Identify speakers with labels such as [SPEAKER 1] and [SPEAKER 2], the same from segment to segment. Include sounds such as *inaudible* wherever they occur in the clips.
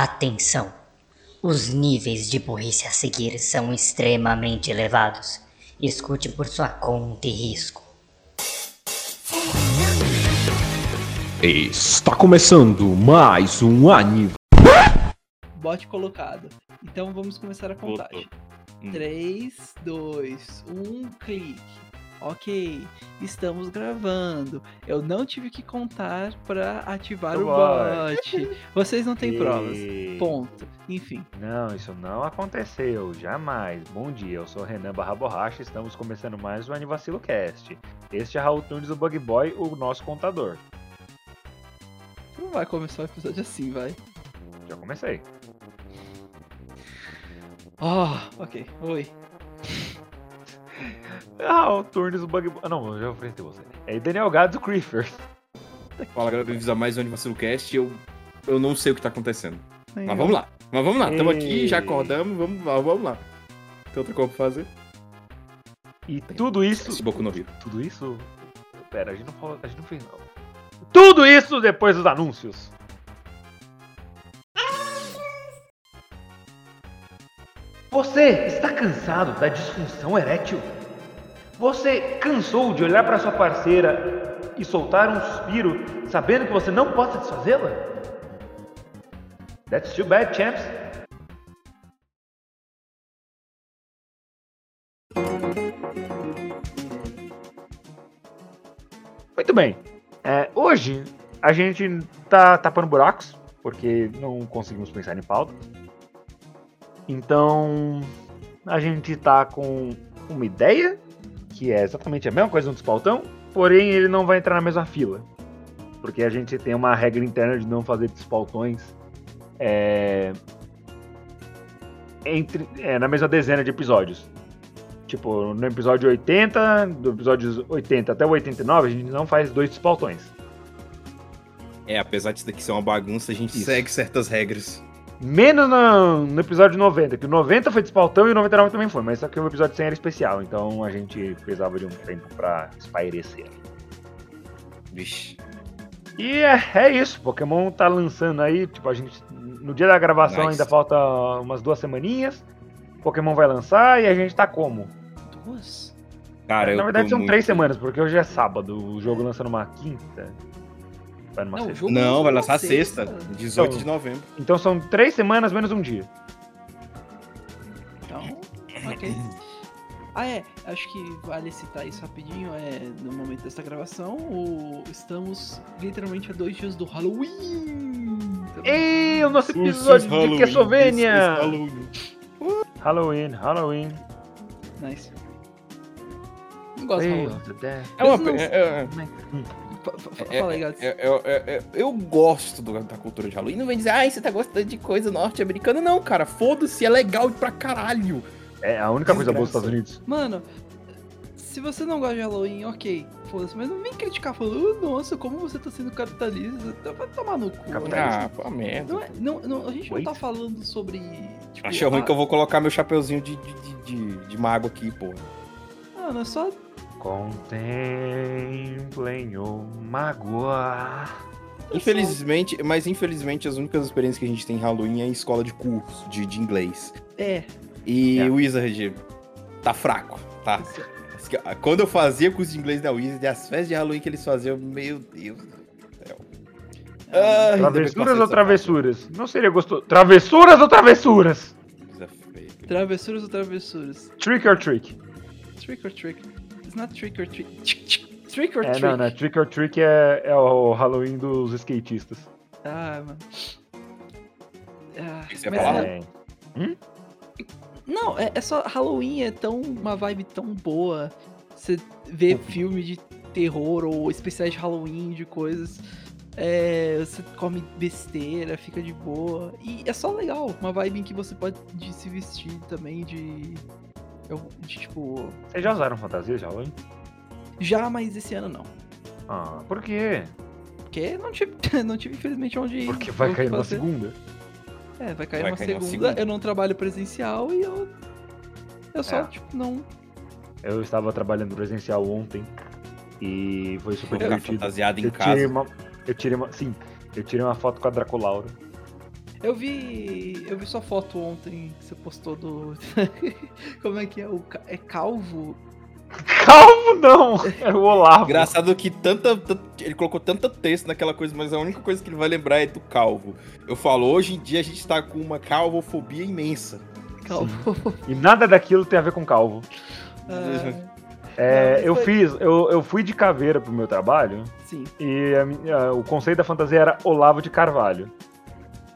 [SPEAKER 1] Atenção! Os níveis de burrice a seguir são extremamente elevados. Escute por sua conta e risco.
[SPEAKER 2] Está começando mais um anime.
[SPEAKER 3] Bote colocado. Então vamos começar a contagem.
[SPEAKER 4] Hum.
[SPEAKER 3] 3, 2, 1, clique. Ok, estamos gravando. Eu não tive que contar para ativar
[SPEAKER 4] O
[SPEAKER 3] o
[SPEAKER 5] *laughs*
[SPEAKER 3] bot. Vocês não têm provas.
[SPEAKER 4] E-
[SPEAKER 3] Ponto. Enfim,
[SPEAKER 4] Não, isso não aconteceu, jamais. Bom dia, eu sou Renan Barra Borracha e estamos começando mais o Anivacilo Cast. Este é Raul Tunes, o Bug Boy, o nosso contador.
[SPEAKER 3] não vai começar o episódio assim, vai.
[SPEAKER 4] Já comecei.
[SPEAKER 3] Ah, ok. Oi.
[SPEAKER 4] Raul Tunes, o Bug Boy... Ah, não, eu já ofereci você. É Daniel Gado do Creeper.
[SPEAKER 5] Fala galera, bem-vindos a mais um AnivaciloCast. Eu, eu não sei o que tá acontecendo.
[SPEAKER 3] Aí, ó.
[SPEAKER 5] Mas vamos lá, mas vamos lá. Estamos
[SPEAKER 4] Ei.
[SPEAKER 5] aqui, já acordamos, vamos lá, vamos lá. Tem outra coisa pra fazer?
[SPEAKER 4] E tudo
[SPEAKER 5] Esse
[SPEAKER 4] isso...
[SPEAKER 5] Boku no Rio.
[SPEAKER 4] Tudo isso... Pera, a gente não falou... A gente não fez, não. Tudo isso depois dos anúncios. Você está cansado da disfunção erétil? Você cansou de olhar para sua parceira e soltar um suspiro sabendo que você não pode satisfazê-la? That's too bad, champs. Muito bem. É, hoje a gente tá tapando buracos, porque não conseguimos pensar em pauta. Então a gente tá com uma ideia, que é exatamente a mesma coisa do pautão, porém ele não vai entrar na mesma fila. Porque a gente tem uma regra interna de não fazer despautões é, entre, é, na mesma dezena de episódios. Tipo, no episódio 80, do episódio 80 até o 89, a gente não faz dois despautões.
[SPEAKER 5] É, apesar disso daqui ser uma bagunça, a gente
[SPEAKER 4] Isso.
[SPEAKER 5] segue certas regras.
[SPEAKER 4] Menos no, no episódio 90, que o 90 foi despautão e o 99 também foi, mas só que o episódio 100 era especial, então a gente precisava de um tempo pra espairecer.
[SPEAKER 5] Vixe.
[SPEAKER 4] E é, é isso, Pokémon tá lançando aí, tipo, a gente. No dia da gravação
[SPEAKER 5] Nice.
[SPEAKER 4] ainda falta umas duas semaninhas. Pokémon vai lançar e a gente tá como?
[SPEAKER 3] Duas?
[SPEAKER 5] Cara, eu
[SPEAKER 4] Na verdade
[SPEAKER 5] tô
[SPEAKER 4] são
[SPEAKER 5] muito-
[SPEAKER 4] três semanas, porque hoje é sábado, o jogo lança numa quinta. Vai numa
[SPEAKER 3] Não, o
[SPEAKER 4] sexta.
[SPEAKER 3] jogo
[SPEAKER 5] é Não, vai lançar
[SPEAKER 3] na
[SPEAKER 5] sexta, 18 de novembro.
[SPEAKER 4] Então são três semanas menos um dia.
[SPEAKER 3] Então, *laughs* ok. Ah, é, acho que vale citar isso rapidinho. É, no momento dessa gravação, o- estamos literalmente a dois dias do Halloween. Então,
[SPEAKER 4] Ei, o nosso episódio de Castlevania! Halloween, Halloween.
[SPEAKER 3] Nice. Não gosto de
[SPEAKER 4] Ei,
[SPEAKER 3] Halloween.
[SPEAKER 4] the death.
[SPEAKER 5] É uma...
[SPEAKER 3] Mas não-
[SPEAKER 5] pe- é- é-
[SPEAKER 3] Fa- fa- fa-
[SPEAKER 5] É,
[SPEAKER 3] Fala aí,
[SPEAKER 5] é,
[SPEAKER 3] Gats.
[SPEAKER 5] é, é, é, é, eu gosto do- da cultura de Halloween. Não vem dizer, ai, você tá gostando de coisa norte-americana. Não, cara, foda-se, é legal pra caralho.
[SPEAKER 4] É a única coisa boa dos Estados
[SPEAKER 5] Desgraça.
[SPEAKER 4] Unidos.
[SPEAKER 3] Mano, se você não gosta de Halloween, ok, foda-se, mas não vem criticar falando, "Oh, nossa, como você tá sendo capitalista, Então vai tomar no cu.
[SPEAKER 5] Ah,
[SPEAKER 3] né?
[SPEAKER 5] pô, merda.
[SPEAKER 3] Não é- não, não, a gente não
[SPEAKER 4] Wait.
[SPEAKER 3] tá falando sobre. Tipo,
[SPEAKER 5] Achei ruim que eu vou colocar meu chapeuzinho de, de, de, de- de mago aqui, pô.
[SPEAKER 3] Mano, é só
[SPEAKER 4] Contemplem o magoar.
[SPEAKER 5] Infelizmente, mas infelizmente as únicas experiências que a gente tem em Halloween é em escola de curso de, de inglês.
[SPEAKER 3] É,
[SPEAKER 5] E
[SPEAKER 4] É.
[SPEAKER 5] o Wizard tá fraco, tá?
[SPEAKER 3] isso é-
[SPEAKER 5] Quando eu fazia curso de inglês da Wizard, as festas de Halloween que eles faziam, meu Deus.
[SPEAKER 3] Ah,
[SPEAKER 4] Ah,
[SPEAKER 5] Ai, ainda bem que eu
[SPEAKER 4] Travessuras
[SPEAKER 5] passei
[SPEAKER 4] ou
[SPEAKER 5] essa
[SPEAKER 4] travessuras? Não seria gostoso. Travessuras ou travessuras?
[SPEAKER 5] coisa feia.
[SPEAKER 3] travessuras ou travessuras?
[SPEAKER 4] Trick or trick?
[SPEAKER 3] Trick or trick? It's not trick or trick. Tch, tch. Trick or
[SPEAKER 4] É,
[SPEAKER 3] trick?
[SPEAKER 4] não, não. Trick or trick é, é o Halloween dos skatistas.
[SPEAKER 3] Ah, mano. Ah,
[SPEAKER 5] Isso é
[SPEAKER 3] mas
[SPEAKER 5] palavra?
[SPEAKER 3] é- Não, é, é só. Halloween é tão uma vibe tão boa. Você vê
[SPEAKER 4] Uhum.
[SPEAKER 3] filme de terror ou especiais de Halloween, de coisas. É, você come besteira, fica de boa. E é só legal. Uma vibe em que você pode de se vestir também de. eu- de, tipo.
[SPEAKER 4] Vocês já usaram fantasia de Halloween?
[SPEAKER 3] Já, mas esse ano não.
[SPEAKER 4] Ah, por quê?
[SPEAKER 3] Porque não tive, *laughs* não tive infelizmente, onde ir.
[SPEAKER 4] Porque vai
[SPEAKER 3] o que
[SPEAKER 4] cair numa
[SPEAKER 3] fazer.
[SPEAKER 4] segunda.
[SPEAKER 3] É, vai cair
[SPEAKER 5] Vai
[SPEAKER 3] uma
[SPEAKER 5] cair numa
[SPEAKER 3] segunda.
[SPEAKER 5] segunda.
[SPEAKER 3] Eu não trabalho presencial e eu. Eu só,
[SPEAKER 4] É.
[SPEAKER 3] tipo, não.
[SPEAKER 4] Eu estava trabalhando presencial ontem e foi super
[SPEAKER 5] Vou ficar
[SPEAKER 4] divertido.
[SPEAKER 5] fantasiado em
[SPEAKER 4] Eu tirei
[SPEAKER 5] casa. *laughs*
[SPEAKER 4] uma. Eu tirei uma. Sim, eu tirei uma foto com a Draculaura.
[SPEAKER 3] Eu vi. Eu vi sua foto ontem que você postou do. *laughs* Como é que é? O ca- é calvo?
[SPEAKER 4] Calvo não! Era o Olavo.
[SPEAKER 5] Engraçado que tanta, tan- ele colocou tanta texto naquela coisa, mas a única coisa que ele vai lembrar é do calvo. Eu falo, hoje em dia a gente tá com uma calvofobia imensa.
[SPEAKER 3] Calvo.
[SPEAKER 4] E nada daquilo tem a ver com calvo.
[SPEAKER 3] *laughs* Ah,
[SPEAKER 4] É,
[SPEAKER 3] Não,
[SPEAKER 4] eu
[SPEAKER 3] foi-
[SPEAKER 4] fiz, eu, eu fui de caveira pro meu trabalho
[SPEAKER 5] Uhum.
[SPEAKER 3] sim.
[SPEAKER 4] e a mi- a- o conceito da fantasia era Olavo de Carvalho.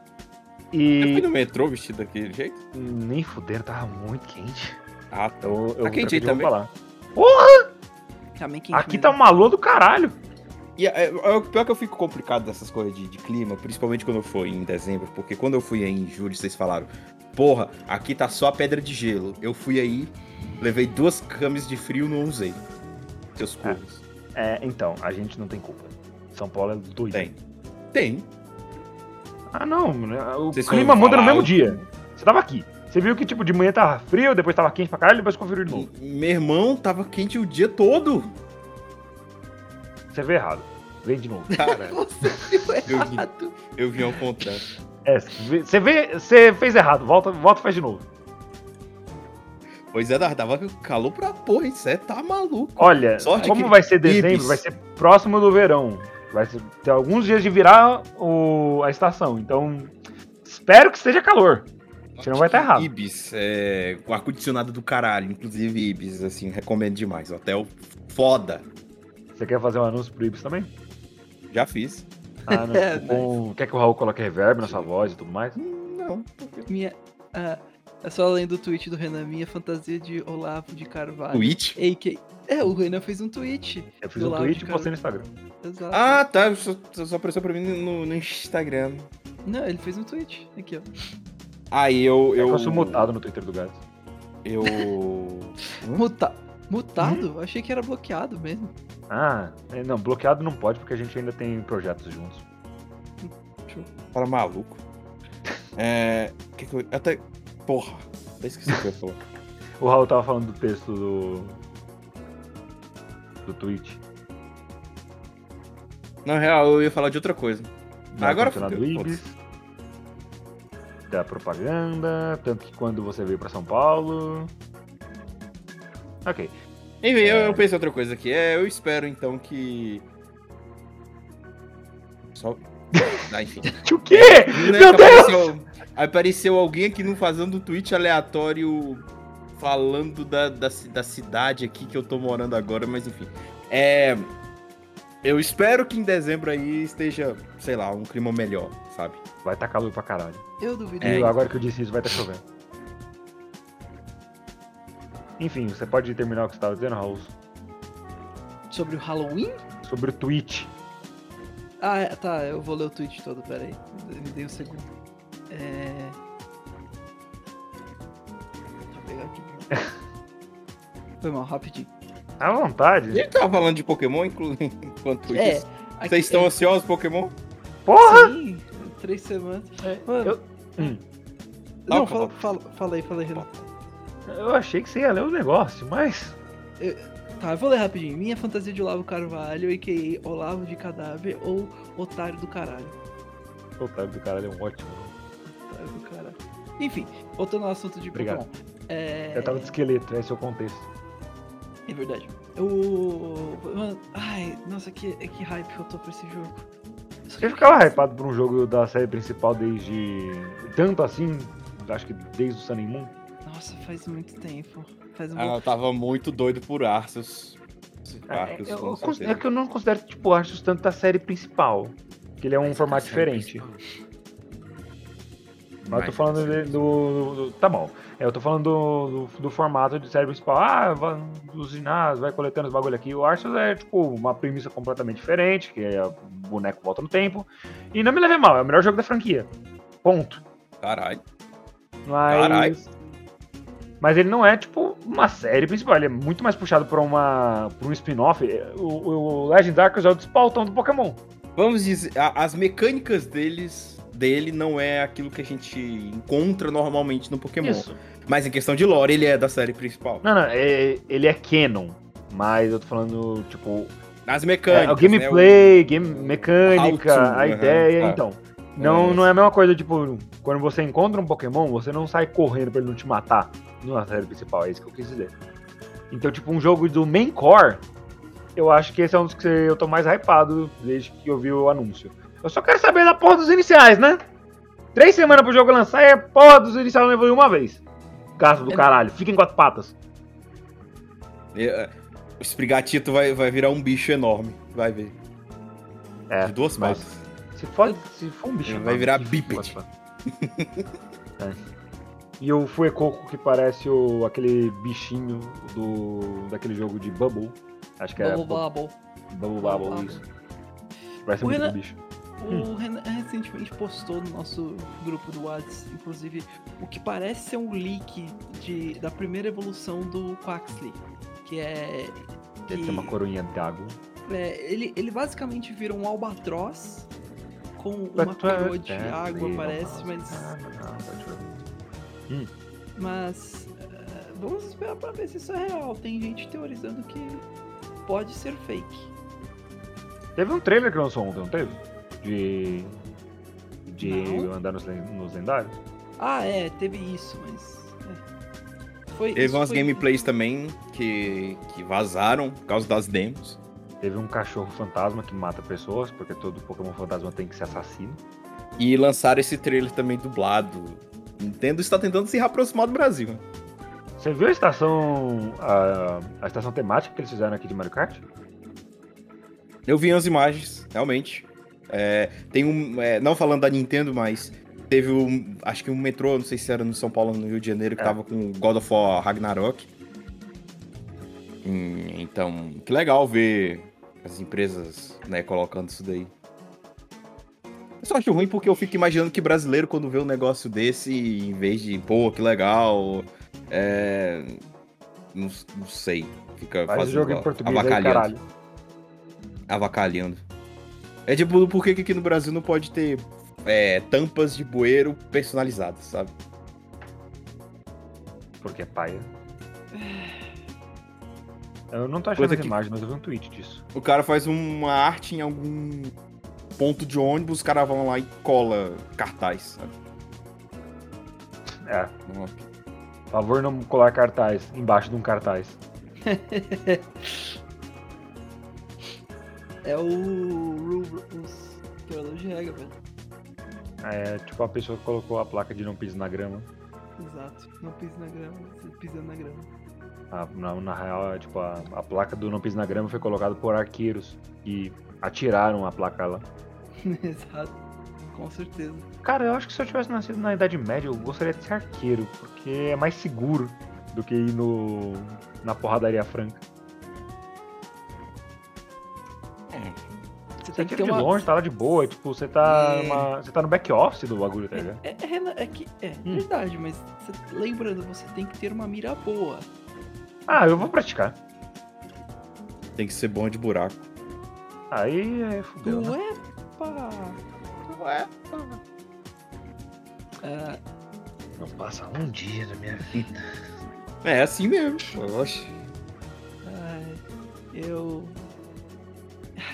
[SPEAKER 5] Você foi
[SPEAKER 4] E.
[SPEAKER 5] no metrô vestido daquele jeito?
[SPEAKER 4] Nem fuderam, tava muito quente.
[SPEAKER 5] Ah, tá.
[SPEAKER 4] Então eu
[SPEAKER 5] Tá quente
[SPEAKER 4] troquei
[SPEAKER 5] aí
[SPEAKER 4] de
[SPEAKER 5] também?
[SPEAKER 4] roupa lá. Porra,
[SPEAKER 3] Também quem
[SPEAKER 4] aqui tá uma lua do caralho.
[SPEAKER 5] E é, é o pior que eu fico complicado dessas coisas de, de clima, principalmente quando eu fui em dezembro, porque quando eu fui aí em julho, vocês falaram, porra, aqui tá só a pedra de gelo. Eu fui aí, levei duas camis de frio e não usei. Seus curvos.
[SPEAKER 4] É, então, a gente não tem culpa. São Paulo é doido.
[SPEAKER 5] Tem. Tem.
[SPEAKER 4] Ah, não. né? O
[SPEAKER 5] Vocês
[SPEAKER 4] clima
[SPEAKER 5] foram
[SPEAKER 4] muda no
[SPEAKER 5] falar
[SPEAKER 4] mesmo
[SPEAKER 5] o-
[SPEAKER 4] dia. Você tava aqui. Você viu que, tipo, de manhã tava frio, depois tava quente pra caralho, depois conferiu de novo.
[SPEAKER 5] Meu irmão tava quente o dia todo.
[SPEAKER 4] Você vê errado. Vem
[SPEAKER 5] *laughs*
[SPEAKER 4] de novo.
[SPEAKER 5] Cara,
[SPEAKER 3] Você viu
[SPEAKER 5] Eu vi.
[SPEAKER 3] errado.
[SPEAKER 5] eu vi um contando.
[SPEAKER 4] É, você vê, você fez errado. Volta, volta e faz de novo.
[SPEAKER 5] Pois é, tava calor pra porra, isso é, tá maluco.
[SPEAKER 4] Olha,
[SPEAKER 5] Sorte
[SPEAKER 4] como
[SPEAKER 5] que-
[SPEAKER 4] vai ser dezembro,
[SPEAKER 5] Ibis.
[SPEAKER 4] vai ser próximo do verão. Vai ser- ter alguns dias de virar o- a estação. Então, espero que esteja calor. Você não vai tá errado.
[SPEAKER 5] Ibis, é, o ar-condicionado do caralho, inclusive Ibis, assim, recomendo demais. Hotel foda,
[SPEAKER 4] Você quer fazer um anúncio pro Ibis também?
[SPEAKER 5] já fiz.
[SPEAKER 4] Ah, não.
[SPEAKER 3] É,
[SPEAKER 4] Bom, Quer que o Raul coloque reverb na sua voz e tudo mais?
[SPEAKER 5] Hum, Não,
[SPEAKER 4] um-
[SPEAKER 3] Minha. ah, é só além do tweet do Renan, minha fantasia de Olavo de Carvalho.
[SPEAKER 5] Twitch.
[SPEAKER 3] AK. É, o Renan fez um tweet.
[SPEAKER 4] Eu fiz
[SPEAKER 3] Do
[SPEAKER 4] um
[SPEAKER 3] lado
[SPEAKER 4] tweet
[SPEAKER 3] de
[SPEAKER 4] e postei no Instagram.
[SPEAKER 3] Exato.
[SPEAKER 5] Ah, tá, só, só apareceu pra mim no, no Instagram.
[SPEAKER 3] Não, ele fez um tweet. Aqui, ó.
[SPEAKER 4] Hum?
[SPEAKER 5] Aí eu.
[SPEAKER 4] É que
[SPEAKER 5] Eu,
[SPEAKER 4] eu sou mutado no Twitter do Gato.
[SPEAKER 5] eu.
[SPEAKER 3] Muta...
[SPEAKER 4] Hum?
[SPEAKER 3] Mutado? Achei que era bloqueado mesmo.
[SPEAKER 4] Ah, é, não, bloqueado não pode porque a gente ainda tem projetos juntos.
[SPEAKER 5] Fala maluco. É. Que que eu, até. Porra, até esqueci o que eu ia falar.
[SPEAKER 4] O Raul tava falando do texto do. do tweet.
[SPEAKER 5] Na real, eu ia falar de outra coisa.
[SPEAKER 4] do
[SPEAKER 5] Agora
[SPEAKER 4] ar-condicionado
[SPEAKER 5] fudeu,
[SPEAKER 4] Ibis, Da propaganda, tanto que quando você veio pra São Paulo. Ok.
[SPEAKER 5] Enfim, eu, eu pensei outra coisa aqui. É, eu espero então que. Só. *laughs*
[SPEAKER 4] *laughs*
[SPEAKER 5] Ah, enfim.
[SPEAKER 4] O quê?
[SPEAKER 5] Né,
[SPEAKER 4] Meu
[SPEAKER 5] que apareceu, apareceu alguém aqui no fazendo um tweet aleatório falando da, da, ci- da cidade aqui que eu tô morando agora, mas enfim. É. Eu espero que em dezembro aí esteja, sei lá, um clima melhor, sabe?
[SPEAKER 4] Vai tá calor pra caralho.
[SPEAKER 3] Eu duvido.
[SPEAKER 5] É,
[SPEAKER 4] E agora que eu disse isso, vai tá chovendo. Enfim, você pode terminar o que você tava dizendo, Raul,
[SPEAKER 3] Sobre o Halloween?
[SPEAKER 4] sobre o tweet.
[SPEAKER 3] Ah, é, tá, eu vou ler o tweet todo, peraí. Me dei um segundo. É. Deixa eu pegar aqui. Foi mal, rapidinho.
[SPEAKER 4] À vontade.
[SPEAKER 5] Ele tava falando de Pokémon, inclusive, *laughs* enquanto
[SPEAKER 3] É,
[SPEAKER 5] isso. Vocês estão ansiosos, Pokémon?
[SPEAKER 4] Porra!
[SPEAKER 3] Sim, *laughs* três semanas. Mano,
[SPEAKER 4] Eu, Hum.
[SPEAKER 3] Não, fala,
[SPEAKER 5] Fala,
[SPEAKER 3] fala, fala aí, fala aí, Renan.
[SPEAKER 4] eu achei que você ia ler o negócio, mas.
[SPEAKER 3] Tá, eu vou ler rapidinho. Minha fantasia de Olavo Carvalho, a.k.a. Olavo de Cadáver ou Otário do Caralho.
[SPEAKER 4] O time do caralho é um ótimo.
[SPEAKER 3] Otário do Caralho. Enfim, voltando ao assunto de
[SPEAKER 4] Obrigado.
[SPEAKER 3] Pokémon. É...
[SPEAKER 4] Eu tava de esqueleto, esse é o contexto.
[SPEAKER 3] É verdade. O. Mano, ai, nossa, que, é que hype que eu tô pra esse jogo. Só que-
[SPEAKER 4] Eu ficava hypado por um jogo da série principal desde. Tanto assim, acho que desde o Sun and Moon.
[SPEAKER 3] Nossa, faz muito tempo. Faz um
[SPEAKER 5] Ah, eu tava muito doido por Arceus. Arceus,
[SPEAKER 4] É, Ah, *laughs*
[SPEAKER 5] um
[SPEAKER 4] eu,
[SPEAKER 5] com
[SPEAKER 4] eu
[SPEAKER 5] certeza.
[SPEAKER 4] considero- é que eu não considero, tipo, Arceus tanto da série principal. Que ele é um formato diferente. Mas eu tô falando de- do, do- Tá bom. É, Eu tô falando do, do, do formato de série principal. Ah, vai dos ginásios, vai coletando os bagulho aqui. O Arceus é, tipo, uma premissa completamente diferente, que é o boneco volta no tempo. E não me leve a mal, é o melhor jogo da franquia. Ponto.
[SPEAKER 5] Caralho.
[SPEAKER 4] Mas.
[SPEAKER 5] Caralho.
[SPEAKER 4] Mas ele não é, tipo, uma série principal. Ele é muito mais puxado pra, uma, pra um spin-off. O, o Legend Arceus é o despautão do Pokémon.
[SPEAKER 5] Vamos dizer, a- as mecânicas deles dele não é aquilo que a gente encontra normalmente no Pokémon.
[SPEAKER 4] Isso.
[SPEAKER 5] Mas em questão de lore, ele é da série principal.
[SPEAKER 4] Não, não, é- ele é canon. Mas eu tô falando, tipo,
[SPEAKER 5] As
[SPEAKER 4] é,
[SPEAKER 5] mecânicas.
[SPEAKER 4] o
[SPEAKER 5] né,
[SPEAKER 4] gameplay, game, mecânica,
[SPEAKER 5] How to,
[SPEAKER 4] a
[SPEAKER 5] aham,
[SPEAKER 4] ideia,
[SPEAKER 5] tá.
[SPEAKER 4] então. Não, não é a mesma coisa, tipo, quando você encontra um Pokémon, você não sai correndo pra ele não te matar na série principal, é isso que eu quis dizer. Então, tipo, um jogo do main core, eu acho que esse é um dos que eu tô mais hypado desde que eu vi o anúncio. Eu só quero saber da porra dos iniciais, né? Três semanas pro jogo lançar e a porra dos iniciais não evolui uma vez. Gasto do
[SPEAKER 3] É.
[SPEAKER 4] caralho, fica em quatro patas.
[SPEAKER 5] É, O esprigatito vai, vai virar um bicho enorme, vai ver.
[SPEAKER 4] É,
[SPEAKER 5] De duas
[SPEAKER 4] mas-
[SPEAKER 5] partes.
[SPEAKER 4] Se for, se for um bicho.
[SPEAKER 5] Vai
[SPEAKER 4] mano,
[SPEAKER 5] virar
[SPEAKER 4] se for
[SPEAKER 5] bípede.
[SPEAKER 4] quatro
[SPEAKER 3] *laughs*
[SPEAKER 4] patas. É. E o Fuecoco que parece o, aquele bichinho do daquele jogo de Bubble. Acho que era
[SPEAKER 3] Bubble Bubble.
[SPEAKER 4] Bubble
[SPEAKER 3] Bubble
[SPEAKER 4] Bubble,
[SPEAKER 3] Bubble.
[SPEAKER 4] isso. Parece
[SPEAKER 3] O
[SPEAKER 4] muito
[SPEAKER 3] Renan-
[SPEAKER 4] bicho.
[SPEAKER 3] O Renan recentemente postou no nosso grupo do Whats, inclusive, o que parece ser um leak de, da primeira evolução do Quaxley, que é...
[SPEAKER 4] Deve ter
[SPEAKER 3] que-
[SPEAKER 4] uma coroinha d'água.
[SPEAKER 3] É, ele, ele basicamente vira um albatroz com uma
[SPEAKER 4] But
[SPEAKER 5] é
[SPEAKER 4] what
[SPEAKER 3] coroa de
[SPEAKER 4] that
[SPEAKER 3] água,
[SPEAKER 4] little
[SPEAKER 3] parece, mas.
[SPEAKER 5] assim.
[SPEAKER 4] bastard- Ah,
[SPEAKER 5] tá
[SPEAKER 4] pode ver.
[SPEAKER 3] Mas. eh, vamos esperar pra ver se isso é real. Tem gente teorizando que pode ser fake.
[SPEAKER 4] Teve um trailer que lançou ontem, não teve? De. De
[SPEAKER 3] Não.
[SPEAKER 4] andar nos, len- nos lendários?
[SPEAKER 3] Ah, é, teve isso, mas. é. Foi
[SPEAKER 5] Teve
[SPEAKER 3] isso
[SPEAKER 5] umas
[SPEAKER 3] foi-
[SPEAKER 5] gameplays também que, que vazaram por causa das demos.
[SPEAKER 4] Teve um cachorro fantasma que mata pessoas, porque todo Pokémon fantasma tem que ser assassino.
[SPEAKER 5] E lançaram esse trailer também dublado. Nintendo está tentando se aproximar do Brasil. né?
[SPEAKER 4] Você viu a estação. A, a estação temática que eles fizeram aqui de Mario Kart?
[SPEAKER 5] Eu vi as imagens, realmente. É, tem um. é, não falando da Nintendo, mas teve um. Acho que um metrô, não sei se era no São Paulo ou no Rio de Janeiro, que
[SPEAKER 4] É.
[SPEAKER 5] tava com God of War Ragnarok. Hum, então, que legal ver as empresas né, colocando isso daí. Eu só acho ruim porque eu fico imaginando que brasileiro, quando vê um negócio desse, em vez de, pô, que legal. É. Não, não sei. Fica
[SPEAKER 4] Faz o
[SPEAKER 5] fazendo
[SPEAKER 4] jogo
[SPEAKER 5] a-
[SPEAKER 4] em português aí,
[SPEAKER 5] avacalhando
[SPEAKER 4] caralho.
[SPEAKER 5] avacalhando. É tipo, por que que aqui no Brasil não pode ter é, tampas de bueiro personalizadas, sabe?
[SPEAKER 4] Porque é paia. Eu não tô achando
[SPEAKER 5] Coisa
[SPEAKER 4] essa
[SPEAKER 5] que-
[SPEAKER 4] imagem, mas eu vi um tweet disso.
[SPEAKER 5] O cara faz uma arte em algum ponto de ônibus, os caras vão lá e cola cartaz, sabe?
[SPEAKER 4] É,
[SPEAKER 5] Não,
[SPEAKER 4] favor não colar cartaz embaixo de um cartaz.
[SPEAKER 3] É o. Rubles. Teoria de regra, velho.
[SPEAKER 4] É tipo a pessoa que colocou a placa de não pise na grama.
[SPEAKER 3] Exato. Não pise na grama, você pisando na grama. *laughs*
[SPEAKER 4] A- na, na real, é, tipo, a, a placa do não pise na grama foi colocada por arqueiros que atiraram a placa lá.
[SPEAKER 3] Exato. Com certeza.
[SPEAKER 4] Cara, eu acho que se eu tivesse nascido na Idade Média, eu gostaria de ser arqueiro, porque é mais seguro do que ir no, na porradaria franca.
[SPEAKER 3] Você
[SPEAKER 4] Você
[SPEAKER 3] tem que ter
[SPEAKER 4] tira de
[SPEAKER 3] uma.
[SPEAKER 4] longe, tá lá de boa, tipo, você tá,
[SPEAKER 5] É.
[SPEAKER 4] numa- você tá no back-office do bagulho, tá *laughs* ligado?
[SPEAKER 3] É, é, Renan, é que é
[SPEAKER 4] Hum.
[SPEAKER 3] verdade, mas cê- lembrando, você tem que ter uma mira boa.
[SPEAKER 4] Ah, eu vou praticar.
[SPEAKER 5] Tem que ser bom de buraco.
[SPEAKER 4] Aí é fudeu, né?
[SPEAKER 3] Uepa!
[SPEAKER 5] Ué.
[SPEAKER 3] É,
[SPEAKER 4] Não passa um dia da minha vida.
[SPEAKER 5] É assim mesmo. Oxe.
[SPEAKER 3] ai, eh, eu.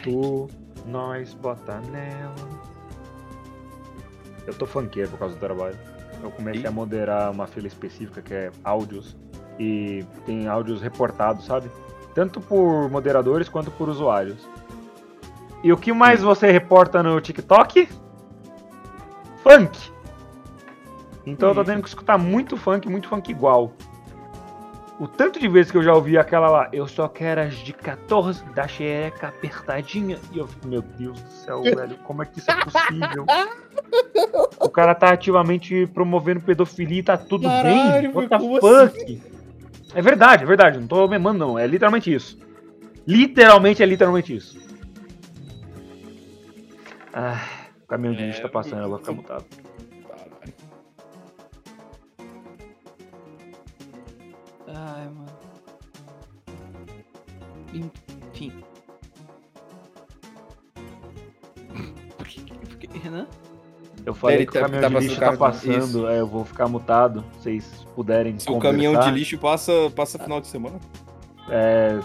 [SPEAKER 4] Tu, nós, bota nela. Eu tô funkeiro por causa do trabalho. Eu comecei
[SPEAKER 5] Ih.
[SPEAKER 4] a moderar uma fila específica que é áudios. E tem áudios reportados, sabe? Tanto por moderadores quanto por usuários. E o que mais você reporta no TikTok? Funk! Então eu tô
[SPEAKER 5] Hum.
[SPEAKER 4] tendo que escutar muito funk, muito funk igual. O tanto de vezes que eu já ouvi aquela lá, eu só quero as de 14 da xereca apertadinha. E eu fico, meu Deus do céu,
[SPEAKER 5] *laughs*
[SPEAKER 4] velho, como é que isso é possível? o cara tá ativamente promovendo pedofilia e tá tudo
[SPEAKER 5] Caralho,
[SPEAKER 4] bem? What the fuck?
[SPEAKER 5] velho, como assim?
[SPEAKER 4] É verdade, é verdade, não tô memando não, é literalmente isso. Literalmente é literalmente isso. Ah, o caminhão de
[SPEAKER 5] É,
[SPEAKER 4] lixo tá passando, eu vou ficar
[SPEAKER 5] eu-
[SPEAKER 4] mutado.
[SPEAKER 5] Caralho.
[SPEAKER 3] Ai, mano. Enfim. *laughs* Por que- por que- Renan?
[SPEAKER 4] Eu falei
[SPEAKER 5] Ele
[SPEAKER 4] que
[SPEAKER 5] tá-
[SPEAKER 4] o caminhão
[SPEAKER 5] tá
[SPEAKER 4] de
[SPEAKER 5] passando
[SPEAKER 4] lixo
[SPEAKER 5] carro
[SPEAKER 4] tá
[SPEAKER 5] de-
[SPEAKER 4] passando,
[SPEAKER 5] isso.
[SPEAKER 4] é, eu vou ficar mutado, se vocês puderem
[SPEAKER 5] Se o caminhão de
[SPEAKER 4] conversar.
[SPEAKER 5] lixo passa, passa final de semana.
[SPEAKER 4] É,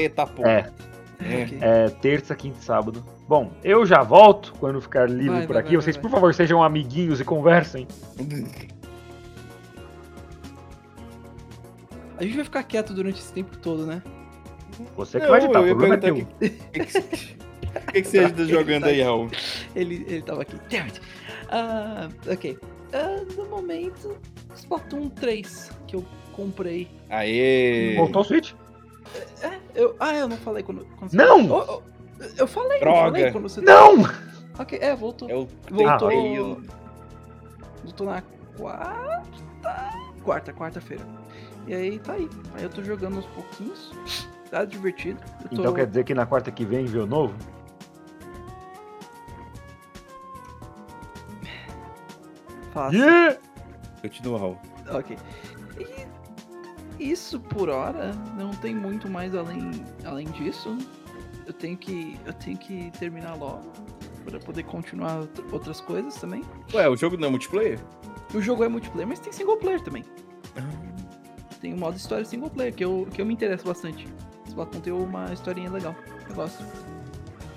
[SPEAKER 5] Eita porra.
[SPEAKER 4] É.
[SPEAKER 5] É.
[SPEAKER 3] Ok.
[SPEAKER 4] É terça, quinta e sábado. Bom, eu já volto quando ficar livre
[SPEAKER 3] Vai,
[SPEAKER 4] por
[SPEAKER 3] vai,
[SPEAKER 4] aqui.
[SPEAKER 3] vai,
[SPEAKER 4] Vocês,
[SPEAKER 3] vai,
[SPEAKER 4] por favor, sejam amiguinhos e conversem.
[SPEAKER 3] A gente vai ficar quieto durante esse tempo todo, né?
[SPEAKER 4] Você que vai editar, o
[SPEAKER 5] eu ia
[SPEAKER 4] problema é
[SPEAKER 5] perguntar
[SPEAKER 4] teu.
[SPEAKER 5] o que, o que que você ajuda jogando aí, Raul?
[SPEAKER 3] Ele, ele tava aqui. Damn it. Ah, ok. Ah, no momento, Splatoon 3 que eu comprei.
[SPEAKER 5] Aê!
[SPEAKER 4] Voltou o Switch?
[SPEAKER 3] É, eu. Ah, eu não falei quando. quando você-
[SPEAKER 4] Não!
[SPEAKER 3] Oh, oh, eu falei, eu
[SPEAKER 5] Droga.
[SPEAKER 3] falei quando você.
[SPEAKER 4] Não!
[SPEAKER 3] Ok, é, voltou.
[SPEAKER 5] Eu
[SPEAKER 3] Voltou.
[SPEAKER 5] tentei, eu-
[SPEAKER 3] Voltou na quarta. Quarta, quarta-feira. E aí tá aí. Aí eu tô jogando uns pouquinhos. Tá divertido. Eu tô...
[SPEAKER 4] Então quer dizer que na quarta que vem vê o novo?
[SPEAKER 5] Tá
[SPEAKER 3] fácil.
[SPEAKER 4] Yeah!
[SPEAKER 5] Continua, Raul.
[SPEAKER 3] Ok. E isso por hora não tem muito mais além, além disso. Eu tenho que eu tenho que terminar logo para poder continuar out- outras coisas também.
[SPEAKER 5] Ué, o jogo não é multiplayer?
[SPEAKER 3] O jogo é multiplayer, mas tem single player também.
[SPEAKER 5] Ah.
[SPEAKER 3] Tem o modo história single player que eu que eu me interesso bastante. Splatoon tem uma historinha legal. Eu gosto.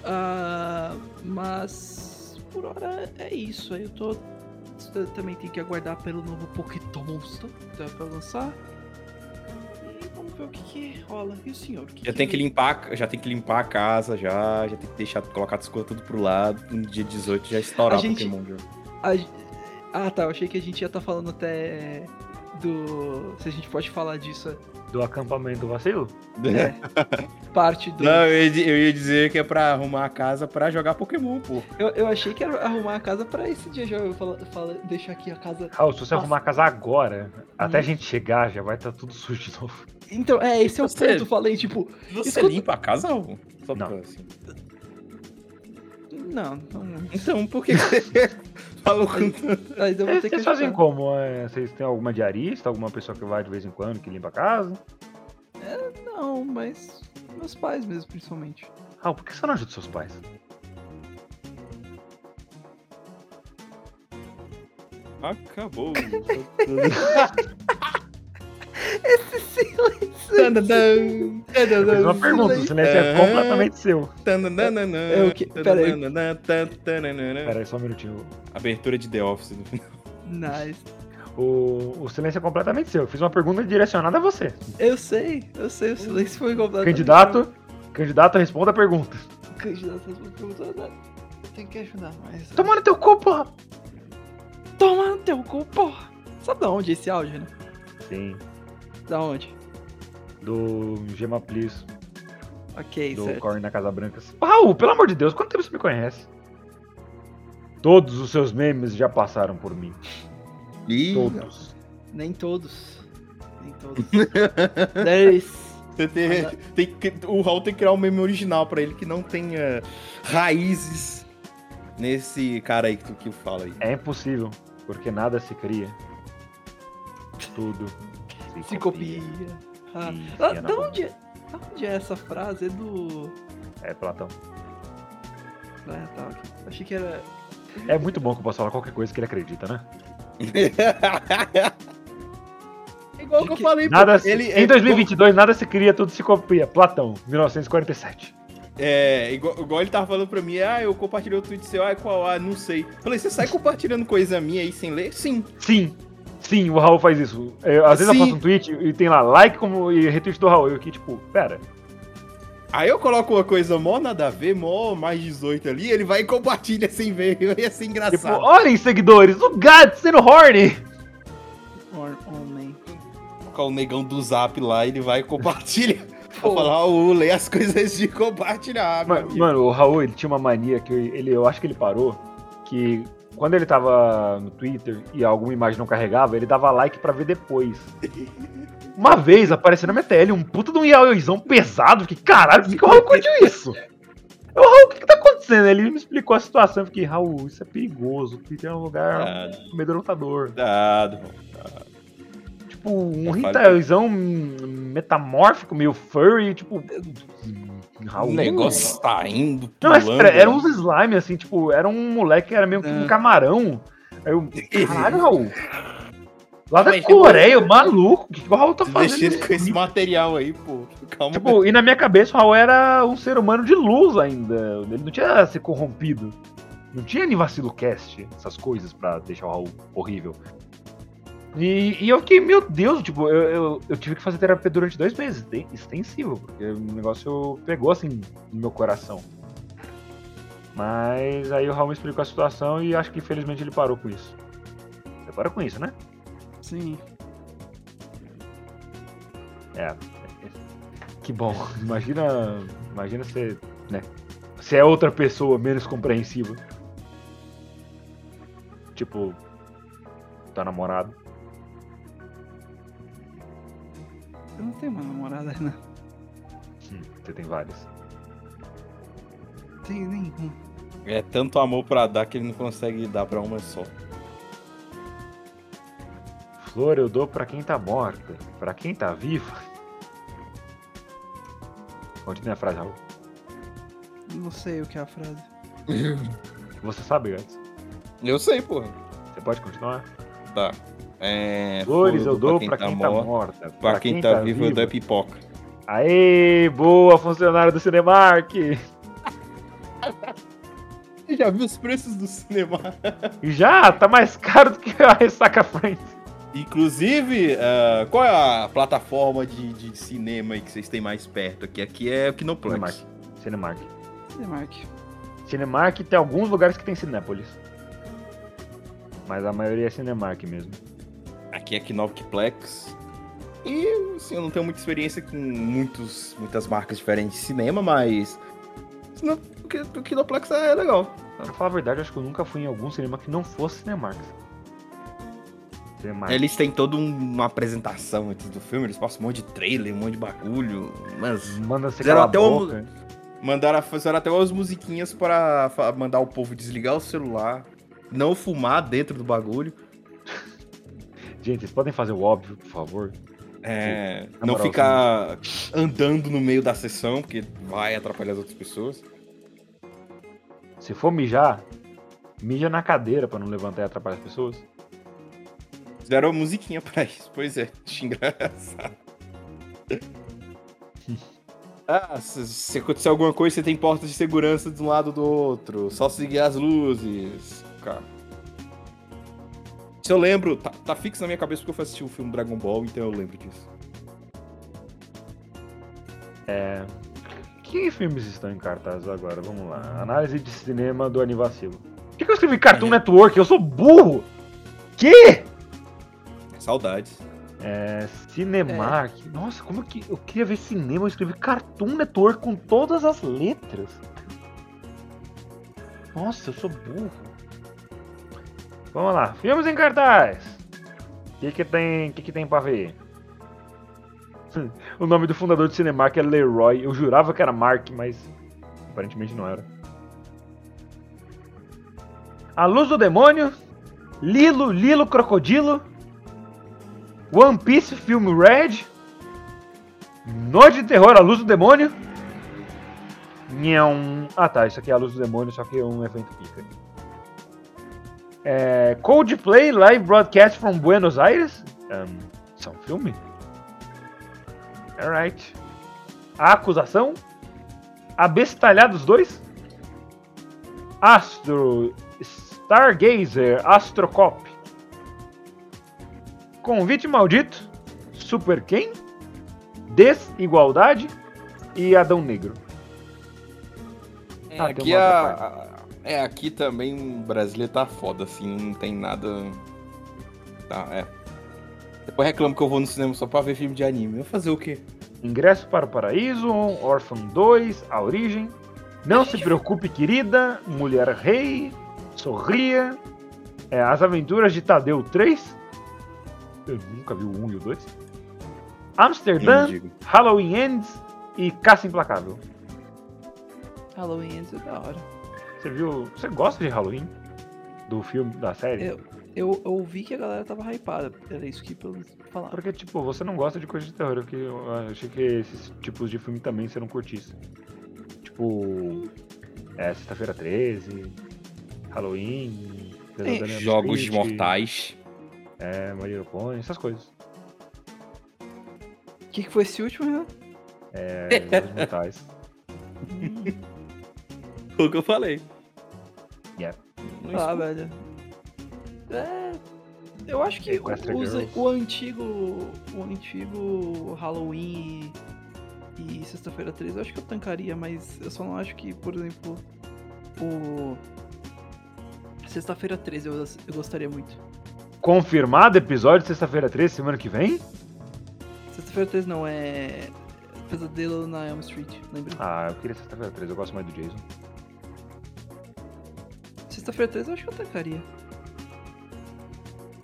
[SPEAKER 3] Ah, mas por hora é isso. Aí Eu tô eu também tenho que aguardar pelo novo Pokémon Monster que tá pra lançar. E vamos ver o que, que rola. E o senhor? O que
[SPEAKER 5] Já tem que limpar, já tem que limpar a casa, já, já tem que deixar, colocar as coisas tudo pro lado, no dia 18 já estourar
[SPEAKER 3] A gente-
[SPEAKER 5] Pokémon. já.
[SPEAKER 3] A ge- Ah, tá. Eu achei que a gente ia estar falando até do. Se a gente pode falar disso.
[SPEAKER 4] Do acampamento vacilo?
[SPEAKER 3] *laughs* É. Parte do.
[SPEAKER 5] *laughs* Não, eu ia, di- eu ia dizer que é pra arrumar a casa pra jogar Pokémon, pô.
[SPEAKER 3] Eu, eu achei que era arrumar a casa pra esse dia já. Eu falo, falo- deixar aqui a casa.
[SPEAKER 4] Raul, Ah, se
[SPEAKER 3] Nossa.
[SPEAKER 4] você
[SPEAKER 3] Uhum.
[SPEAKER 4] arrumar a casa agora, até a gente chegar, já vai estar tudo sujo de novo.
[SPEAKER 3] Então, é, esse é o
[SPEAKER 5] Você-
[SPEAKER 3] ponto. Eu falei, tipo,
[SPEAKER 5] Você
[SPEAKER 3] Escuta-
[SPEAKER 5] é limpa a casa, Raul? Só
[SPEAKER 4] Não.
[SPEAKER 5] pra, assim.
[SPEAKER 3] não, não.
[SPEAKER 5] Então, por
[SPEAKER 3] *laughs*
[SPEAKER 5] que você falou
[SPEAKER 3] um
[SPEAKER 5] com tanto?
[SPEAKER 3] Mas eu vou ter que
[SPEAKER 4] Vocês fazem
[SPEAKER 3] ajudar.
[SPEAKER 4] como? É, Vocês têm alguma diarista, alguma pessoa que vai de vez em quando, que limpa a casa?
[SPEAKER 3] Não, mas. Meus pais mesmo, *laughs* principalmente.
[SPEAKER 4] Raul, Ah, por que você não ajuda seus pais?
[SPEAKER 3] *laughs*
[SPEAKER 5] Acabou.
[SPEAKER 4] Fiz uma pergunta, o silêncio é
[SPEAKER 5] Aham.
[SPEAKER 4] completamente seu.
[SPEAKER 3] É o quê? Pera aí.
[SPEAKER 4] Pera aí, só um minutinho.
[SPEAKER 5] Abertura de The Office. no final.
[SPEAKER 3] Nice.
[SPEAKER 4] O, o silêncio é completamente seu. Eu fiz uma pergunta direcionada a você.
[SPEAKER 3] Eu sei, eu sei, o silêncio foi completamente.
[SPEAKER 4] Candidato, candidato, responda a pergunta.
[SPEAKER 3] Candidato, eu tô- eu tenho que ajudar, mas.
[SPEAKER 4] Toma no teu cu, porra!
[SPEAKER 3] Toma no teu cu, porra! Sabe da onde esse áudio, né?
[SPEAKER 4] Sim,
[SPEAKER 3] Da onde?
[SPEAKER 4] do Gema Please,
[SPEAKER 3] Ok,
[SPEAKER 4] do
[SPEAKER 3] certo.
[SPEAKER 4] Corn na Casa Branca. Raul, pelo amor de Deus, quanto tempo você me conhece? Todos os seus memes já passaram por mim.
[SPEAKER 5] Ih,
[SPEAKER 4] Todos.
[SPEAKER 3] Nem todos. Nem todos. Dez.
[SPEAKER 5] Você tem- tem que- o Raul tem que criar um meme original pra ele que não tenha raízes nesse cara aí que tu que fala aí.
[SPEAKER 4] É impossível, porque nada se cria. Tudo se,
[SPEAKER 3] Se copia. Ah,
[SPEAKER 4] E
[SPEAKER 3] ah,
[SPEAKER 4] é na
[SPEAKER 3] da,
[SPEAKER 4] boca.
[SPEAKER 3] onde, é- da onde é essa frase? É do.
[SPEAKER 4] É, Platão.
[SPEAKER 3] Ah, tá, ok. Achei que era.
[SPEAKER 4] É muito bom que eu posso falar qualquer coisa que ele acredita, né?
[SPEAKER 5] Igual
[SPEAKER 3] De
[SPEAKER 5] que eu
[SPEAKER 3] que-
[SPEAKER 5] falei, pô.
[SPEAKER 4] Nada se-
[SPEAKER 5] Ele-
[SPEAKER 4] em
[SPEAKER 5] é
[SPEAKER 4] 2022, nada se cria, tudo se copia. Platão, 1947.
[SPEAKER 5] É, igual, igual ele tava falando pra mim, ah, eu compartilhei o tweet seu, ah, qual, ah, não sei. Falei, você sai compartilhando coisa minha aí sem ler? Sim.
[SPEAKER 4] Sim, sim, o Raul faz isso. Eu, às vezes
[SPEAKER 5] Sim.
[SPEAKER 4] eu faço um tweet e tem lá like como, e retweet do Raul. E eu aqui, tipo, pera.
[SPEAKER 5] Aí eu coloco uma coisa mó nada a ver, mó mais 18 ali, ele vai e compartilha *laughs* sem ver. Ia
[SPEAKER 4] Tipo,
[SPEAKER 5] ser engraçado.
[SPEAKER 4] olhem, seguidores, o gato sendo horny.
[SPEAKER 3] Or- Homem.
[SPEAKER 5] colocar o negão do zap lá, ele vai e *laughs* compartilha. Vou
[SPEAKER 3] Pô,
[SPEAKER 5] falar, Raul, lê as *laughs* coisas de compartilhar, meu
[SPEAKER 4] Ma-
[SPEAKER 5] amigo.
[SPEAKER 4] Mano, o Raul, ele tinha uma mania que ele, eu acho que ele parou, que quando ele tava no Twitter e alguma imagem não carregava, ele dava like pra ver depois. Uma vez apareceu na minha TL um puta de um yaoizão pesado, eu fiquei, caralho, por que, que o Raul curtiu isso? Eu, Raul, o que, que tá acontecendo? Ele me explicou a situação, eu fiquei, Raul, isso é perigoso, o Twitter é um lugar
[SPEAKER 5] Cuidado,
[SPEAKER 4] amedrontador.
[SPEAKER 5] cuidado, Raul.
[SPEAKER 4] Tipo, um
[SPEAKER 5] Eu falei-
[SPEAKER 4] ritaizão metamórfico, meio furry, tipo...
[SPEAKER 5] O
[SPEAKER 4] Raul...
[SPEAKER 5] negócio tá indo.
[SPEAKER 4] Não, mas
[SPEAKER 5] pulando. né?
[SPEAKER 4] era, era uns slime, assim,
[SPEAKER 5] Ah.
[SPEAKER 4] tipo, era um moleque que era meio que um
[SPEAKER 3] Ah.
[SPEAKER 4] camarão. Aí eu, caralho, Raul. Lá da
[SPEAKER 5] Mas tem
[SPEAKER 4] Coreia, maluco. O que que o Raul tá fazendo?
[SPEAKER 5] Deixando
[SPEAKER 4] isso?
[SPEAKER 5] com esse material aí, pô. Calma.
[SPEAKER 4] Tipo, e na minha cabeça o Raul era um ser humano de luz ainda. Ele não tinha se corrompido. Não tinha nem vacilo cast, essas coisas pra deixar o Raul horrível. E, e eu fiquei, meu Deus, tipo, eu, eu, eu tive que fazer terapia durante dois meses, de- extensivo, porque o negócio pegou assim no meu coração. Mas aí o Raul me explicou a situação e acho que infelizmente ele parou com isso. Você para com isso, né?
[SPEAKER 3] Sim.
[SPEAKER 4] É. Que
[SPEAKER 5] *laughs*
[SPEAKER 4] bom. Imagina. Imagina você. né? Você é outra pessoa menos compreensiva. Tipo. Tá namorado.
[SPEAKER 3] Eu não tenho uma namorada, né? não.
[SPEAKER 4] Hum, Você tem várias.
[SPEAKER 3] Tenho nenhum.
[SPEAKER 5] É tanto amor pra dar que ele não consegue dar pra uma só.
[SPEAKER 4] Flor eu dou pra quem tá morta. Pra quem tá vivo. Continua a frase, Raul.
[SPEAKER 3] Não sei o que é a frase.
[SPEAKER 4] Você sabe antes.
[SPEAKER 5] Eu sei, porra.
[SPEAKER 4] Você pode continuar?
[SPEAKER 5] Tá. É,
[SPEAKER 4] Flores
[SPEAKER 5] fogo
[SPEAKER 4] eu dou pra quem tá morta.
[SPEAKER 5] Pra, quem, tá, vivo, eu dou pipoca.
[SPEAKER 4] Aê, boa funcionária do Cinemark!
[SPEAKER 5] Você já viu os preços do cinema?
[SPEAKER 4] Já, tá mais *laughs* caro do que a Ressaca Friends.
[SPEAKER 5] Inclusive, ah, qual é a plataforma de, de cinema aí que vocês têm mais perto aqui? Aqui é o Kinoplex.
[SPEAKER 4] Cinemark. Cinemark.
[SPEAKER 3] Cinemark.
[SPEAKER 4] Cinemark tem alguns lugares que tem Cinépolis. Mas a maioria é Cinemark mesmo.
[SPEAKER 5] Aqui é Kinoplex. E, assim, eu não tenho muita experiência com muitos, muitas marcas diferentes de cinema, mas... senão, o Ki- o Kinoplex é legal.
[SPEAKER 4] Pra falar a verdade, eu acho que eu nunca fui em algum cinema que não fosse Cinemark. Cinemark.
[SPEAKER 5] Eles têm toda um- uma apresentação antes do filme, eles passam um monte de trailer, um monte de bagulho, mas
[SPEAKER 4] Manda você
[SPEAKER 5] Fizeram
[SPEAKER 4] calar a
[SPEAKER 5] até um-
[SPEAKER 4] boca.
[SPEAKER 5] Mandaram, fizeram até umas musiquinhas para fa- mandar o povo desligar o celular, não fumar dentro do bagulho,
[SPEAKER 4] Gente, vocês podem fazer o óbvio, por favor?
[SPEAKER 5] é,
[SPEAKER 4] na
[SPEAKER 5] não
[SPEAKER 4] moral,
[SPEAKER 5] ficar andando no meio da sessão, porque vai atrapalhar as outras pessoas.
[SPEAKER 4] Se for mijar, mija na cadeira pra não levantar e atrapalhar as pessoas.
[SPEAKER 5] Fizeram uma musiquinha *laughs* pra isso, pois é, achei engraçado. *laughs* Ah, se, se acontecer alguma coisa, você tem portas de segurança de um lado do outro, só seguir as luzes, cara. Se eu lembro, tá, tá fixo na minha cabeça porque eu fui assistir o filme Dragon Ball, então eu lembro disso.
[SPEAKER 4] Que filmes estão em cartaz agora? Vamos lá. Análise de cinema do Anivacilo. Por que, que eu escrevi Cartoon Network? Eu sou burro! Que?
[SPEAKER 5] Saudades.
[SPEAKER 4] É, Cinemark. Nossa, como que. Eu queria ver cinema, eu escrevi Cartoon Network com todas as letras. Nossa, eu sou burro. Vamos lá. Filmes em cartaz. O que, que tem, que, que tem pra ver? *laughs* o nome do fundador de Cinemark é Leroy. Eu jurava que era Mark, mas aparentemente não era. A Luz do Demônio. Lilo, Lilo Crocodilo. One Piece Filme Red. Noite de Terror, A Luz do Demônio. Nham. Ah tá, isso aqui é A Luz do Demônio, só que é um evento pica. É, Coldplay Live Broadcast from Buenos Aires. Ahn, isso é um filme? Alright. A Acusação. Abestalhados 2. Astro. Stargazer Astrocop. Convite Maldito, Super Quem, Desigualdade e Adão Negro. Ah, tem
[SPEAKER 5] É, aqui
[SPEAKER 4] uma outra
[SPEAKER 5] a- a- É, aqui também o brasileiro tá foda, assim, não tem nada. Tá, é. Depois reclamo que eu vou no cinema só pra ver filme de anime. Eu vou fazer o quê?
[SPEAKER 4] Ingresso para o Paraíso, um, Orphan 2, A Origem, Não Se Preocupe Querida, Mulher Rei, Sorria, é, As Aventuras de Tadeu 3, eu nunca vi o 1 e o 2,
[SPEAKER 5] Eu
[SPEAKER 4] Amsterdã,
[SPEAKER 5] digo.
[SPEAKER 4] Halloween Ends e Caça Implacável.
[SPEAKER 3] Halloween Ends é da hora.
[SPEAKER 4] Você viu, você gosta de Halloween? Do filme, da série?
[SPEAKER 3] Eu, eu, eu ouvi que a galera tava hypada. Era isso que pelo falaram.
[SPEAKER 4] Porque, tipo, você não gosta de coisa de terror, porque eu achei que esses tipos de filme também você não curtisse. Tipo. É, Sexta-feira 13, Halloween, Pesadelo
[SPEAKER 3] É,
[SPEAKER 4] em Elm
[SPEAKER 5] Jogos
[SPEAKER 4] Street,
[SPEAKER 5] Mortais.
[SPEAKER 4] é, My Little Pony, essas coisas.
[SPEAKER 3] O que, que foi esse último, né? Renan?
[SPEAKER 4] É, Jogos Mortais.
[SPEAKER 5] Foi o que eu falei.
[SPEAKER 4] Yeah.
[SPEAKER 5] Não
[SPEAKER 3] Ah,
[SPEAKER 5] escuta.
[SPEAKER 3] velho. É. Eu acho que
[SPEAKER 4] Sequester
[SPEAKER 3] os-
[SPEAKER 4] Girls.
[SPEAKER 3] o antigo. O antigo Halloween e, e Sexta-feira 13, eu acho que eu tancaria, mas eu só não acho que, por exemplo, o. Sexta-feira 13 eu, eu gostaria muito.
[SPEAKER 4] Confirmado episódio sexta-feira 13, semana que vem?
[SPEAKER 3] Sexta-feira 13 não, é. Pesadelo na Elm Street, lembra?
[SPEAKER 4] Ah, eu queria sexta-feira 13, eu gosto mais do Jason. Ah.
[SPEAKER 3] Sexta-feira 13 eu acho que eu tancaria.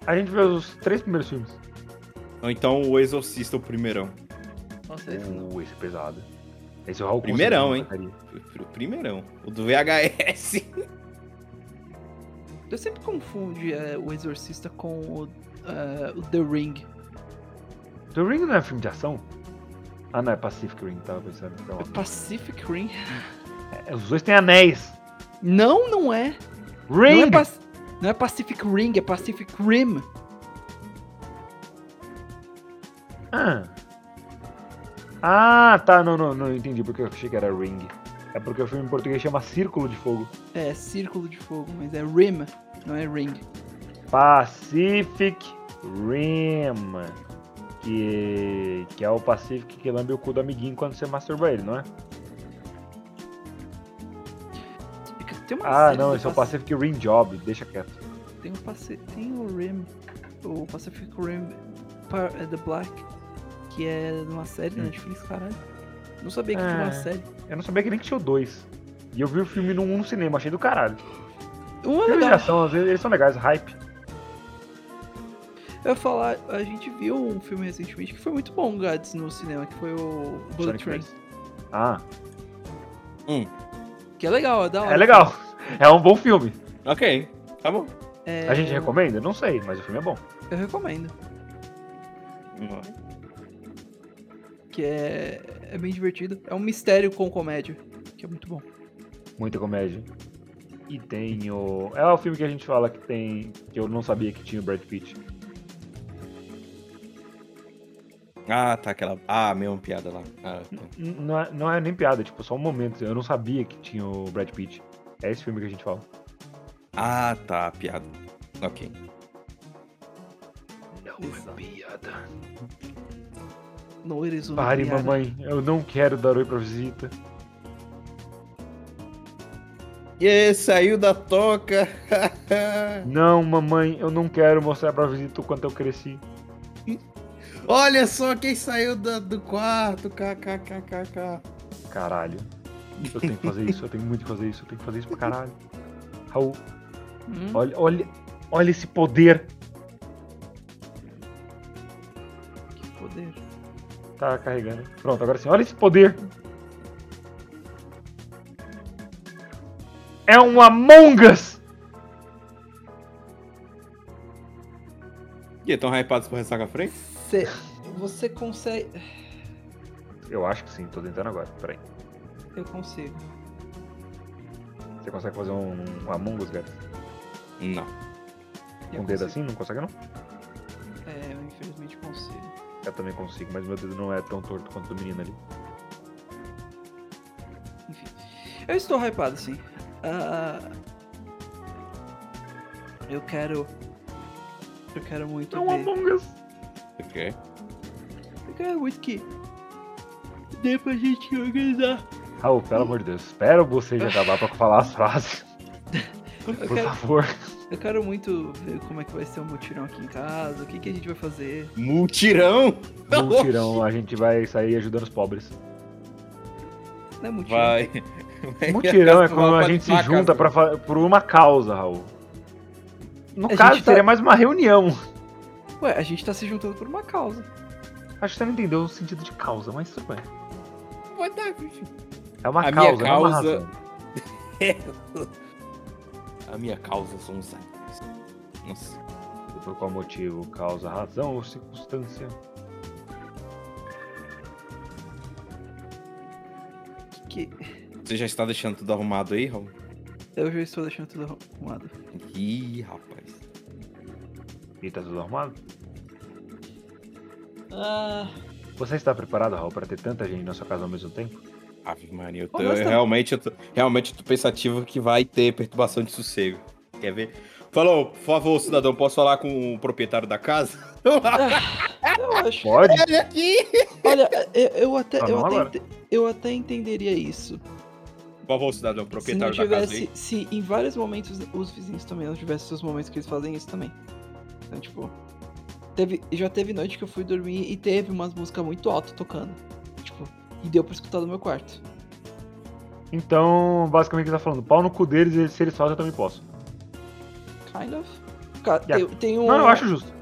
[SPEAKER 4] A gente vê os três primeiros filmes.
[SPEAKER 5] Ou então o Exorcista, o primeirão.
[SPEAKER 3] Nossa, esse não.
[SPEAKER 4] Uh, esse é pesado. Esse é o Raul com
[SPEAKER 5] Primeirão,
[SPEAKER 4] certeza né? não mataria.
[SPEAKER 5] Pr- pr- Primeirão. O do VHS.
[SPEAKER 3] Eu sempre confundo é, o Exorcista com o, é, o The Ring.
[SPEAKER 4] The Ring não é filme de ação? Ah, não, é Pacific Ring, tava pensando. Então,
[SPEAKER 3] Pacific Ring?
[SPEAKER 4] é, os dois têm anéis.
[SPEAKER 3] Não, não é. Não
[SPEAKER 4] Ring!
[SPEAKER 3] é, Pac- não é Pacific Ring, é Pacific Rim.
[SPEAKER 4] Ah. Ah, tá, não, não, não entendi porque eu achei que era Ring. É porque o filme em português chama Círculo de Fogo.
[SPEAKER 3] É, Círculo de Fogo, mas é Rim, não é Ring.
[SPEAKER 4] Pacific Rim. Que, que é o Pacific que lambe o cu do amiguinho quando você masturba ele, não é?
[SPEAKER 3] É que Tem uma
[SPEAKER 4] Ah,
[SPEAKER 3] série
[SPEAKER 4] não,
[SPEAKER 3] do
[SPEAKER 4] esse é o
[SPEAKER 3] Paci-
[SPEAKER 4] Pacific Rim Job, deixa quieto.
[SPEAKER 3] Tem o, Paci- tem o Rim, o Pacific Rim Par- é, The Black, que é uma série da
[SPEAKER 4] Hum.
[SPEAKER 3] Netflix, caralho. Não sabia que tinha
[SPEAKER 4] Ah.
[SPEAKER 3] uma série.
[SPEAKER 4] Eu não sabia que nem que tinha o 2. E eu vi o filme no 1 no cinema, achei do caralho.
[SPEAKER 3] Um é
[SPEAKER 4] Filmes de
[SPEAKER 3] legal.
[SPEAKER 4] ação, às vezes, eles são legais, hype.
[SPEAKER 3] Eu ia falar, a gente viu um filme recentemente que foi muito bom, Gads, no cinema, que foi o Bullet
[SPEAKER 4] Sonic
[SPEAKER 3] Train.
[SPEAKER 4] Race. Ah,
[SPEAKER 3] Que é legal, é da hora.
[SPEAKER 4] é legal. *laughs* É um bom filme.
[SPEAKER 5] *laughs* ok, tá bom.
[SPEAKER 3] É,
[SPEAKER 4] A gente recomenda? Não sei, mas o filme é bom.
[SPEAKER 3] Eu recomendo. que é, é bem divertido. É um mistério com comédia, que é muito bom.
[SPEAKER 4] Muita comédia. E tem o. É o filme que a gente fala que tem. que eu não sabia que tinha o Brad Pitt.
[SPEAKER 5] Ah, tá aquela. Ah, a mesma piada lá. Ah, tá.
[SPEAKER 4] N- Não é, não é nem piada, tipo, só um momento. Eu não sabia que tinha o Brad Pitt. É esse filme que a gente fala.
[SPEAKER 5] Ah, tá, a piada. Ok.
[SPEAKER 4] Não é
[SPEAKER 3] Exato.
[SPEAKER 4] piada.
[SPEAKER 3] No Horizonte.
[SPEAKER 4] Pare, mamãe. Eu não quero dar oi pra visita.
[SPEAKER 5] E aí, saiu da toca.
[SPEAKER 4] Não, mamãe, eu não quero mostrar pra visita o quanto eu cresci.
[SPEAKER 5] Olha só quem saiu da- do quarto. KKKKK.
[SPEAKER 4] Caralho. Eu tenho que fazer isso, eu tenho muito que fazer isso, eu tenho que fazer isso pra caralho. Raul,
[SPEAKER 3] Hum?
[SPEAKER 4] olha, olha, olha esse poder.
[SPEAKER 3] Que poder.
[SPEAKER 4] Tá carregando. Pronto, agora sim, olha esse poder. É um Among Us!
[SPEAKER 5] E aí, tão hypados por ressaca frente?
[SPEAKER 3] Cê, você consegue.
[SPEAKER 4] Eu acho que sim, tô tentando agora. Peraí.
[SPEAKER 3] Eu consigo.
[SPEAKER 4] Você consegue fazer um, um Among Us, Gato?
[SPEAKER 5] Não.
[SPEAKER 3] Eu
[SPEAKER 4] Com o dedo
[SPEAKER 3] consigo.
[SPEAKER 4] assim? Não consegue, não?
[SPEAKER 3] É, eu infelizmente consigo.
[SPEAKER 4] Eu também consigo, mas meu dedo não é tão torto quanto do menino ali.
[SPEAKER 3] Enfim. Eu estou hypado, sim. Ah, eu quero. Eu quero muito.
[SPEAKER 4] É um
[SPEAKER 3] ver-
[SPEAKER 4] Among Us!
[SPEAKER 5] Ok.
[SPEAKER 3] Eu quero muito que. Dê pra gente organizar.
[SPEAKER 4] Raul, pelo amor de Deus, espera você já acabar pra falar as *laughs* frases.
[SPEAKER 3] Eu
[SPEAKER 4] Por
[SPEAKER 3] quero,
[SPEAKER 4] favor. *laughs*
[SPEAKER 3] eu quero muito ver como é que vai ser o mutirão aqui em casa. O que, que a gente vai fazer.
[SPEAKER 5] Multirão?
[SPEAKER 4] Multirão, a gente vai sair ajudando os *laughs* pobres.
[SPEAKER 3] Não é mutirão.
[SPEAKER 5] Vai.
[SPEAKER 4] Mutirão é quando a gente se junta pra, fa- por uma causa, Raul. No
[SPEAKER 3] A gente
[SPEAKER 4] caso,
[SPEAKER 3] tá-
[SPEAKER 4] seria mais uma reunião.
[SPEAKER 3] Ué, a gente tá se juntando por uma causa.
[SPEAKER 4] Acho que você não entendeu o sentido de causa, mas tudo bem.
[SPEAKER 5] Vai dar, bicho.
[SPEAKER 4] É uma
[SPEAKER 5] A minha
[SPEAKER 4] causa, não é uma
[SPEAKER 5] causa-
[SPEAKER 4] razão.
[SPEAKER 5] A minha causa são os animais. Nossa.
[SPEAKER 4] Por qual motivo? Causa, razão ou circunstância?
[SPEAKER 3] Que
[SPEAKER 5] Você já está deixando tudo arrumado aí, Raul?
[SPEAKER 3] eu já estou deixando tudo arrumado.
[SPEAKER 5] Ih, rapaz.
[SPEAKER 4] Ele tá tudo arrumado?
[SPEAKER 3] Ah,
[SPEAKER 4] Você está preparado, Raul, pra ter tanta gente na sua casa ao mesmo tempo?
[SPEAKER 5] Ave Maria, eu, tô,
[SPEAKER 3] Ô, nós
[SPEAKER 5] eu
[SPEAKER 3] tam-
[SPEAKER 5] realmente, eu tô, realmente eu tô pensativo que vai ter perturbação de sossego. Quer ver? Falou, por favor, cidadão, posso falar com o proprietário da casa?
[SPEAKER 3] eu acho.
[SPEAKER 4] Pode?
[SPEAKER 5] Olha aqui!
[SPEAKER 3] Olha, eu, eu até,
[SPEAKER 4] Tá,
[SPEAKER 3] eu,
[SPEAKER 4] vamos
[SPEAKER 3] até
[SPEAKER 4] agora.
[SPEAKER 3] ente- eu até entenderia isso.
[SPEAKER 5] Por favor, cidadão,
[SPEAKER 3] Se não
[SPEAKER 5] proprietário da casa aí.
[SPEAKER 3] tivesse. Se em vários momentos os vizinhos também não tivessem seus momentos que eles fazem isso também. Então, tipo. Teve, já teve noite que eu fui dormir e teve umas músicas muito altas tocando. Tipo, e deu pra escutar do meu quarto.
[SPEAKER 4] Então, basicamente, ele tá falando: pau no cu deles, e se eles fazem, eu também posso.
[SPEAKER 3] Kind of. Ca-
[SPEAKER 4] Yeah.
[SPEAKER 3] Tem, tem um.
[SPEAKER 4] Não, eu acho justo.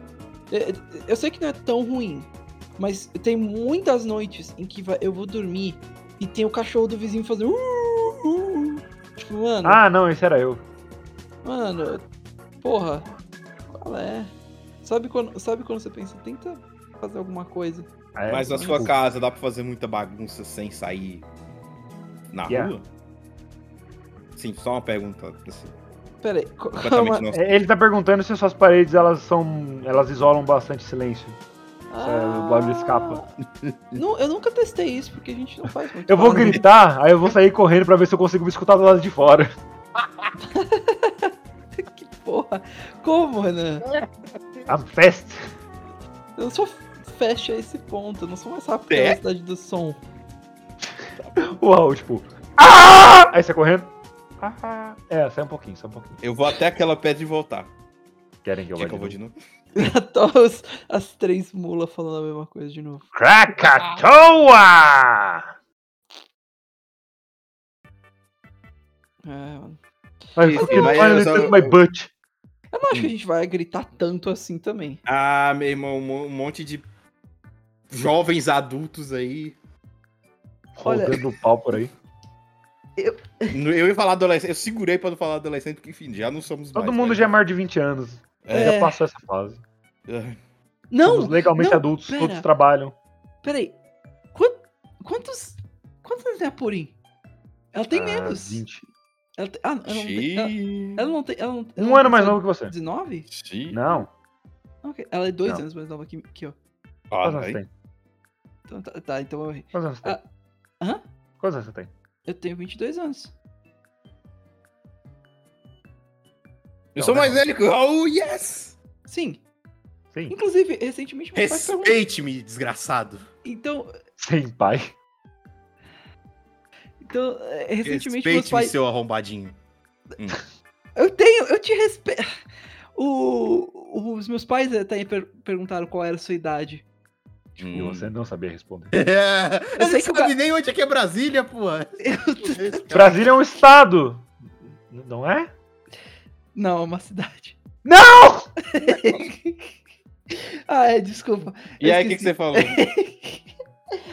[SPEAKER 3] É, é, Eu sei que não é tão ruim, mas tem muitas noites em que vai- eu vou dormir e tem o cachorro do vizinho fazendo. "Uh, uh, uh". Tipo, mano,
[SPEAKER 4] Ah, não, esse era eu.
[SPEAKER 3] mano, porra, qual é? Sabe quando, sabe quando você pensa, tenta fazer alguma coisa?
[SPEAKER 4] É,
[SPEAKER 5] Mas na
[SPEAKER 4] pau
[SPEAKER 5] sua
[SPEAKER 4] no cu.
[SPEAKER 5] casa dá pra fazer muita bagunça sem sair na
[SPEAKER 4] Yeah.
[SPEAKER 5] rua? Sim, só uma pergunta.
[SPEAKER 3] *laughs*
[SPEAKER 5] Assim,
[SPEAKER 3] Pera aí, co- calma.
[SPEAKER 5] completamente nossa.
[SPEAKER 4] É, Ele tá perguntando se suas paredes elas são. elas isolam bastante silêncio. é, o barulho escapa.
[SPEAKER 3] Ah, Não, eu nunca testei isso porque a gente não faz
[SPEAKER 4] *laughs*
[SPEAKER 3] muito.
[SPEAKER 4] Eu vou
[SPEAKER 3] barulho.
[SPEAKER 4] gritar, aí eu vou sair correndo pra ver se eu consigo me escutar do lado de fora.
[SPEAKER 3] *laughs* Que porra, como, Renan?
[SPEAKER 4] A fest.
[SPEAKER 3] Eu só fecho a esse ponto, eu não sou mais rápido
[SPEAKER 5] É?
[SPEAKER 3] na cidade do som. *laughs*
[SPEAKER 4] Uau, tipo. "Ah!" Aí sai correndo. Ah, é, sai um pouquinho, sai um pouquinho.
[SPEAKER 5] Eu vou até aquela pedra e voltar.
[SPEAKER 4] Querem que eu
[SPEAKER 5] Quer
[SPEAKER 4] vá
[SPEAKER 5] que eu vou
[SPEAKER 4] de
[SPEAKER 5] de novo?
[SPEAKER 3] Tô os- as três mulas falando a mesma coisa de novo.
[SPEAKER 4] Krakatoa!
[SPEAKER 3] É, mano.
[SPEAKER 4] Mas
[SPEAKER 5] Sim,
[SPEAKER 4] por
[SPEAKER 5] sim,
[SPEAKER 4] que não
[SPEAKER 5] mas
[SPEAKER 4] vai
[SPEAKER 5] eu
[SPEAKER 4] no
[SPEAKER 5] só-
[SPEAKER 4] Kiss my butt?
[SPEAKER 3] Eu não acho que a gente vai gritar tanto assim também.
[SPEAKER 5] Ah, meu irmão, um mo- um monte de jovens adultos aí.
[SPEAKER 3] Olha-
[SPEAKER 4] Rodando o pau por aí.
[SPEAKER 5] Eu ia falar adolescente, eu segurei pra não falar adolescente, porque enfim, já não somos
[SPEAKER 4] Todo
[SPEAKER 5] mais, né?
[SPEAKER 4] mundo
[SPEAKER 5] mas-
[SPEAKER 4] já é maior de 20 anos.
[SPEAKER 3] É.
[SPEAKER 4] Já passou essa fase. Somos
[SPEAKER 3] Não,
[SPEAKER 4] legalmente
[SPEAKER 3] não,
[SPEAKER 4] adultos,
[SPEAKER 3] pera.
[SPEAKER 4] todos trabalham.
[SPEAKER 3] peraí. Quan- Quantos. Quantos anos tem a Purim? Ela tem
[SPEAKER 4] Ah,
[SPEAKER 3] menos.
[SPEAKER 4] 20.
[SPEAKER 3] Ela, te- ah, ela não tem, ela,
[SPEAKER 5] Xiii.
[SPEAKER 3] ela não tem. Ela não, ela
[SPEAKER 4] Um
[SPEAKER 3] não
[SPEAKER 4] ano
[SPEAKER 3] tem
[SPEAKER 4] mais
[SPEAKER 3] só
[SPEAKER 4] novo que você.
[SPEAKER 3] 19?
[SPEAKER 5] Xiii.
[SPEAKER 4] Não,
[SPEAKER 3] Ok, Ela é dois
[SPEAKER 4] Não.
[SPEAKER 3] anos mais nova que, que eu.
[SPEAKER 5] Ah,
[SPEAKER 4] quantos anos você
[SPEAKER 5] vai.
[SPEAKER 4] tem?
[SPEAKER 3] Então, tá, tá, então eu errei.
[SPEAKER 4] Quantos anos você tem?
[SPEAKER 3] Hã?
[SPEAKER 4] Quantos anos você tem?
[SPEAKER 3] Eu tenho 22 anos.
[SPEAKER 5] eu sou mais velho que o Raul, yes!
[SPEAKER 3] Sim.
[SPEAKER 4] Sim,
[SPEAKER 3] Inclusive, recentemente meu pai
[SPEAKER 4] um
[SPEAKER 3] perguntou.
[SPEAKER 5] Respeite-me, desgraçado.
[SPEAKER 3] Então,
[SPEAKER 4] sem pai.
[SPEAKER 3] então é, recentemente meus
[SPEAKER 5] Respeite-me,
[SPEAKER 3] pais.
[SPEAKER 5] seu arrombadinho.
[SPEAKER 3] Eu tenho, eu te respeito. *laughs* O, os meus pais até per- perguntaram qual era a sua idade.
[SPEAKER 4] E Tipo,
[SPEAKER 5] *laughs*
[SPEAKER 4] você não sabia responder.
[SPEAKER 5] Hum. Eu
[SPEAKER 3] sei
[SPEAKER 5] não
[SPEAKER 3] que o
[SPEAKER 5] sabe nem onde é que é Brasília, porra. *laughs*
[SPEAKER 4] Brasília é um estado! N-
[SPEAKER 3] *laughs*
[SPEAKER 4] Não é?
[SPEAKER 3] Não, é uma cidade.
[SPEAKER 4] Não!
[SPEAKER 3] *laughs* Ah, é, desculpa.
[SPEAKER 5] E
[SPEAKER 3] Eu
[SPEAKER 5] aí, o que,
[SPEAKER 3] esqueci.
[SPEAKER 5] que você falou?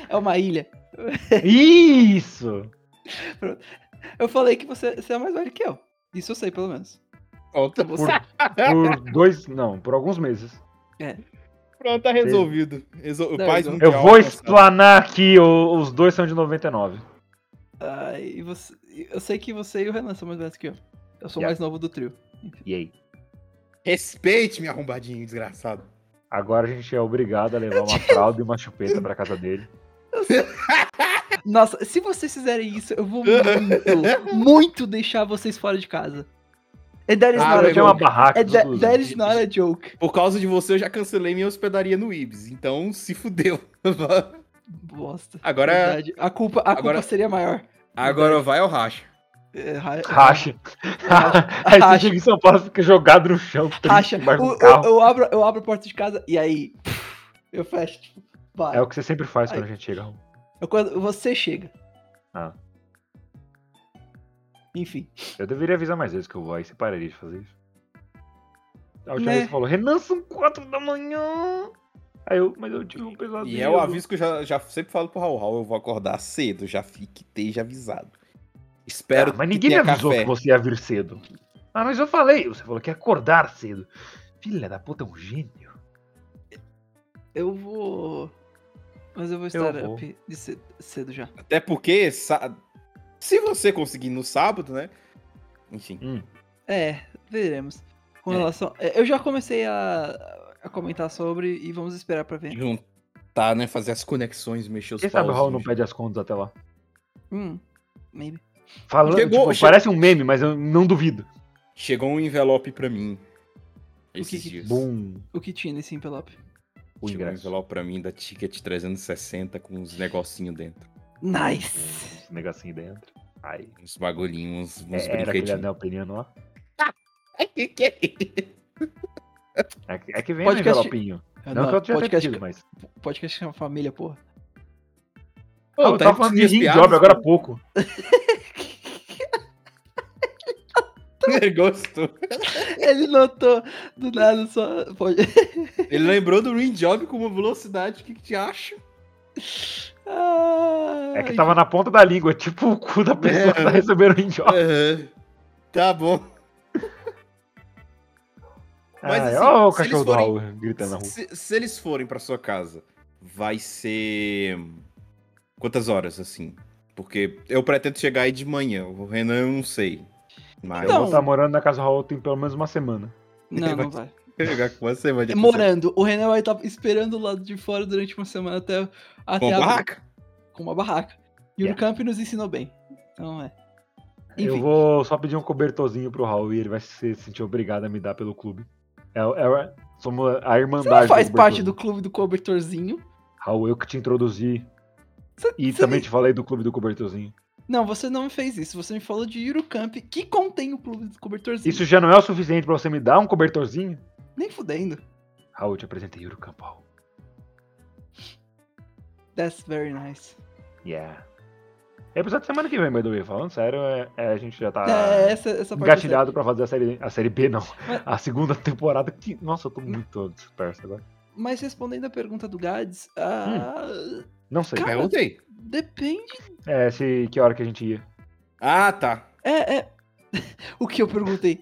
[SPEAKER 3] É uma ilha.
[SPEAKER 4] Isso!
[SPEAKER 3] Eu falei que você, você é mais velho que eu. Isso eu sei, pelo menos.
[SPEAKER 5] Pronto,
[SPEAKER 4] Por, *laughs* por dois. Não, por alguns meses.
[SPEAKER 5] pronto, tá resolvido. Resol...
[SPEAKER 3] Tá
[SPEAKER 5] Paz
[SPEAKER 3] resolvido.
[SPEAKER 5] mundial
[SPEAKER 4] Eu vou
[SPEAKER 5] alcançado.
[SPEAKER 4] explanar aqui, o- os dois são de 99.
[SPEAKER 3] Ah, e você, eu sei que você e o Renan são mais velhos que eu. Eu sou o
[SPEAKER 4] Yeah.
[SPEAKER 3] mais novo do trio.
[SPEAKER 4] E aí?
[SPEAKER 5] Respeite-me, arrombadinho, desgraçado.
[SPEAKER 4] Agora a gente é obrigado
[SPEAKER 3] *laughs*
[SPEAKER 4] a levar uma fralda e uma chupeta pra casa dele.
[SPEAKER 3] Nossa, se vocês fizerem isso, eu vou
[SPEAKER 5] *laughs*
[SPEAKER 3] muito, muito deixar vocês fora de casa. É that is not
[SPEAKER 5] Ah,
[SPEAKER 4] Agora
[SPEAKER 3] a
[SPEAKER 5] meu
[SPEAKER 4] tem uma
[SPEAKER 3] joke.
[SPEAKER 4] barraca.
[SPEAKER 3] É that,
[SPEAKER 4] tudo.
[SPEAKER 3] that is not a é joke.
[SPEAKER 5] Por causa de você, eu já cancelei minha hospedaria no Ibis. Então, se fudeu. *laughs*
[SPEAKER 3] Bosta. É
[SPEAKER 5] Agora,
[SPEAKER 3] Verdade. A culpa, a
[SPEAKER 5] agora-
[SPEAKER 3] culpa seria maior.
[SPEAKER 5] agora vai ao racha.
[SPEAKER 3] É, ra-
[SPEAKER 4] Racha. *laughs* Aí você
[SPEAKER 3] Racha.
[SPEAKER 4] chega em São Paulo fica jogado no chão. triste,
[SPEAKER 3] Racha.
[SPEAKER 4] embaixo
[SPEAKER 3] O-
[SPEAKER 4] do
[SPEAKER 3] o-
[SPEAKER 4] carro.
[SPEAKER 3] eu, abro, eu abro a porta de casa e aí. Eu fecho. Tipo, vai.
[SPEAKER 4] É o que você sempre faz quando a gente chega.
[SPEAKER 3] É quando você chega.
[SPEAKER 4] Ah.
[SPEAKER 3] Enfim.
[SPEAKER 4] Eu deveria avisar mais vezes que eu vou, aí você pararia de fazer isso. A última
[SPEAKER 3] Né?
[SPEAKER 4] vez você falou, Renan, são quatro da manhã. Aí eu, mas eu tive um pesadelo.
[SPEAKER 5] E é o aviso que eu já, já sempre falo pro Raul, Raul, eu vou acordar cedo, já fique, esteja avisado. Espero
[SPEAKER 4] Ah, mas
[SPEAKER 5] que
[SPEAKER 4] ninguém me
[SPEAKER 5] tenha
[SPEAKER 4] avisou
[SPEAKER 5] café.
[SPEAKER 4] que você ia vir cedo. Ah, mas eu falei. Você falou que ia acordar cedo. Filha da puta, é um gênio.
[SPEAKER 3] Eu vou. Mas eu vou estar
[SPEAKER 4] vou.
[SPEAKER 3] up de ce- cedo já.
[SPEAKER 5] Até porque, sa- se você conseguir no sábado, né? Enfim.
[SPEAKER 3] É, veremos. Com
[SPEAKER 5] É.
[SPEAKER 3] relação. é, Eu já comecei a. a comentar sobre e vamos esperar pra ver.
[SPEAKER 5] Juntar, né? Fazer as conexões, mexer os
[SPEAKER 4] Hum. Quem sabe o Raul não
[SPEAKER 5] pauzinhos.
[SPEAKER 4] pede as contas até lá.
[SPEAKER 3] Hum, maybe.
[SPEAKER 4] Falando,
[SPEAKER 5] Chegou,
[SPEAKER 4] tipo,
[SPEAKER 5] che-
[SPEAKER 4] parece um meme, mas eu não duvido.
[SPEAKER 5] Chegou um envelope pra mim. Esses
[SPEAKER 3] que que-
[SPEAKER 5] dias. Um
[SPEAKER 4] Bom,
[SPEAKER 3] O que tinha nesse envelope?
[SPEAKER 4] o
[SPEAKER 5] Chegou um
[SPEAKER 4] ingresso.
[SPEAKER 5] envelope pra mim da Ticket 360 com uns negocinhos dentro.
[SPEAKER 3] Nice!
[SPEAKER 4] Esse negocinho dentro. Aí. é,
[SPEAKER 5] Uns bagulhinhos, uns, uns
[SPEAKER 4] Era aquele
[SPEAKER 5] brinquedinhos.
[SPEAKER 4] anel peniano lá.
[SPEAKER 5] Ai, *laughs* que que é isso?
[SPEAKER 4] *laughs* É que, é que vem
[SPEAKER 3] Podcast-
[SPEAKER 4] um envelopinho.
[SPEAKER 5] Ah,
[SPEAKER 4] Não, que eu tinha
[SPEAKER 3] É, podcast,
[SPEAKER 4] repetido, mas.
[SPEAKER 3] podcast que chama família, porra.
[SPEAKER 5] Pô,
[SPEAKER 4] Ah, eu
[SPEAKER 5] tá
[SPEAKER 4] tava falando de
[SPEAKER 5] repetindo
[SPEAKER 4] Ring
[SPEAKER 5] as
[SPEAKER 4] Job
[SPEAKER 5] piadas, né?
[SPEAKER 4] agora há pouco.
[SPEAKER 5] Ele gostou.
[SPEAKER 3] *laughs* Ele notou do nada só. Pode...
[SPEAKER 5] Ele lembrou do Ring Job com uma velocidade que que te acha.
[SPEAKER 3] Ah,
[SPEAKER 4] É que tava na ponta da língua, *laughs* tipo o cu da pessoa
[SPEAKER 5] É.
[SPEAKER 4] que tá recebendo o Ring Job.
[SPEAKER 5] Tá bom. Mas,
[SPEAKER 4] Ai,
[SPEAKER 5] assim,
[SPEAKER 4] ó o
[SPEAKER 5] se eles
[SPEAKER 4] cachorro do
[SPEAKER 5] forem-
[SPEAKER 4] Raul gritando Tá na rua.
[SPEAKER 5] Se, se eles forem pra sua casa, vai ser. Quantas horas, assim? Porque eu pretendo chegar aí de manhã. O Renan eu não sei. Mas
[SPEAKER 4] Eu vou
[SPEAKER 3] Não.
[SPEAKER 4] estar morando na casa do Raul tem pelo menos uma semana.
[SPEAKER 3] Não, não vai.
[SPEAKER 5] vou chegar com você, mas
[SPEAKER 3] É
[SPEAKER 5] depois você-
[SPEAKER 3] morando. O Renan vai estar esperando do lado de fora durante uma semana até, até
[SPEAKER 5] Com
[SPEAKER 3] abrir-
[SPEAKER 5] barraca?
[SPEAKER 3] com uma barraca. E o Camp nos ensinou bem. Então é.
[SPEAKER 4] Eu
[SPEAKER 3] Enfim,
[SPEAKER 4] vou só pedir um cobertorzinho pro Raul e ele vai se sentir obrigado a me dar pelo clube. É, é- somos a
[SPEAKER 3] você
[SPEAKER 4] irmandade.
[SPEAKER 3] não faz
[SPEAKER 4] cobertor.
[SPEAKER 3] parte do clube do cobertorzinho.
[SPEAKER 4] Raul, eu que te introduzi.
[SPEAKER 3] Você-
[SPEAKER 4] E
[SPEAKER 3] você
[SPEAKER 4] também
[SPEAKER 3] me-
[SPEAKER 4] te falei do clube do cobertorzinho.
[SPEAKER 3] Não, você não me fez isso. Você me falou de Eurocamp, que contém o clube do cobertorzinho.
[SPEAKER 4] Isso já não é o suficiente pra você me dar um cobertorzinho?
[SPEAKER 3] Nem fudendo.
[SPEAKER 4] Raul, eu te apresentei Yuri Campo. Raul.
[SPEAKER 3] That's very nice.
[SPEAKER 4] Yeah. É episódio de semana que vem, by the way. Falando sério, é- é, a gente já tá
[SPEAKER 3] é, essa, essa parte.
[SPEAKER 4] engatilhado pra fazer a série, a série B, não.
[SPEAKER 3] Mas-
[SPEAKER 4] A segunda temporada. Que... Nossa, eu tô muito disperso agora.
[SPEAKER 3] Mas respondendo a pergunta do Gads, ah,
[SPEAKER 4] Não sei.
[SPEAKER 3] Cara-
[SPEAKER 5] Perguntei.
[SPEAKER 3] depende.
[SPEAKER 4] É, se, que hora que a gente ia.
[SPEAKER 5] Ah, tá.
[SPEAKER 3] É, é. *laughs* o que eu perguntei?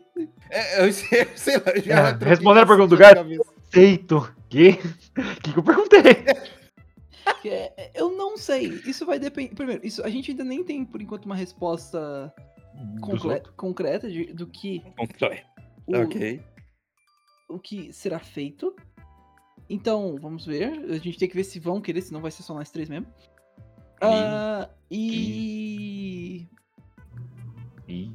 [SPEAKER 5] É, eu sei, sei lá, eu já
[SPEAKER 4] É,
[SPEAKER 5] troquei
[SPEAKER 4] respondendo a pergunta do
[SPEAKER 5] na
[SPEAKER 4] Gato.
[SPEAKER 5] cabeça.
[SPEAKER 4] Aceito. Que? *laughs* que que eu perguntei?
[SPEAKER 3] Que é- é- eu não sei. Isso vai depender. Primeiro, isso a gente ainda nem tem por enquanto uma resposta
[SPEAKER 4] Dos
[SPEAKER 3] concre-
[SPEAKER 4] outros.
[SPEAKER 3] concreta de- do que o,
[SPEAKER 5] Ok.
[SPEAKER 3] o que será feito. Então, vamos ver. A gente tem que ver se vão querer, se não vai ser só nós três mesmo. Ah, e...
[SPEAKER 4] Ih,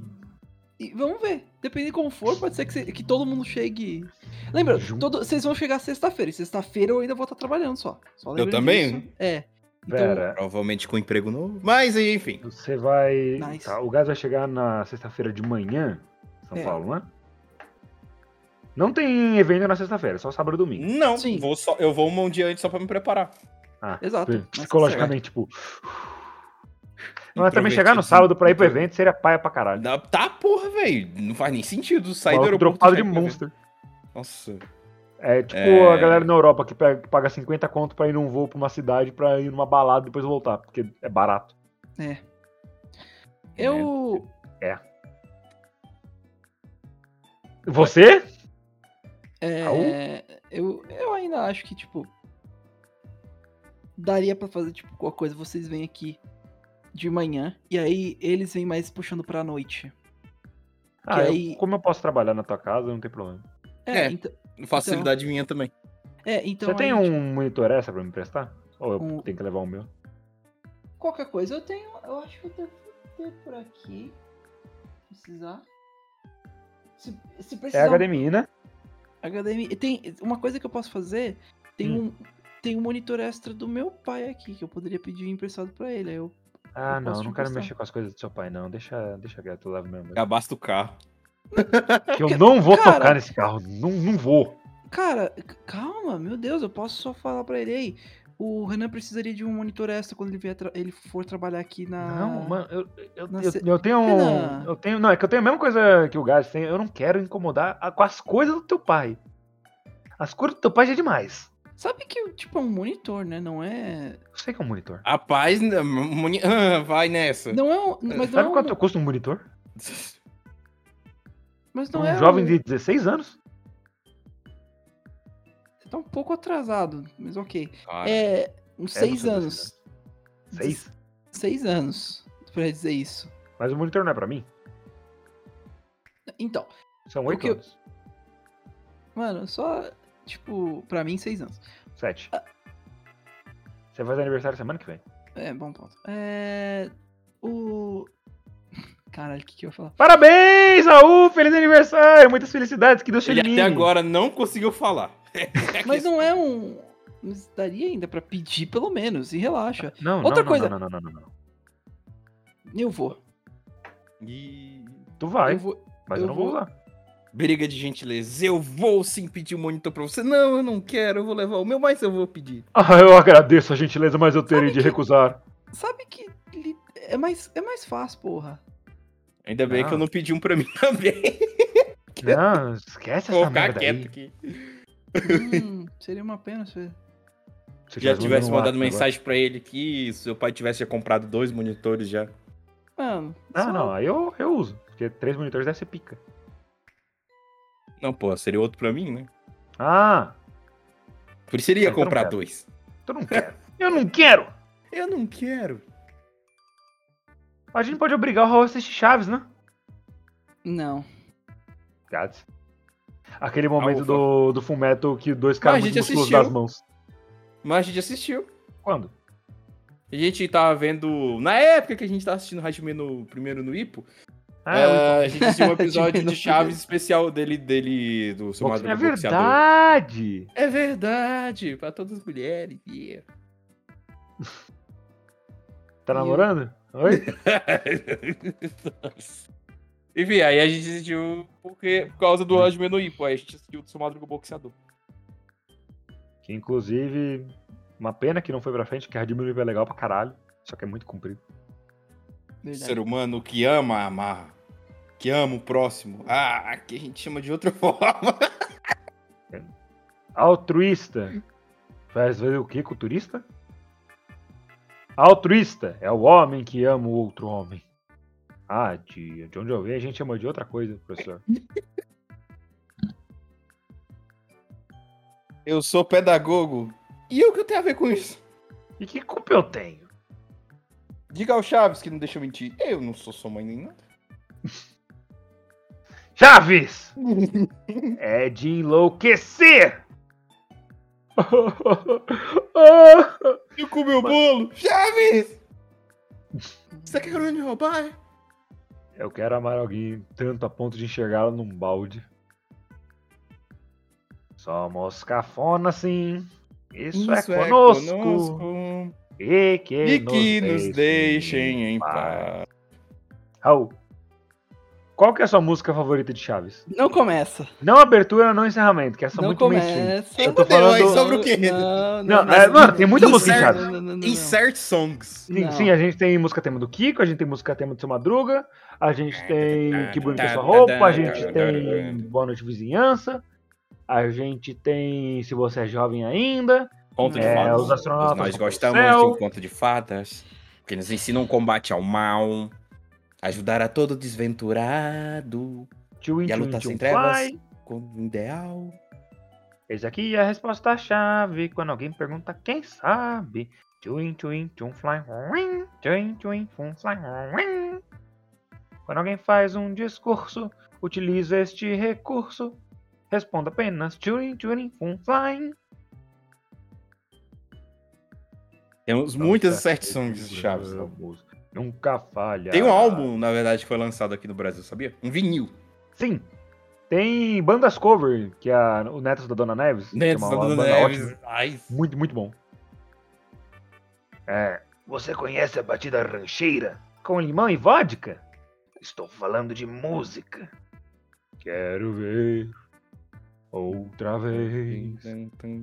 [SPEAKER 3] e vamos ver. Depende de como for, pode ser que, cê- que todo mundo chegue. Lembra,
[SPEAKER 4] Junto.
[SPEAKER 3] todo- vocês vão chegar sexta-feira. E sexta-feira eu ainda vou estar trabalhando só. Só lembra
[SPEAKER 5] também.
[SPEAKER 3] disso. É. Então,
[SPEAKER 4] Pera.
[SPEAKER 5] Provavelmente com emprego novo. Mas enfim.
[SPEAKER 4] Você vai.
[SPEAKER 3] Nice.
[SPEAKER 4] tá, o gás vai chegar na sexta-feira de manhã, São
[SPEAKER 3] É.
[SPEAKER 4] Paulo, né? Não tem evento na sexta-feira, é só sábado e domingo.
[SPEAKER 5] Não,
[SPEAKER 3] Sim.
[SPEAKER 5] vou só, eu vou um dia antes só pra me preparar.
[SPEAKER 4] Ah,
[SPEAKER 5] tá
[SPEAKER 3] Exato,
[SPEAKER 4] bem,
[SPEAKER 3] mas tá
[SPEAKER 4] Psicologicamente, tipo. Mas também
[SPEAKER 5] Introvertido,
[SPEAKER 4] chegar no
[SPEAKER 5] sim.
[SPEAKER 4] sábado pra ir pro evento seria paia pra caralho.
[SPEAKER 5] Dá- Tá, porra, velho. Não faz nem sentido sair do
[SPEAKER 4] Maluco
[SPEAKER 5] aeroporto.
[SPEAKER 4] dropado de
[SPEAKER 5] sair pra ver.
[SPEAKER 4] monster.
[SPEAKER 5] Nossa.
[SPEAKER 4] É tipo
[SPEAKER 5] É.
[SPEAKER 4] a galera na Europa que pega- que paga 50 conto pra ir num voo pra uma cidade, pra ir numa balada e depois voltar, porque é barato.
[SPEAKER 3] eu.
[SPEAKER 4] Você?
[SPEAKER 3] É, eu, eu ainda acho que, tipo. Daria pra fazer, tipo, alguma coisa. Vocês vêm aqui de manhã. E aí eles vêm mais puxando pra noite.
[SPEAKER 4] Ah,
[SPEAKER 3] Que
[SPEAKER 4] eu-
[SPEAKER 3] aí-
[SPEAKER 4] como eu posso trabalhar na tua casa, não tem problema.
[SPEAKER 5] É.
[SPEAKER 3] então.
[SPEAKER 5] Facilidade minha também.
[SPEAKER 3] É, então
[SPEAKER 4] Você tem
[SPEAKER 3] aí,
[SPEAKER 4] um monitor essa pra me emprestar? Ou eu
[SPEAKER 3] Um-
[SPEAKER 4] tenho que levar o meu?
[SPEAKER 3] tipo, Qualquer coisa eu tenho. Eu acho que eu devo ter por aqui. Se precisar. Se, se
[SPEAKER 4] É
[SPEAKER 3] precisar. um
[SPEAKER 4] HDMI, né?
[SPEAKER 3] HDMI. Tem uma coisa que eu posso fazer. Tem
[SPEAKER 4] Hum.
[SPEAKER 3] um. Tem um monitor extra do meu pai aqui que eu poderia pedir emprestado pra ele. Aí eu
[SPEAKER 4] Ah,
[SPEAKER 3] Eu
[SPEAKER 4] não,
[SPEAKER 3] posso
[SPEAKER 4] não
[SPEAKER 3] te
[SPEAKER 4] quero
[SPEAKER 3] emprestar.
[SPEAKER 4] mexer com as coisas do seu pai, não. Deixa, deixa quieto, eu levo meu. mesmo.
[SPEAKER 5] Abaixo do carro.
[SPEAKER 4] Que eu não vou
[SPEAKER 3] É Cara-
[SPEAKER 4] tocar nesse carro. Não, não vou.
[SPEAKER 3] Cara, c- calma, meu Deus, eu posso só falar pra ele aí. O Renan precisaria de um monitor extra quando ele, vier tra- ele for trabalhar aqui na.
[SPEAKER 4] Não, mano, eu, eu,
[SPEAKER 3] na
[SPEAKER 4] eu,
[SPEAKER 3] se-
[SPEAKER 4] eu tenho. um,
[SPEAKER 3] Renan.
[SPEAKER 4] Eu tenho. Não, é que eu tenho a mesma coisa que o Gás tem. Eu não quero incomodar a- com as coisas do teu pai. As coisas do teu pai já é demais.
[SPEAKER 3] Sabe que, tipo, é um monitor, né? Não é.
[SPEAKER 4] Eu sei que é um monitor.
[SPEAKER 5] Rapaz, n- muni- *laughs* ah, vai nessa.
[SPEAKER 3] Não é um. Mas não
[SPEAKER 4] Sabe
[SPEAKER 3] é um.
[SPEAKER 4] quanto custa um monitor?
[SPEAKER 3] Mas não
[SPEAKER 4] Um
[SPEAKER 3] é
[SPEAKER 4] jovem
[SPEAKER 3] um-
[SPEAKER 4] de 16 anos?
[SPEAKER 3] Você tá um pouco atrasado, mas ok.
[SPEAKER 5] Cara,
[SPEAKER 3] É. Uns
[SPEAKER 4] É, não
[SPEAKER 3] seis
[SPEAKER 4] sei
[SPEAKER 3] anos.
[SPEAKER 4] Seis?
[SPEAKER 3] Seis anos, pra dizer isso.
[SPEAKER 4] Mas o monitor não é pra mim.
[SPEAKER 3] Então,
[SPEAKER 4] São
[SPEAKER 3] O
[SPEAKER 4] oito
[SPEAKER 3] que eu-
[SPEAKER 4] anos.
[SPEAKER 3] Então, mano, só. tipo, pra mim, seis anos.
[SPEAKER 4] Sete. Você faz aniversário semana que vem?
[SPEAKER 3] É, bom ponto. É. O. *laughs* Caralho, o que, que eu ia falar?
[SPEAKER 4] Parabéns, Raul! Feliz aniversário! Muitas felicidades, que Deus te
[SPEAKER 5] Ele
[SPEAKER 4] elimine.
[SPEAKER 5] até agora não conseguiu falar.
[SPEAKER 3] *laughs* Mas não é um. Mas daria ainda pra pedir, pelo menos, e relaxa.
[SPEAKER 4] Não, não,
[SPEAKER 3] Outra
[SPEAKER 4] não,
[SPEAKER 3] coisa.
[SPEAKER 4] não, não, não, não, não.
[SPEAKER 3] Eu vou.
[SPEAKER 5] *laughs* E...
[SPEAKER 4] Tu vai,
[SPEAKER 3] Eu vou.
[SPEAKER 4] mas
[SPEAKER 3] eu
[SPEAKER 4] eu não vou
[SPEAKER 3] vou-
[SPEAKER 4] usar.
[SPEAKER 5] Briga de gentileza. Eu vou sim pedir o monitor pra você. Não, eu não quero. Eu vou levar o meu, mas eu vou pedir.
[SPEAKER 4] Ah, eu agradeço a gentileza, mas eu terei
[SPEAKER 3] Sabe
[SPEAKER 4] de
[SPEAKER 3] que-
[SPEAKER 4] recusar.
[SPEAKER 3] Sabe que li- é mais, é mais fácil, porra.
[SPEAKER 4] *laughs*
[SPEAKER 5] Ainda bem
[SPEAKER 4] Ah.
[SPEAKER 5] que eu não pedi um pra mim *laughs* também.
[SPEAKER 4] Não, esquece
[SPEAKER 5] é? Vou
[SPEAKER 4] essa
[SPEAKER 5] ficar
[SPEAKER 4] merda
[SPEAKER 5] quieto
[SPEAKER 4] aí.
[SPEAKER 5] aqui.
[SPEAKER 3] Hum, seria uma pena se.
[SPEAKER 4] Se
[SPEAKER 5] Já tivesse
[SPEAKER 4] mandado
[SPEAKER 5] mandado
[SPEAKER 4] um WhatsApp
[SPEAKER 5] mensagem pra ele que seu pai tivesse já comprado dois monitores já.
[SPEAKER 3] Mano.
[SPEAKER 4] agora.
[SPEAKER 3] só-
[SPEAKER 4] Não, não, aí eu, eu uso. Porque três monitores deve ser pica.
[SPEAKER 5] Não, pô, seria outro pra mim, né?
[SPEAKER 4] Ah,
[SPEAKER 5] Por isso ele ia
[SPEAKER 4] Mas eu não
[SPEAKER 5] comprar
[SPEAKER 4] quero.
[SPEAKER 5] dois.
[SPEAKER 4] tu não
[SPEAKER 5] *laughs*
[SPEAKER 4] quer. eu não quero!
[SPEAKER 5] Eu não quero.
[SPEAKER 4] A gente pode obrigar o Raul a assistir Chaves, né?
[SPEAKER 3] Não.
[SPEAKER 4] Gats. Aquele momento
[SPEAKER 5] Raul,
[SPEAKER 4] do, do fumetto que dois caras
[SPEAKER 5] Mas a
[SPEAKER 4] muito
[SPEAKER 5] gente
[SPEAKER 4] musculosos
[SPEAKER 5] assistiu.
[SPEAKER 4] das mãos.
[SPEAKER 5] Mas a gente assistiu.
[SPEAKER 4] Quando?
[SPEAKER 5] A gente tava vendo. Na época que a gente tava assistindo o Hajime no primeiro no Ipo,
[SPEAKER 4] Ah,
[SPEAKER 5] é,
[SPEAKER 4] eu-
[SPEAKER 5] a gente assistiu um
[SPEAKER 4] *laughs*
[SPEAKER 5] episódio
[SPEAKER 3] Hajime no
[SPEAKER 5] de Chaves especial dele, dele do seu
[SPEAKER 4] Boxe-
[SPEAKER 5] madruga
[SPEAKER 4] é
[SPEAKER 5] boxeador.
[SPEAKER 4] verdade!
[SPEAKER 5] É verdade, pra todas as mulheres. yeah. *laughs*
[SPEAKER 4] Tá namorando? Oi? *laughs*
[SPEAKER 5] Enfim, aí a gente assistiu porque, por causa
[SPEAKER 4] Hum.
[SPEAKER 5] do Hajime no Ipo, aí a gente assistiu do seu madruga boxeador.
[SPEAKER 4] Que inclusive, uma pena que não foi pra frente, que a Diminuiu é legal pra caralho. Só que é muito comprido.
[SPEAKER 3] Verdade.
[SPEAKER 4] um
[SPEAKER 5] Ser humano que ama, amarra. Que ama o próximo. Ah, aqui a gente chama de outra *laughs* forma.
[SPEAKER 4] Altruísta. Faz fazer o que? Culturista? Altruísta é o homem que ama o outro homem. Ah, de, de onde eu venho, a gente chama de outra coisa, professor.
[SPEAKER 5] Eu sou pedagogo. E o que eu tenho a ver com isso?
[SPEAKER 4] E que culpa eu tenho?
[SPEAKER 5] Diga ao Chaves que não deixa eu mentir. Eu não sou sua mãe nem nada. *laughs*
[SPEAKER 4] Chaves! é de enlouquecer! *laughs*
[SPEAKER 5] Eu comi o bolo. Chaves! Você quer me roubar? é?
[SPEAKER 4] eu quero amar alguém tanto a ponto de enxergá-la num balde. Somos cafona, sim. Isso, é, conosco.
[SPEAKER 5] conosco.
[SPEAKER 4] E que,
[SPEAKER 5] E que nos deixem em
[SPEAKER 4] paz.
[SPEAKER 5] paz.
[SPEAKER 4] Raul, qual que é a sua música favorita de Chaves?
[SPEAKER 3] Não começa.
[SPEAKER 4] Não abertura, não encerramento, que essa é
[SPEAKER 3] não
[SPEAKER 4] muito mainstream.
[SPEAKER 3] começa.
[SPEAKER 5] Eu
[SPEAKER 4] tô falando- Aí
[SPEAKER 5] sobre o quê?
[SPEAKER 3] Não,
[SPEAKER 4] Não, é, mano, tem muita
[SPEAKER 5] música em
[SPEAKER 3] Não,
[SPEAKER 5] Chaves.
[SPEAKER 3] não, não, não, não.
[SPEAKER 5] Insert songs.
[SPEAKER 4] Sim,
[SPEAKER 3] Não.
[SPEAKER 4] sim, a gente tem música tema do Kiko, a gente tem música tema do Seu Madruga, a gente tem Que Bonita é Sua Roupa, a gente tem Boa Noite Vizinhança, a gente tem Se Você é Jovem Ainda,
[SPEAKER 5] Conto de
[SPEAKER 4] É,
[SPEAKER 5] fadas.
[SPEAKER 4] os astronautas
[SPEAKER 5] Nós
[SPEAKER 4] do
[SPEAKER 5] gostamos
[SPEAKER 4] céu.
[SPEAKER 5] de um conto de fadas, que nos ensina um combate ao mal, ajudar a todo desventurado,
[SPEAKER 4] Tio
[SPEAKER 5] e a
[SPEAKER 4] Intio
[SPEAKER 5] luta
[SPEAKER 4] Intio
[SPEAKER 5] sem trevas
[SPEAKER 4] Fly.
[SPEAKER 5] com o ideal.
[SPEAKER 4] Eis aqui é a resposta chave quando alguém pergunta quem sabe. Tchuin, tchuin, tchum, fly, ruim. Tchuin, tchuin, fum, fly, ruim. Quando alguém faz um discurso, utiliza este recurso. Responda apenas tchuin, tchuin, fum, fly.
[SPEAKER 5] Temos
[SPEAKER 4] é
[SPEAKER 5] muitas sete songs de Chaves. né?
[SPEAKER 4] Nunca falha.
[SPEAKER 5] Tem um álbum, na verdade, que foi lançado aqui no Brasil, sabia? Um vinil.
[SPEAKER 4] Sim. Tem bandas cover, que é a- o Netos da Dona Neves. que é
[SPEAKER 5] Neto
[SPEAKER 4] uma-
[SPEAKER 5] da
[SPEAKER 4] uma
[SPEAKER 5] Dona
[SPEAKER 4] banda
[SPEAKER 5] Neves.
[SPEAKER 4] ótima.
[SPEAKER 5] Ai,
[SPEAKER 4] Muito, muito bom. É. Você conhece a batida rancheira? Com limão e vodka? Estou falando de música. Quero ver outra vez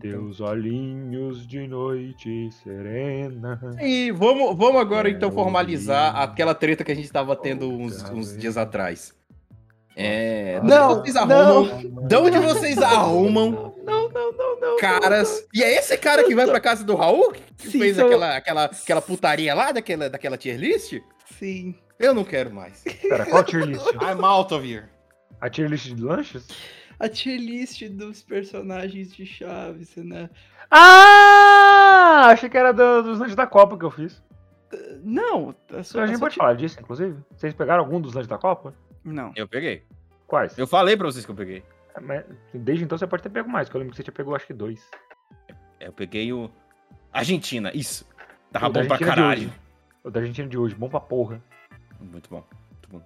[SPEAKER 4] teus olhinhos de noite serena.
[SPEAKER 5] E vamos, vamos agora
[SPEAKER 4] É,
[SPEAKER 5] então
[SPEAKER 4] o
[SPEAKER 5] formalizar
[SPEAKER 4] vinil.
[SPEAKER 5] aquela treta que a gente tava tendo uns,
[SPEAKER 4] Outra
[SPEAKER 5] uns
[SPEAKER 4] vez.
[SPEAKER 5] dias atrás. É.
[SPEAKER 4] Ah,
[SPEAKER 5] de
[SPEAKER 3] não,
[SPEAKER 5] onde vocês arrumam? De onde vocês arrumam
[SPEAKER 3] Não, não, não, não.
[SPEAKER 5] caras? E é esse cara que vai pra casa do Raul que
[SPEAKER 3] Sim,
[SPEAKER 5] fez
[SPEAKER 3] sou-
[SPEAKER 5] aquela, aquela, aquela putaria lá daquela, daquela tier list?
[SPEAKER 3] Sim.
[SPEAKER 5] Eu não quero mais.
[SPEAKER 4] Pera, qual a tier list?
[SPEAKER 5] I'm out of here.
[SPEAKER 4] A tier list de lanches?
[SPEAKER 3] A tier list dos personagens de Chaves, né?
[SPEAKER 4] Ah! Achei que era do- dos lanches da Copa que eu fiz.
[SPEAKER 3] Não, a sua,
[SPEAKER 4] A
[SPEAKER 3] a
[SPEAKER 4] gente
[SPEAKER 3] sua
[SPEAKER 4] pode falar disso, inclusive. Vocês pegaram algum dos lanches da Copa?
[SPEAKER 3] ti- Não.
[SPEAKER 5] Eu peguei.
[SPEAKER 4] Quais?
[SPEAKER 5] Eu falei pra vocês que eu peguei.
[SPEAKER 4] É, Mas desde então você pode ter pego mais, que eu lembro que você tinha pego acho que dois.
[SPEAKER 5] É, Eu peguei o. Argentina, isso. Tava
[SPEAKER 4] O da
[SPEAKER 5] bom pra
[SPEAKER 4] Argentina de
[SPEAKER 5] caralho.
[SPEAKER 4] hoje. O da Argentina de hoje, bom pra porra.
[SPEAKER 5] Muito bom, muito bom.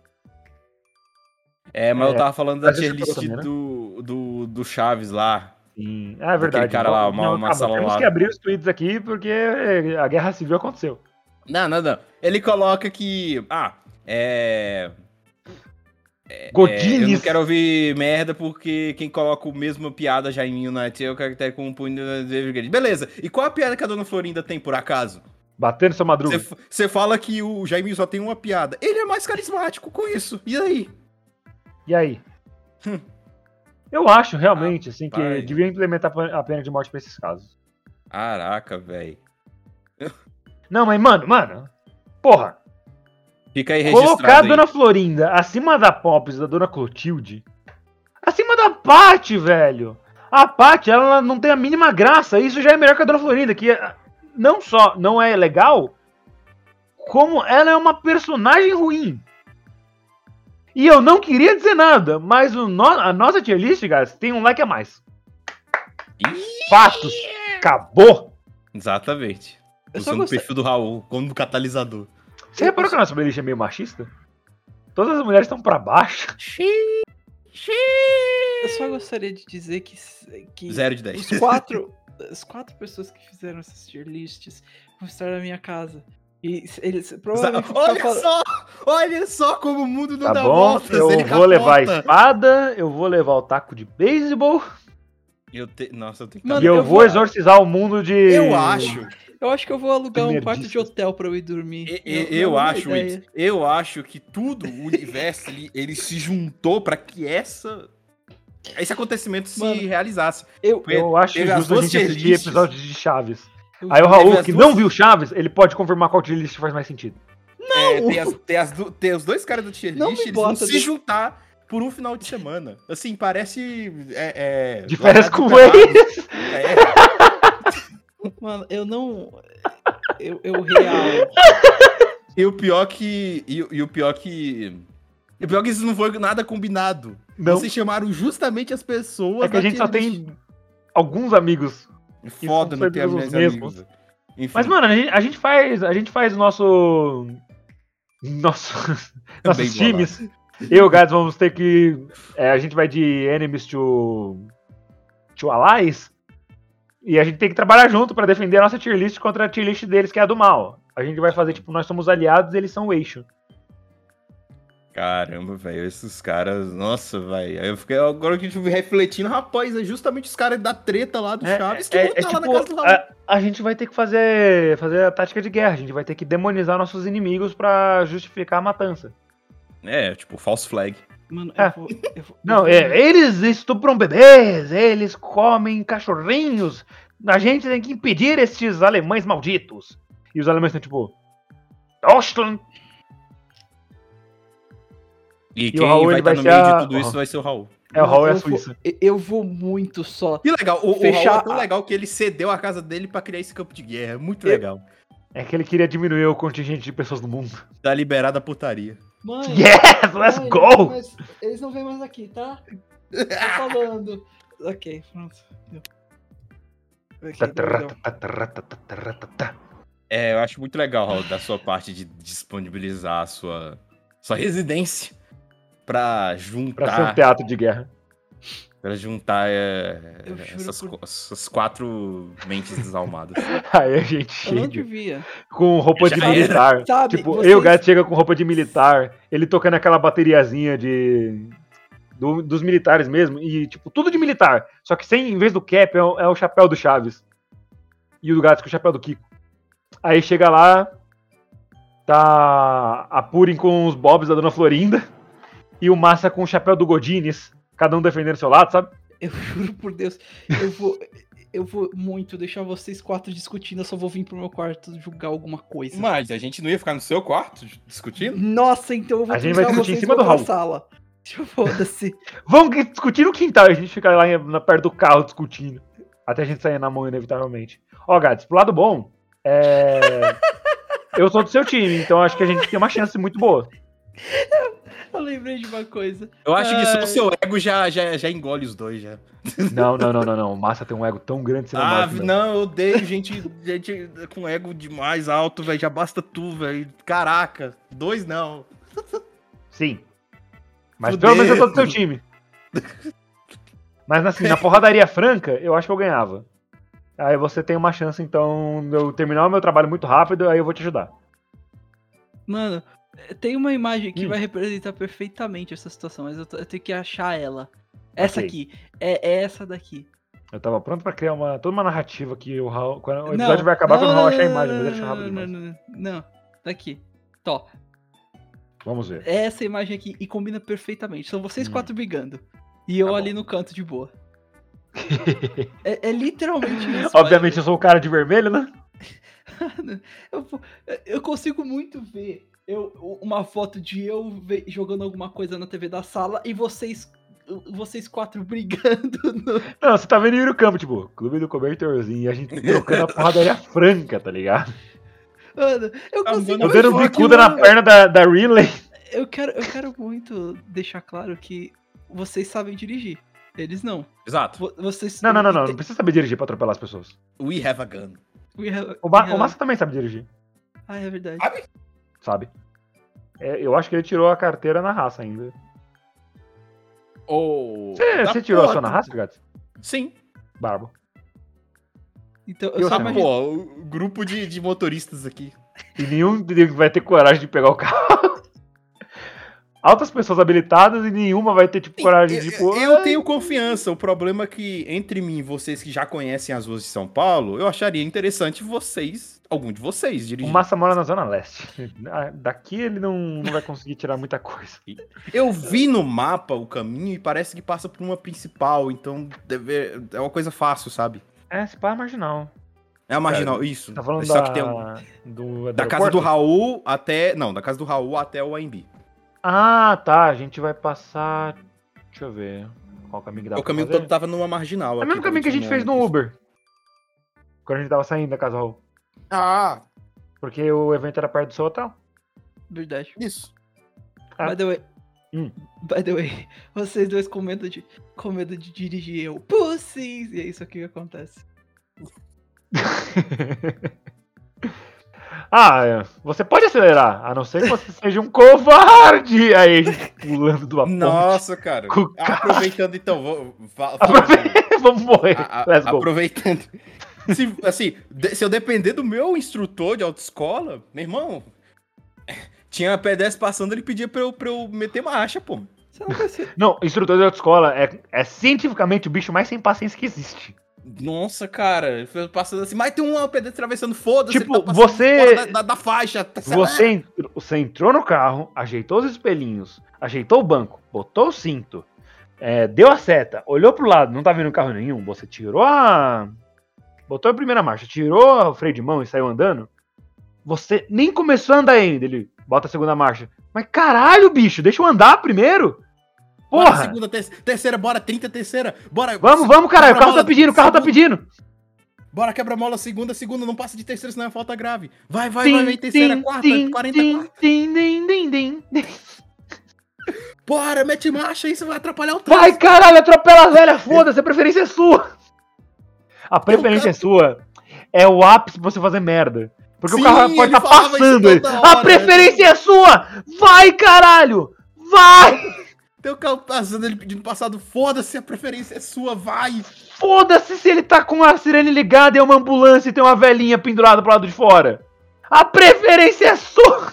[SPEAKER 5] É, mas eu
[SPEAKER 4] É,
[SPEAKER 5] tava falando da
[SPEAKER 4] mas isso
[SPEAKER 5] tier
[SPEAKER 4] eu
[SPEAKER 5] list
[SPEAKER 4] também, né?
[SPEAKER 5] do, do, do Chaves lá.
[SPEAKER 4] Sim. Ah, é verdade.
[SPEAKER 5] cara lá, uma- uma
[SPEAKER 4] acabou.
[SPEAKER 5] sala
[SPEAKER 4] Temos
[SPEAKER 5] lá.
[SPEAKER 4] que abrir os tweets aqui porque eh, a guerra civil aconteceu.
[SPEAKER 5] Não, não, não. Ele coloca que. Ah, é. É, eu não
[SPEAKER 4] Godines.
[SPEAKER 5] quero ouvir merda porque quem coloca o mesmo piada já em mim na tia, eu quero ter com um punho. Beleza. E qual a piada que a dona Florinda tem, por acaso?
[SPEAKER 4] Batendo sua madruga.
[SPEAKER 5] Você fala que o Jaiminho só tem uma piada. Ele é mais carismático com isso. E aí?
[SPEAKER 4] E aí?
[SPEAKER 5] Hum.
[SPEAKER 4] Eu acho
[SPEAKER 5] Ah,
[SPEAKER 4] realmente assim que
[SPEAKER 5] Rapaz.
[SPEAKER 4] devia implementar a pena de morte pra esses casos.
[SPEAKER 5] Caraca, velho.
[SPEAKER 4] Não, mas mano, mano. Porra,
[SPEAKER 5] Fica aí registrado.
[SPEAKER 4] colocar a
[SPEAKER 5] aí.
[SPEAKER 4] dona Florinda acima da Pops, da dona Clotilde, acima da Paty, velho. A Paty, ela não tem a mínima graça. Isso já é melhor que a dona Florinda, que ah, não só não é legal, como ela é uma personagem ruim. E eu não queria dizer nada, mas o no- a nossa tier list, guys, tem um like a mais.
[SPEAKER 5] Ih,
[SPEAKER 4] Fatos. Acabou.
[SPEAKER 5] Exatamente.
[SPEAKER 3] Eu só
[SPEAKER 5] Usando o
[SPEAKER 3] gostei.
[SPEAKER 5] perfil do Raul como catalisador.
[SPEAKER 4] Você reparou que a nossa playlist é meio machista? Todas as mulheres estão pra baixo.
[SPEAKER 3] Eu só gostaria de dizer que, s- que
[SPEAKER 5] Zero de 10.
[SPEAKER 3] os quatro, as quatro pessoas que fizeram essas tier lists vão estar na minha casa. E s- eles provavelmente vão
[SPEAKER 5] Olha
[SPEAKER 3] ficar fal-
[SPEAKER 5] só! Olha só como o mundo não
[SPEAKER 4] Tá
[SPEAKER 5] dá
[SPEAKER 4] bom,
[SPEAKER 5] voltas.
[SPEAKER 4] eu
[SPEAKER 5] ele
[SPEAKER 4] vou levar a
[SPEAKER 5] capota.
[SPEAKER 4] espada, eu vou levar o taco de beisebol
[SPEAKER 5] Eu te... Nossa, eu tenho que
[SPEAKER 3] Mano,
[SPEAKER 4] e eu,
[SPEAKER 3] eu
[SPEAKER 4] vou
[SPEAKER 3] vou-
[SPEAKER 4] exorcizar o mundo de.
[SPEAKER 5] Eu acho,
[SPEAKER 3] Eu acho que eu vou alugar um
[SPEAKER 4] Primeiro
[SPEAKER 3] quarto de
[SPEAKER 4] disco.
[SPEAKER 3] hotel pra eu ir dormir.
[SPEAKER 5] e- e-
[SPEAKER 3] Não-
[SPEAKER 5] eu,
[SPEAKER 3] não é uma
[SPEAKER 5] acho,
[SPEAKER 3] ideia.
[SPEAKER 5] Ibs, eu acho que tudo o universo ele, ele se juntou pra que essa esse acontecimento se
[SPEAKER 3] Mano,
[SPEAKER 5] realizasse.
[SPEAKER 3] Eu,
[SPEAKER 4] Eu acho
[SPEAKER 5] Teve as
[SPEAKER 4] justo a
[SPEAKER 5] duas
[SPEAKER 4] gente assistir
[SPEAKER 5] tier lists.
[SPEAKER 4] episódios de Chaves.
[SPEAKER 3] eu-
[SPEAKER 4] Aí o
[SPEAKER 5] Teve
[SPEAKER 4] Raul,
[SPEAKER 5] as
[SPEAKER 4] que
[SPEAKER 5] duas-
[SPEAKER 4] não viu Chaves, ele pode confirmar qual tier list faz mais sentido.
[SPEAKER 5] É, tem, as- tem as du- tem os dois caras do tier
[SPEAKER 3] Não
[SPEAKER 5] list,
[SPEAKER 3] me
[SPEAKER 5] eles vão
[SPEAKER 3] bota
[SPEAKER 5] se
[SPEAKER 3] desse-
[SPEAKER 5] juntar por um final de semana. Assim, parece. É, é,
[SPEAKER 4] De férias com o
[SPEAKER 5] Largados e
[SPEAKER 4] ex.
[SPEAKER 5] Pelados. É,
[SPEAKER 3] Mano, eu não. Eu, eu real.
[SPEAKER 5] E o pior que. E, e o pior que. E o pior que isso não foi nada combinado.
[SPEAKER 4] *laughs* Não,
[SPEAKER 5] Vocês chamaram justamente as pessoas.
[SPEAKER 4] é que a
[SPEAKER 5] da
[SPEAKER 4] gente só
[SPEAKER 5] tier list.
[SPEAKER 4] tem alguns amigos.
[SPEAKER 5] Foda,
[SPEAKER 4] são
[SPEAKER 5] não
[SPEAKER 4] sempre
[SPEAKER 5] tem amigos.
[SPEAKER 4] os mesmos.
[SPEAKER 5] amigos. Enfim.
[SPEAKER 4] Mas, mano, a gente, a gente faz. A gente faz o nosso. Nosso.
[SPEAKER 5] Bem
[SPEAKER 4] Nossos times. Eu, Gads, vamos ter que. é, a gente vai de enemies to. to allies. E a gente tem que trabalhar junto pra defender a nossa tier list contra a tier list deles, que é a do mal. A gente vai fazer, tipo, nós somos aliados e eles são o eixo.
[SPEAKER 5] Caramba, velho, esses caras, nossa, velho. Aí Eu fiquei agora que a gente foi refletindo, rapaz, é justamente os caras da treta lá do
[SPEAKER 4] É,
[SPEAKER 5] Chaves que
[SPEAKER 4] é, é
[SPEAKER 5] botaram tá lá na
[SPEAKER 4] tipo,
[SPEAKER 5] casa do Raul.
[SPEAKER 4] A gente vai ter que fazer, fazer a tática de guerra, a gente vai ter que demonizar nossos inimigos pra justificar a matança.
[SPEAKER 5] É, tipo, false flag.
[SPEAKER 3] Mano,
[SPEAKER 4] Ah.
[SPEAKER 3] eu vou. eu vou-
[SPEAKER 4] Não, é, eles estupram bebês, eles comem cachorrinhos. A gente tem que impedir esses alemães malditos. E os alemães estão tipo. Deutschland.
[SPEAKER 5] E,
[SPEAKER 4] o
[SPEAKER 5] quem
[SPEAKER 4] Raul,
[SPEAKER 5] vai
[SPEAKER 4] ele
[SPEAKER 5] estar
[SPEAKER 4] vai
[SPEAKER 5] no
[SPEAKER 4] ser
[SPEAKER 5] meio
[SPEAKER 4] a-
[SPEAKER 5] de tudo isso vai ser o Raul.
[SPEAKER 4] É o
[SPEAKER 3] Mano,
[SPEAKER 4] Raul e a
[SPEAKER 3] eu vou-
[SPEAKER 4] Suíça.
[SPEAKER 3] Eu vou muito só.
[SPEAKER 5] E legal, o, o Raul
[SPEAKER 3] Fechar
[SPEAKER 5] é tão
[SPEAKER 3] a-
[SPEAKER 5] legal que ele cedeu a casa dele pra criar esse campo de guerra. Muito
[SPEAKER 4] Eu-
[SPEAKER 5] legal.
[SPEAKER 4] É que ele queria diminuir o contingente de pessoas no mundo.
[SPEAKER 5] Tá liberada a putaria.
[SPEAKER 3] Mãe,
[SPEAKER 4] Yes, *laughs* let's
[SPEAKER 3] mãe,
[SPEAKER 4] go!
[SPEAKER 3] mas eles não vêm mais aqui, tá?
[SPEAKER 4] *laughs*
[SPEAKER 3] Tô falando. ok, pronto. Deu. Ok,
[SPEAKER 4] Tá,
[SPEAKER 3] perdão.
[SPEAKER 4] Tataratatataratatá.
[SPEAKER 5] É, eu acho muito legal, Raul, da sua parte de disponibilizar a sua, sua residência pra
[SPEAKER 4] Pra ser
[SPEAKER 5] juntar,
[SPEAKER 4] um teatro de guerra.
[SPEAKER 5] pra juntar é,
[SPEAKER 3] Eu juro
[SPEAKER 5] essas,
[SPEAKER 3] por-
[SPEAKER 5] co- essas quatro mentes desalmadas.
[SPEAKER 4] Aí a gente
[SPEAKER 3] Eu não te
[SPEAKER 4] chega
[SPEAKER 3] via.
[SPEAKER 4] com roupa de
[SPEAKER 5] Já era.
[SPEAKER 4] militar.
[SPEAKER 3] Sabe,
[SPEAKER 4] tá, Tipo,
[SPEAKER 3] vocês-
[SPEAKER 4] eu e o gato chega com roupa de militar, ele tocando aquela bateriazinha de. do- dos militares mesmo, e tipo, tudo de militar. Só que sem, em vez do cap, é o, é o chapéu do Chaves. E o do gato com o chapéu do Kiko. Aí chega lá, tá a Purim com os bobs da Dona Florinda, e o Massa com o chapéu do Godines, cada um defendendo seu lado, sabe?
[SPEAKER 3] Eu juro por Deus. Eu vou. Eu vou muito deixar vocês quatro discutindo. Eu só vou vir pro meu quarto julgar alguma coisa.
[SPEAKER 5] *laughs* Mas a gente não ia ficar no seu quarto discutindo?
[SPEAKER 3] Nossa, então eu vou
[SPEAKER 4] A gente vai
[SPEAKER 3] trancar
[SPEAKER 4] discutir
[SPEAKER 3] vocês
[SPEAKER 4] em
[SPEAKER 3] e
[SPEAKER 4] cima
[SPEAKER 3] vou
[SPEAKER 4] do
[SPEAKER 3] pra
[SPEAKER 4] Raul.
[SPEAKER 3] sala. Foda-se.
[SPEAKER 4] Vamos que- discutir no quintal, a gente fica lá em- na perto do carro discutindo. Até a gente sair na mão, inevitavelmente. Ó, Gats, pro lado bom, é. Eu sou do seu time, então acho que a gente tem uma chance muito boa.
[SPEAKER 3] Eu lembrei de uma coisa.
[SPEAKER 5] Eu acho que só
[SPEAKER 3] Ai.
[SPEAKER 5] o seu ego já, já, já engole os dois, já.
[SPEAKER 4] Não, não, não, não, não. O Massa tem um ego tão grande que você não
[SPEAKER 5] ah,
[SPEAKER 4] bate, não.
[SPEAKER 5] não, eu odeio gente, gente com ego demais alto, velho. Já basta tu, velho. Caraca, dois não.
[SPEAKER 4] Sim. Mas
[SPEAKER 5] Fudeu.
[SPEAKER 4] pelo menos eu tô do seu time. Mas assim, na porradaria franca, eu acho que eu ganhava. Aí você tem uma chance, então, de eu terminar o meu trabalho muito rápido, aí eu vou te ajudar.
[SPEAKER 3] Mano, tem uma imagem que
[SPEAKER 4] Hum.
[SPEAKER 3] vai representar perfeitamente essa situação, mas eu, tô- eu tenho que achar ela. Essa
[SPEAKER 4] Ok.
[SPEAKER 3] aqui. É, é essa daqui.
[SPEAKER 4] Eu tava pronto pra criar uma, toda uma narrativa que o, Raul, quando o
[SPEAKER 3] Não,
[SPEAKER 4] episódio vai acabar
[SPEAKER 3] não,
[SPEAKER 4] quando o
[SPEAKER 3] não,
[SPEAKER 4] Raul achar a
[SPEAKER 3] não,
[SPEAKER 4] imagem, mas
[SPEAKER 3] não,
[SPEAKER 4] ele achou rápido
[SPEAKER 3] não,
[SPEAKER 4] demais.
[SPEAKER 3] não, não, não, não. Daqui. Tó.
[SPEAKER 4] Vamos ver.
[SPEAKER 3] É essa imagem aqui e combina perfeitamente. São vocês
[SPEAKER 4] Hum.
[SPEAKER 3] quatro brigando. E eu
[SPEAKER 4] Tá bom.
[SPEAKER 3] ali no canto de
[SPEAKER 4] *laughs*
[SPEAKER 3] boa. é, é literalmente isso.
[SPEAKER 4] Obviamente eu sou o cara de vermelho, né?
[SPEAKER 3] Mano, eu, é, eu consigo muito ver eu, uma foto de eu ve- jogando alguma coisa na TV da sala e vocês vocês quatro *laughs* brigando. no-
[SPEAKER 4] Não, você tá vendo o Yuri Campo, tipo, clube do cobertorzinho, e a gente trocando a porradaria franca, tá ligado?
[SPEAKER 3] Mano, eu
[SPEAKER 5] Ah,
[SPEAKER 3] consigo.
[SPEAKER 5] mano,
[SPEAKER 4] Eu dando
[SPEAKER 5] vou aqui,
[SPEAKER 4] Tá bicuda na
[SPEAKER 5] mano.
[SPEAKER 4] perna da, da Ridley.
[SPEAKER 3] Eu quero, eu quero muito deixar claro que vocês sabem dirigir. Eles não.
[SPEAKER 5] Exato.
[SPEAKER 3] Vo- Vocês.
[SPEAKER 4] Não, não, não, não. Não precisa saber dirigir pra atropelar as pessoas.
[SPEAKER 5] We have a gun.
[SPEAKER 3] We have-
[SPEAKER 4] O, Ma-
[SPEAKER 3] we have-
[SPEAKER 4] o Massa também sabe dirigir,
[SPEAKER 3] Ah, é verdade.
[SPEAKER 4] sabe? É, eu acho que ele tirou a carteira na raça ainda.
[SPEAKER 5] Ou.
[SPEAKER 4] Você,
[SPEAKER 3] Tá
[SPEAKER 5] Da
[SPEAKER 4] você tirou a sua
[SPEAKER 5] porra.
[SPEAKER 4] na raça, gato?
[SPEAKER 5] Oh. Tá Sim.
[SPEAKER 4] Barbo.
[SPEAKER 3] Então, eu
[SPEAKER 4] Eu
[SPEAKER 3] só
[SPEAKER 5] Ah,
[SPEAKER 4] sei,
[SPEAKER 3] imagino.
[SPEAKER 5] pô, o grupo de, de motoristas aqui.
[SPEAKER 4] E nenhum de- vai ter coragem de pegar o carro. *laughs* Altas pessoas habilitadas e nenhuma vai ter, tipo, coragem de, tipo...
[SPEAKER 5] Eu, eu
[SPEAKER 4] "Ai,
[SPEAKER 5] tenho confiança. O problema é que, entre mim e vocês que já conhecem as ruas de São Paulo, eu acharia interessante vocês, algum de vocês,
[SPEAKER 4] O
[SPEAKER 5] dirigir.
[SPEAKER 4] Massa mora na Zona Leste. Ah, Daqui ele não, não vai conseguir tirar muita coisa.
[SPEAKER 5] Eu vi no mapa o caminho e parece que passa por uma principal, então deve- é uma coisa fácil, sabe?
[SPEAKER 4] É, se pá é marginal.
[SPEAKER 5] É a marginal, isso.
[SPEAKER 4] Tá falando
[SPEAKER 5] Só
[SPEAKER 4] da,
[SPEAKER 5] que tem um-
[SPEAKER 4] do,
[SPEAKER 5] da casa do
[SPEAKER 4] aeroporto?
[SPEAKER 5] Raul até. Não, da casa do Raul até o AMB.
[SPEAKER 4] Ah, tá. A gente vai passar... Deixa eu ver. Qual caminho que dá
[SPEAKER 5] É O
[SPEAKER 4] pra
[SPEAKER 5] caminho
[SPEAKER 4] fazer?
[SPEAKER 5] todo tava numa marginal.
[SPEAKER 4] É o mesmo caminho que a gente fez no Uber. Quando a gente tava saindo da casa do Raul.
[SPEAKER 5] Ah,
[SPEAKER 4] Porque o evento era perto do seu hotel.
[SPEAKER 3] Verdade.
[SPEAKER 5] isso.
[SPEAKER 4] Ah.
[SPEAKER 3] By the way.
[SPEAKER 4] Hum.
[SPEAKER 3] By the way, *laughs* vocês dois com medo de, com medo de dirigir eu. Pussies! E é isso aqui que acontece.
[SPEAKER 4] Ah, é. você pode acelerar, a não ser que você seja um covarde! Aí, a gente pulando do ponte.
[SPEAKER 5] Nossa, cara.
[SPEAKER 4] Com o
[SPEAKER 5] Aproveitando então, vou. fa-
[SPEAKER 4] *laughs* Vamos morrer.
[SPEAKER 5] A- a-
[SPEAKER 4] Let's go.
[SPEAKER 5] aproveitando. *laughs* Se, assim, de- se eu depender do meu instrutor de autoescola, meu irmão, tinha pedestre passando, ele pedia pra eu, pra eu meter marcha, pô.
[SPEAKER 3] Você não vai ser-
[SPEAKER 4] Não, instrutor de autoescola é, é cientificamente o bicho mais sem paciência que existe.
[SPEAKER 5] Nossa, cara, eu passando assim, mas tem um pedestre atravessando, foda-se.
[SPEAKER 4] Tipo,
[SPEAKER 5] ele tá passando
[SPEAKER 4] você-
[SPEAKER 5] fora Da, da- da faixa. tá- sei lá.
[SPEAKER 4] Você, entr- você entrou no carro, ajeitou os espelhinhos, ajeitou o banco, botou o cinto, é, deu a seta, olhou pro lado, não tá vendo carro nenhum, você tirou a. Botou a primeira marcha, tirou o freio de mão e saiu andando. Você nem começou a andar ainda, ele bota a segunda marcha. Mas caralho, bicho, deixa eu andar primeiro!
[SPEAKER 5] Bora,
[SPEAKER 4] Porra!
[SPEAKER 5] Segunda, ter- terceira, bora, 30, terceira. Bora.
[SPEAKER 4] Vamos, vamos, caralho, o carro tá
[SPEAKER 5] Segunda,
[SPEAKER 4] pedindo, o carro tá
[SPEAKER 5] segunda.
[SPEAKER 4] pedindo!
[SPEAKER 5] Bora, quebra-mola, segunda, segunda, não passa de terceira, senão é falta grave. Vai, vai, vai, vai,
[SPEAKER 4] Tim,
[SPEAKER 5] terceira,
[SPEAKER 4] tim,
[SPEAKER 5] quarta,
[SPEAKER 4] tim,
[SPEAKER 5] quarenta,
[SPEAKER 4] tim,
[SPEAKER 5] quarta.
[SPEAKER 4] tim, din, din, din.
[SPEAKER 5] Bora, mete marcha, isso vai atrapalhar o trânsito.
[SPEAKER 4] Vai, caralho, atropela a velha, foda-se, a preferência é sua. A preferência é sua. É o ápice pra você fazer merda. Porque
[SPEAKER 5] Sim,
[SPEAKER 4] o carro pode
[SPEAKER 5] ele
[SPEAKER 4] estar
[SPEAKER 5] falava
[SPEAKER 4] passando.
[SPEAKER 5] isso
[SPEAKER 4] Ele.
[SPEAKER 5] toda
[SPEAKER 4] A
[SPEAKER 5] hora.
[SPEAKER 4] preferência é sua! Vai, caralho! Vai!
[SPEAKER 5] Tem o carro passando, ele pedindo passado, foda-se, a preferência é sua, vai!
[SPEAKER 4] Foda-se se ele tá com a sirene ligada e é uma ambulância e tem uma velhinha pendurada pro lado de fora. A preferência é sua!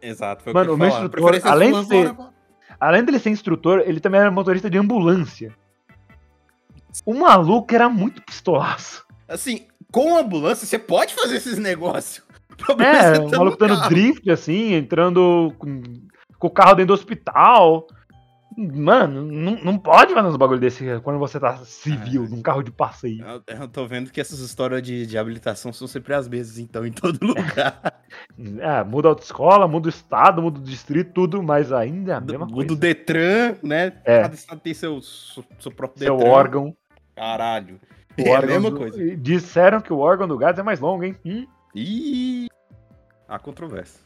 [SPEAKER 5] Exato, foi
[SPEAKER 4] Mano,
[SPEAKER 5] eu
[SPEAKER 4] o meu
[SPEAKER 5] falava. A
[SPEAKER 4] instrutor,
[SPEAKER 5] preferência é
[SPEAKER 4] além
[SPEAKER 5] sua,
[SPEAKER 4] de ser-
[SPEAKER 5] bora, bora.
[SPEAKER 4] Além dele ser instrutor, ele também era motorista de ambulância. O maluco era muito pistolaço.
[SPEAKER 5] Assim, com ambulância, você pode fazer esses negócios. *laughs* O problema
[SPEAKER 4] É,
[SPEAKER 5] você
[SPEAKER 4] o
[SPEAKER 5] tá
[SPEAKER 4] maluco
[SPEAKER 5] no
[SPEAKER 4] dando
[SPEAKER 5] carro.
[SPEAKER 4] drift, assim, entrando com, com o carro dentro do hospital. Mano, não, não pode fazer uns bagulho desse quando você tá civil, num carro de passeio.
[SPEAKER 5] Eu, eu tô vendo que essas histórias de, de habilitação são sempre as mesmas, então, em todo *laughs* lugar.
[SPEAKER 4] É, muda a autoescola, muda o estado, muda o distrito, tudo, mas ainda é a mesma
[SPEAKER 5] Do,
[SPEAKER 4] coisa.
[SPEAKER 5] do Detran, né?
[SPEAKER 4] É.
[SPEAKER 5] Cada estado tem seu, seu seu próprio
[SPEAKER 4] Seu
[SPEAKER 5] Detran.
[SPEAKER 4] órgão.
[SPEAKER 5] Caralho.
[SPEAKER 4] o
[SPEAKER 5] É a
[SPEAKER 4] órgão
[SPEAKER 5] mesma
[SPEAKER 4] do-
[SPEAKER 5] coisa.
[SPEAKER 4] e Disseram que o órgão do gado é mais longo, hein? Hum.
[SPEAKER 5] Ih! A controvérsia.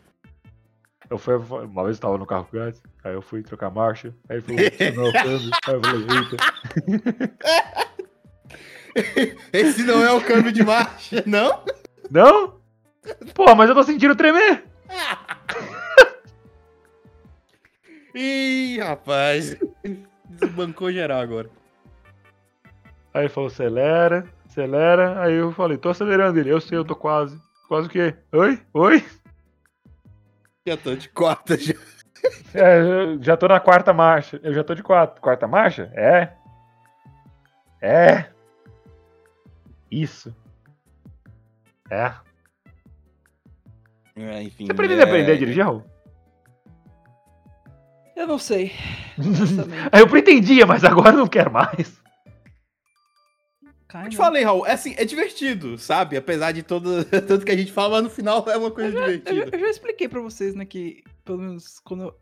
[SPEAKER 4] Eu fui, uma vez eu tava no carro com o Gats, aí eu fui trocar a marcha, aí ele falou, funcionou o câmbio, aí eu falei, eita.
[SPEAKER 5] Esse não é o câmbio de marcha, *laughs* não?
[SPEAKER 4] Não? Pô, mas eu tô sentindo tremer.
[SPEAKER 5] Ih, rapaz. Desbancou geral agora.
[SPEAKER 4] Aí ele falou, acelera, acelera. Aí eu falei, tô acelerando ele. Eu sei, eu tô quase. Quase o quê? Oi? Oi?
[SPEAKER 5] Já tô de quarta já.
[SPEAKER 4] *laughs* É, eu já tô na quarta marcha. Eu já tô de quarta. Quarta marcha? É. É. Isso. É.
[SPEAKER 5] É, enfim.
[SPEAKER 4] Você pretende
[SPEAKER 5] é-
[SPEAKER 4] aprender a dirigir, Raul? *laughs*
[SPEAKER 3] Eu não sei.
[SPEAKER 4] *laughs*
[SPEAKER 3] Honestamente.
[SPEAKER 4] Eu pretendia, mas agora eu não quero mais.
[SPEAKER 5] Eu
[SPEAKER 3] Cara,
[SPEAKER 5] te falei, Raul, é assim, é divertido, sabe? Apesar de todo, *laughs* tanto que a gente fala, mas no final é uma coisa
[SPEAKER 3] Eu, já-
[SPEAKER 5] divertida.
[SPEAKER 3] eu já expliquei pra vocês, né, que pelo menos quando eu-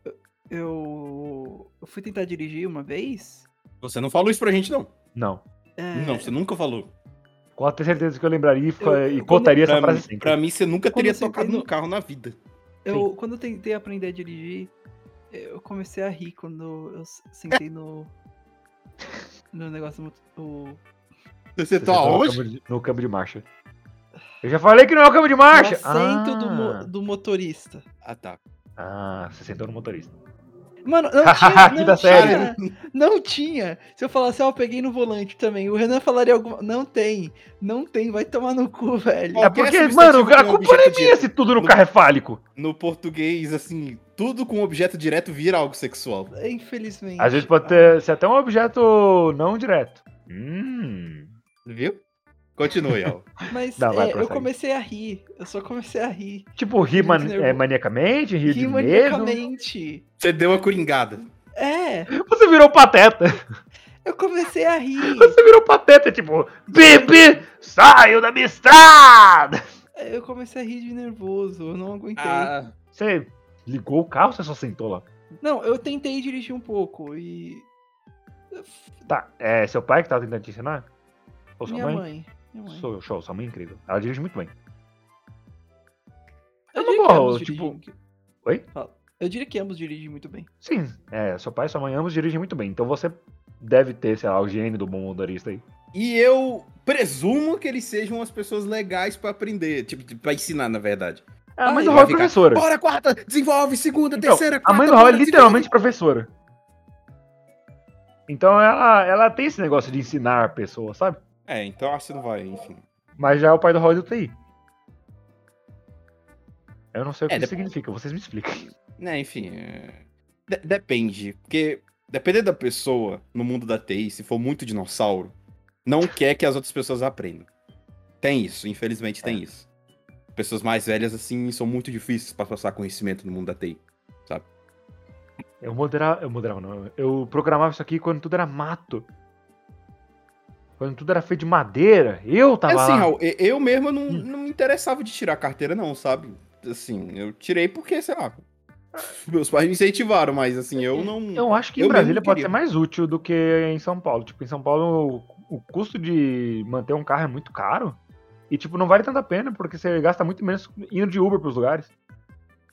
[SPEAKER 3] eu, eu fui tentar dirigir uma vez.
[SPEAKER 5] Você não falou isso pra gente, não.
[SPEAKER 4] Não.
[SPEAKER 3] é,
[SPEAKER 5] Não, você nunca falou.
[SPEAKER 4] Com ter certeza que eu lembraria e, fa-
[SPEAKER 3] Eu-
[SPEAKER 4] e
[SPEAKER 3] eu-
[SPEAKER 4] cotaria essa
[SPEAKER 5] Pra,
[SPEAKER 4] frase
[SPEAKER 5] mim,
[SPEAKER 4] sempre.
[SPEAKER 5] pra mim, você nunca
[SPEAKER 3] Quando
[SPEAKER 5] teria
[SPEAKER 3] eu sentei
[SPEAKER 5] tocado
[SPEAKER 3] no-
[SPEAKER 5] no carro na vida.
[SPEAKER 3] Eu, quando eu tentei aprender a dirigir, eu comecei a rir quando eu s- sentei no. No negócio muito. O...
[SPEAKER 5] Você
[SPEAKER 4] Você
[SPEAKER 5] tá
[SPEAKER 4] sentou no
[SPEAKER 5] onde?
[SPEAKER 4] câmbio de- No câmbio de marcha. Eu já falei que não é o câmbio de marcha.
[SPEAKER 3] no assento do,
[SPEAKER 4] ah,
[SPEAKER 3] mo- do motorista.
[SPEAKER 5] Ah, tá.
[SPEAKER 4] ah, você sentou no motorista.
[SPEAKER 3] Mano,
[SPEAKER 4] *laughs*
[SPEAKER 3] não tinha.
[SPEAKER 4] Que
[SPEAKER 3] Não
[SPEAKER 4] da série.
[SPEAKER 3] tinha, não tinha. Se eu falasse, ah, eu peguei no volante também. O Renan falaria alguma. Não tem. Não tem. Vai tomar no cu, velho.
[SPEAKER 4] É
[SPEAKER 5] Qualquer
[SPEAKER 4] porque, mano,
[SPEAKER 5] substantivo
[SPEAKER 4] a
[SPEAKER 5] que é
[SPEAKER 4] culpa não é
[SPEAKER 5] objeto
[SPEAKER 4] minha
[SPEAKER 5] de-
[SPEAKER 4] se tudo no
[SPEAKER 5] no-
[SPEAKER 4] carro é fálico.
[SPEAKER 5] No português, assim, tudo com objeto direto vira algo sexual.
[SPEAKER 3] Infelizmente.
[SPEAKER 4] Às vezes É. pode ter, ser até um objeto não direto. Hum.
[SPEAKER 5] Viu? Continue, Raul.
[SPEAKER 3] Mas
[SPEAKER 4] Dá, vai,
[SPEAKER 3] é, eu
[SPEAKER 4] prossegue.
[SPEAKER 3] comecei a rir. Eu só comecei a rir.
[SPEAKER 4] Tipo, rir
[SPEAKER 3] Muito
[SPEAKER 4] man-
[SPEAKER 3] nervoso.
[SPEAKER 4] é, maniacamente, rir de
[SPEAKER 3] Rir
[SPEAKER 4] medo.
[SPEAKER 3] maniacamente.
[SPEAKER 5] Você deu uma coringada.
[SPEAKER 3] É,
[SPEAKER 4] Você virou pateta.
[SPEAKER 3] eu comecei a
[SPEAKER 4] *laughs*
[SPEAKER 3] rir.
[SPEAKER 4] Você virou pateta, tipo, bebê, saio da minha estrada.
[SPEAKER 3] Eu comecei a rir de nervoso, eu não aguentei.
[SPEAKER 5] Ah,
[SPEAKER 4] Você ligou o carro ou você só sentou lá?
[SPEAKER 3] Não, eu tentei dirigir um pouco e.
[SPEAKER 4] Tá, é seu pai que tava tentando te ensinar? Ou sua
[SPEAKER 3] minha
[SPEAKER 4] mãe?
[SPEAKER 3] mãe. Minha mãe.
[SPEAKER 4] Sou show, sua mãe é incrível. Ela dirige muito bem.
[SPEAKER 3] Eu
[SPEAKER 4] Tá
[SPEAKER 3] diria
[SPEAKER 4] bom,
[SPEAKER 3] que ambos
[SPEAKER 4] tipo-
[SPEAKER 3] dirigem-
[SPEAKER 4] Oi?
[SPEAKER 3] Fala. Eu diria que ambos dirigem muito bem.
[SPEAKER 4] Sim, é, seu pai e sua mãe ambos dirigem muito bem. Então você deve ter, sei lá, o gênio do bom motorista aí.
[SPEAKER 5] E eu presumo que eles sejam as pessoas legais pra aprender, tipo, pra ensinar, na verdade.
[SPEAKER 4] Ah,
[SPEAKER 3] Ai,
[SPEAKER 4] mas o Raul é
[SPEAKER 5] vai ficar-
[SPEAKER 4] professora.
[SPEAKER 5] Bora, quarta, desenvolve, segunda,
[SPEAKER 4] Então,
[SPEAKER 5] terceira,
[SPEAKER 4] A
[SPEAKER 5] quarta.
[SPEAKER 4] mãe do Raul é
[SPEAKER 5] bora,
[SPEAKER 4] literalmente professora. Então ela, ela tem esse negócio de ensinar a pessoa, sabe?
[SPEAKER 5] desenvolve. É, então acho que não vai, enfim.
[SPEAKER 4] Mas já é o pai do Raul é do TI. Eu não sei o que
[SPEAKER 5] É,
[SPEAKER 4] isso
[SPEAKER 5] depois-
[SPEAKER 4] significa, vocês me explicam.
[SPEAKER 5] Né, enfim. é, de- depende. Porque, dependendo da pessoa no mundo da TI, se for muito dinossauro, não quer que as outras pessoas aprendam. Tem isso, infelizmente
[SPEAKER 4] É.
[SPEAKER 5] tem isso. Pessoas mais velhas, assim, são muito difíceis pra passar conhecimento no mundo da TI.
[SPEAKER 4] Eu moderava. Eu moderava, não. Eu programava isso aqui quando tudo era mato. Quando tudo era feito de madeira. Eu
[SPEAKER 5] É
[SPEAKER 4] tava.
[SPEAKER 5] assim,
[SPEAKER 4] lá.
[SPEAKER 5] Raul, e- eu mesmo não,
[SPEAKER 4] Hum.
[SPEAKER 5] não me interessava de tirar a carteira, não, sabe? Assim, eu tirei porque, sei lá. Meus pais me incentivaram, mas assim, eu não.
[SPEAKER 4] É. Eu acho que
[SPEAKER 5] Eu
[SPEAKER 4] em Brasília
[SPEAKER 5] mesmo
[SPEAKER 4] pode
[SPEAKER 5] queria.
[SPEAKER 4] ser mais útil do que em São Paulo. Tipo, em São Paulo o, o custo de manter um carro é muito caro. E, tipo, não vale tanto a pena, porque você gasta muito menos indo de Uber pros lugares.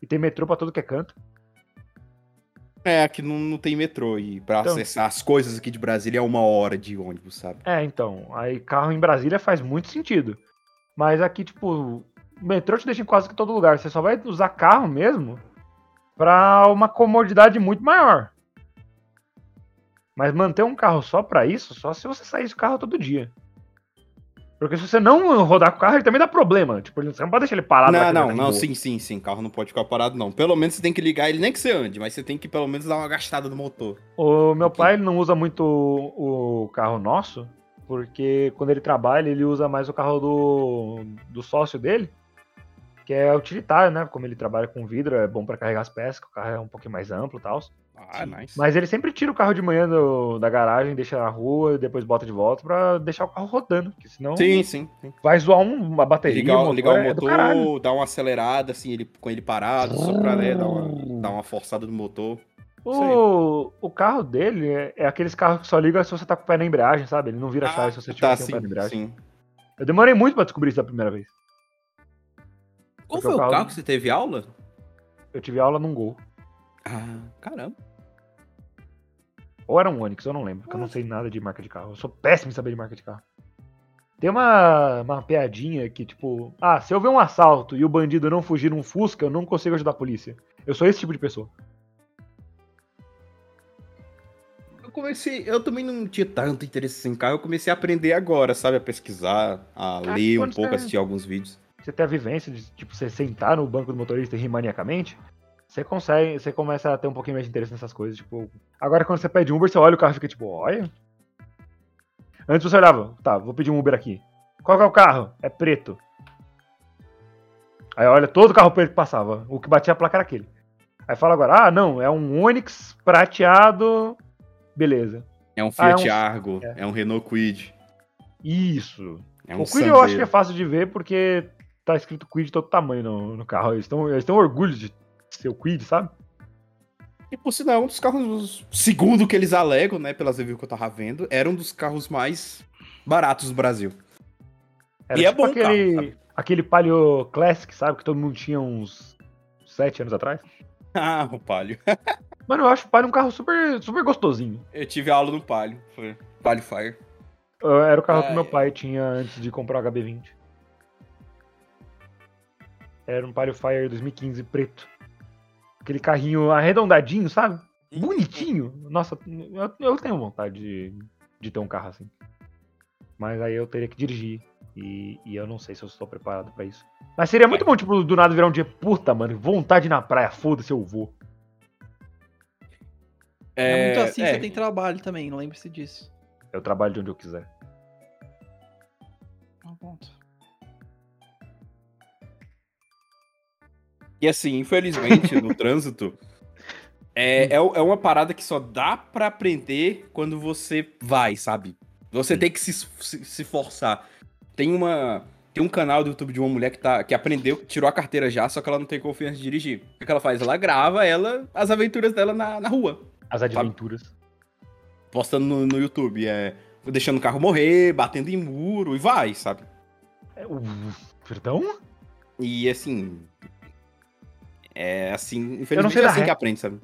[SPEAKER 4] E tem metrô pra todo que é canto.
[SPEAKER 5] É, que não, não tem metrô. E pra
[SPEAKER 4] Então.
[SPEAKER 5] acessar as coisas aqui de Brasília é uma hora de ônibus, sabe?
[SPEAKER 4] É, então. Aí carro em Brasília faz muito sentido. Mas aqui, tipo, o metrô te deixa em quase que todo lugar. Você só vai usar carro mesmo pra uma comodidade muito maior. Mas manter um carro só pra isso, só se você sair do carro todo dia. Porque se você não rodar com o carro, ele também dá problema. Tipo, ele- você não pode deixar ele parado. lá que
[SPEAKER 5] Não,
[SPEAKER 4] ele
[SPEAKER 5] não,
[SPEAKER 4] tá de
[SPEAKER 5] não,
[SPEAKER 4] boa.
[SPEAKER 5] sim, sim, sim. Carro não pode ficar parado, não. Pelo menos você tem que ligar ele, nem que você ande, mas você tem que pelo menos dar uma gastada no motor.
[SPEAKER 4] O meu
[SPEAKER 5] Ok.
[SPEAKER 4] pai ele não usa muito o o carro nosso, porque quando ele trabalha, ele usa mais o carro do, do sócio dele, que é utilitário, né? Como ele trabalha com vidro, é bom pra carregar as peças, que o carro é um pouquinho mais amplo e tal.
[SPEAKER 5] Ah, nice.
[SPEAKER 4] Mas ele sempre tira o carro de manhã do- da garagem, deixa na rua e depois bota de volta pra deixar o carro rodando, porque senão
[SPEAKER 5] Sim, sim. sim.
[SPEAKER 4] vai zoar é um- uma bateria.
[SPEAKER 5] ligar, o- ligar o
[SPEAKER 4] é do caralho.
[SPEAKER 5] motor, dar uma acelerada, assim, ele, com ele parado, só pra né, dar, uma, dar uma forçada no motor. Isso aí.
[SPEAKER 4] O, o carro dele é, é aqueles carros que só ligam se você tá com o pé na embreagem, sabe? Ele não vira chave se você tiver
[SPEAKER 5] tá,
[SPEAKER 4] sem
[SPEAKER 5] sim,
[SPEAKER 4] o pé na embreagem.
[SPEAKER 5] sim.
[SPEAKER 4] Eu demorei muito pra descobrir isso da primeira vez.
[SPEAKER 5] Qual
[SPEAKER 4] Porque o
[SPEAKER 5] foi o
[SPEAKER 4] carro-
[SPEAKER 5] carro que você teve aula?
[SPEAKER 4] Eu tive aula num gol.
[SPEAKER 5] Ah, caramba.
[SPEAKER 4] Ou era um Onix, eu não lembro, porque eu não sei nada de marca de carro. Eu sou péssimo em saber de marca de carro. Tem uma, uma piadinha que, tipo, ah, se eu ver um assalto e o bandido não fugir num Fusca, eu não consigo ajudar a polícia. Eu sou esse tipo de pessoa.
[SPEAKER 5] Eu comecei. Eu também não tinha tanto interesse em carro. Eu comecei a aprender agora, sabe? A pesquisar,
[SPEAKER 4] Ah,
[SPEAKER 5] a ler um
[SPEAKER 4] pode
[SPEAKER 5] pouco,
[SPEAKER 4] ser.
[SPEAKER 5] assistir alguns vídeos.
[SPEAKER 4] Você tem a vivência de, tipo, você sentar no banco do motorista e rir maniacamente, você consegue, você começa a ter um pouquinho mais de interesse nessas coisas, tipo... Agora, quando você pede Uber, você olha o carro e fica, tipo, olha... Antes você olhava, tá, vou pedir um Uber aqui. Qual que é o carro? É preto. Aí olha, todo carro preto que passava, o que batia a placa era aquele. Aí fala agora, ah, não, é um Onix prateado... Beleza.
[SPEAKER 5] É um Fiat
[SPEAKER 4] é um-
[SPEAKER 5] Argo, é.
[SPEAKER 4] é.
[SPEAKER 5] um Renault Quid.
[SPEAKER 4] Isso.
[SPEAKER 5] É um
[SPEAKER 4] o Quid eu acho que é
[SPEAKER 5] Sandero.
[SPEAKER 4] fácil de ver porque tá escrito Quid de todo tamanho no, no carro. Eles têm eles têm orgulho de ser o Quid, sabe?
[SPEAKER 5] E por sinal, um dos carros, segundo o que eles alegam, né, pelas reviews que eu tava vendo, era um dos carros mais baratos do Brasil. *laughs* E é bom o carro,
[SPEAKER 4] tipo aquele,
[SPEAKER 5] sabe?
[SPEAKER 4] aquele Palio Classic, sabe? Que todo mundo tinha uns sete anos atrás.
[SPEAKER 5] Ah, o Palio.
[SPEAKER 4] Mano, eu acho o Palio um carro super, super gostosinho.
[SPEAKER 5] Eu tive aula no Palio. Foi Palio Fire.
[SPEAKER 4] Eu- Era o carro
[SPEAKER 5] Ah,
[SPEAKER 4] que meu
[SPEAKER 5] é.
[SPEAKER 4] pai tinha antes de comprar o HB20. Era um Palio Fire 2015 preto. Aquele carrinho arredondadinho, sabe? Bonitinho. Nossa, eu, eu tenho vontade de, de ter um carro assim. Mas aí eu teria que dirigir. E, e eu não sei se eu estou preparado pra isso. Mas seria muito bom, tipo, do nada virar um dia, puta, mano, vontade na praia, foda-se, eu vou.
[SPEAKER 3] É, muito assim, você tem trabalho também, lembre-se disso.
[SPEAKER 4] Eu trabalho de onde eu quiser.
[SPEAKER 3] Um ponto.
[SPEAKER 5] E assim, infelizmente,
[SPEAKER 4] *laughs*
[SPEAKER 5] no trânsito, é, é, é uma parada que só dá pra aprender quando você vai, sabe? Você tem que se, se, se forçar. Tem uma. Tem um canal do YouTube de uma mulher que, tá, que aprendeu, que tirou a carteira já, só que ela não tem confiança de dirigir. O que que ela faz? Ela grava ela, as aventuras dela na, na rua.
[SPEAKER 4] As adventuras.
[SPEAKER 5] Postando no, no YouTube. É, deixando o carro morrer, batendo em muro e vai, sabe?
[SPEAKER 4] É, uf, perdão?
[SPEAKER 5] E assim. É assim,
[SPEAKER 4] Eu não
[SPEAKER 5] infelizmente
[SPEAKER 4] sei
[SPEAKER 5] é
[SPEAKER 4] da
[SPEAKER 5] assim que
[SPEAKER 4] regra.
[SPEAKER 5] aprende, sabe?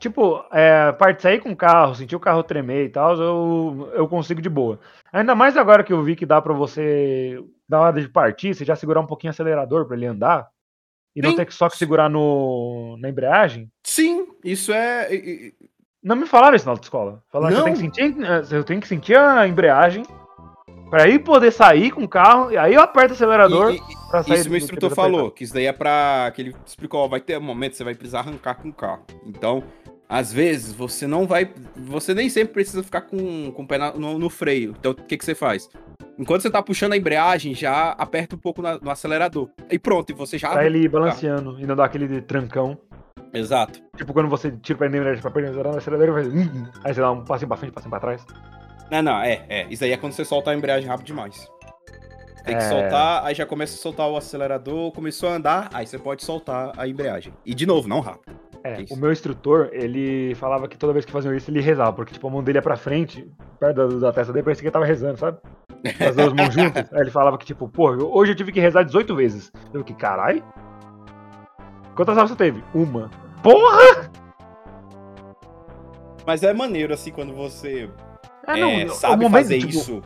[SPEAKER 4] Tipo, é, parte sair com o carro, sentir o carro tremer e tal, eu, eu consigo de boa. Ainda mais agora que eu vi que dá pra você, na hora de partir, você já segurar um pouquinho o acelerador pra ele andar. E não
[SPEAKER 5] Sim.
[SPEAKER 4] ter que só que segurar no, na embreagem.
[SPEAKER 5] Sim, isso é. e- e-
[SPEAKER 4] Não me falaram isso na autoescola. Falaram
[SPEAKER 5] Não.
[SPEAKER 4] que eu tenho que sentir, eh, eu tenho que sentir a embreagem pra ir poder sair com o carro. E aí eu aperto o acelerador
[SPEAKER 5] e- e-
[SPEAKER 4] pra sair
[SPEAKER 5] isso meu
[SPEAKER 4] do- tá
[SPEAKER 5] instrutor
[SPEAKER 4] do-
[SPEAKER 5] falou, que isso daí é pra. que ele explicou, ó, vai ter um momento que você vai precisar arrancar com o carro. Então, às vezes, você não vai. Você nem sempre precisa ficar com, com o pé na- no, no freio. Então, o que, que você faz? Enquanto você tá puxando a embreagem, já aperta um pouco na- no acelerador. E pronto, e você já.
[SPEAKER 4] Pra ele ir balanceando e não dar aquele trancão.
[SPEAKER 5] Exato.
[SPEAKER 4] Tipo, quando você tira pra embreagem pra perna, o acelerador vai. Aí você dá um passinho pra frente, passinho pra trás.
[SPEAKER 5] Não, não, é, é. Isso aí é quando você solta a embreagem rápido demais. Tem que
[SPEAKER 4] É.
[SPEAKER 5] soltar, aí já começa a soltar o acelerador, começou a andar, aí você pode soltar a embreagem. E de novo, não rápido.
[SPEAKER 4] É,
[SPEAKER 5] Que isso.
[SPEAKER 4] o meu instrutor, ele falava que toda vez que faziam isso, ele rezava, porque tipo, a mão dele ia pra frente, perto da, da testa dele, parecia que ele tava rezando, sabe? Com As duas mãos
[SPEAKER 5] *laughs*
[SPEAKER 4] juntas. Aí ele falava que, tipo, pô, eu- hoje eu tive que rezar 18 vezes. Eu que, carai? Quantas aulas você teve? Uma. Porra!
[SPEAKER 5] Mas é maneiro, assim, quando você
[SPEAKER 4] É,
[SPEAKER 5] é,
[SPEAKER 4] eu-
[SPEAKER 5] sabe
[SPEAKER 4] o momento,
[SPEAKER 5] fazer
[SPEAKER 4] tipo,
[SPEAKER 5] isso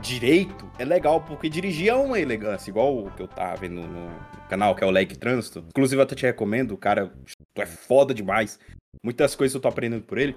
[SPEAKER 5] direito, é legal, porque dirigir é uma elegância, igual o que eu tava vendo no canal, que é o Leg Trânsito. Inclusive, eu até te recomendo, cara, tu é foda demais. Muitas coisas eu tô aprendendo por ele.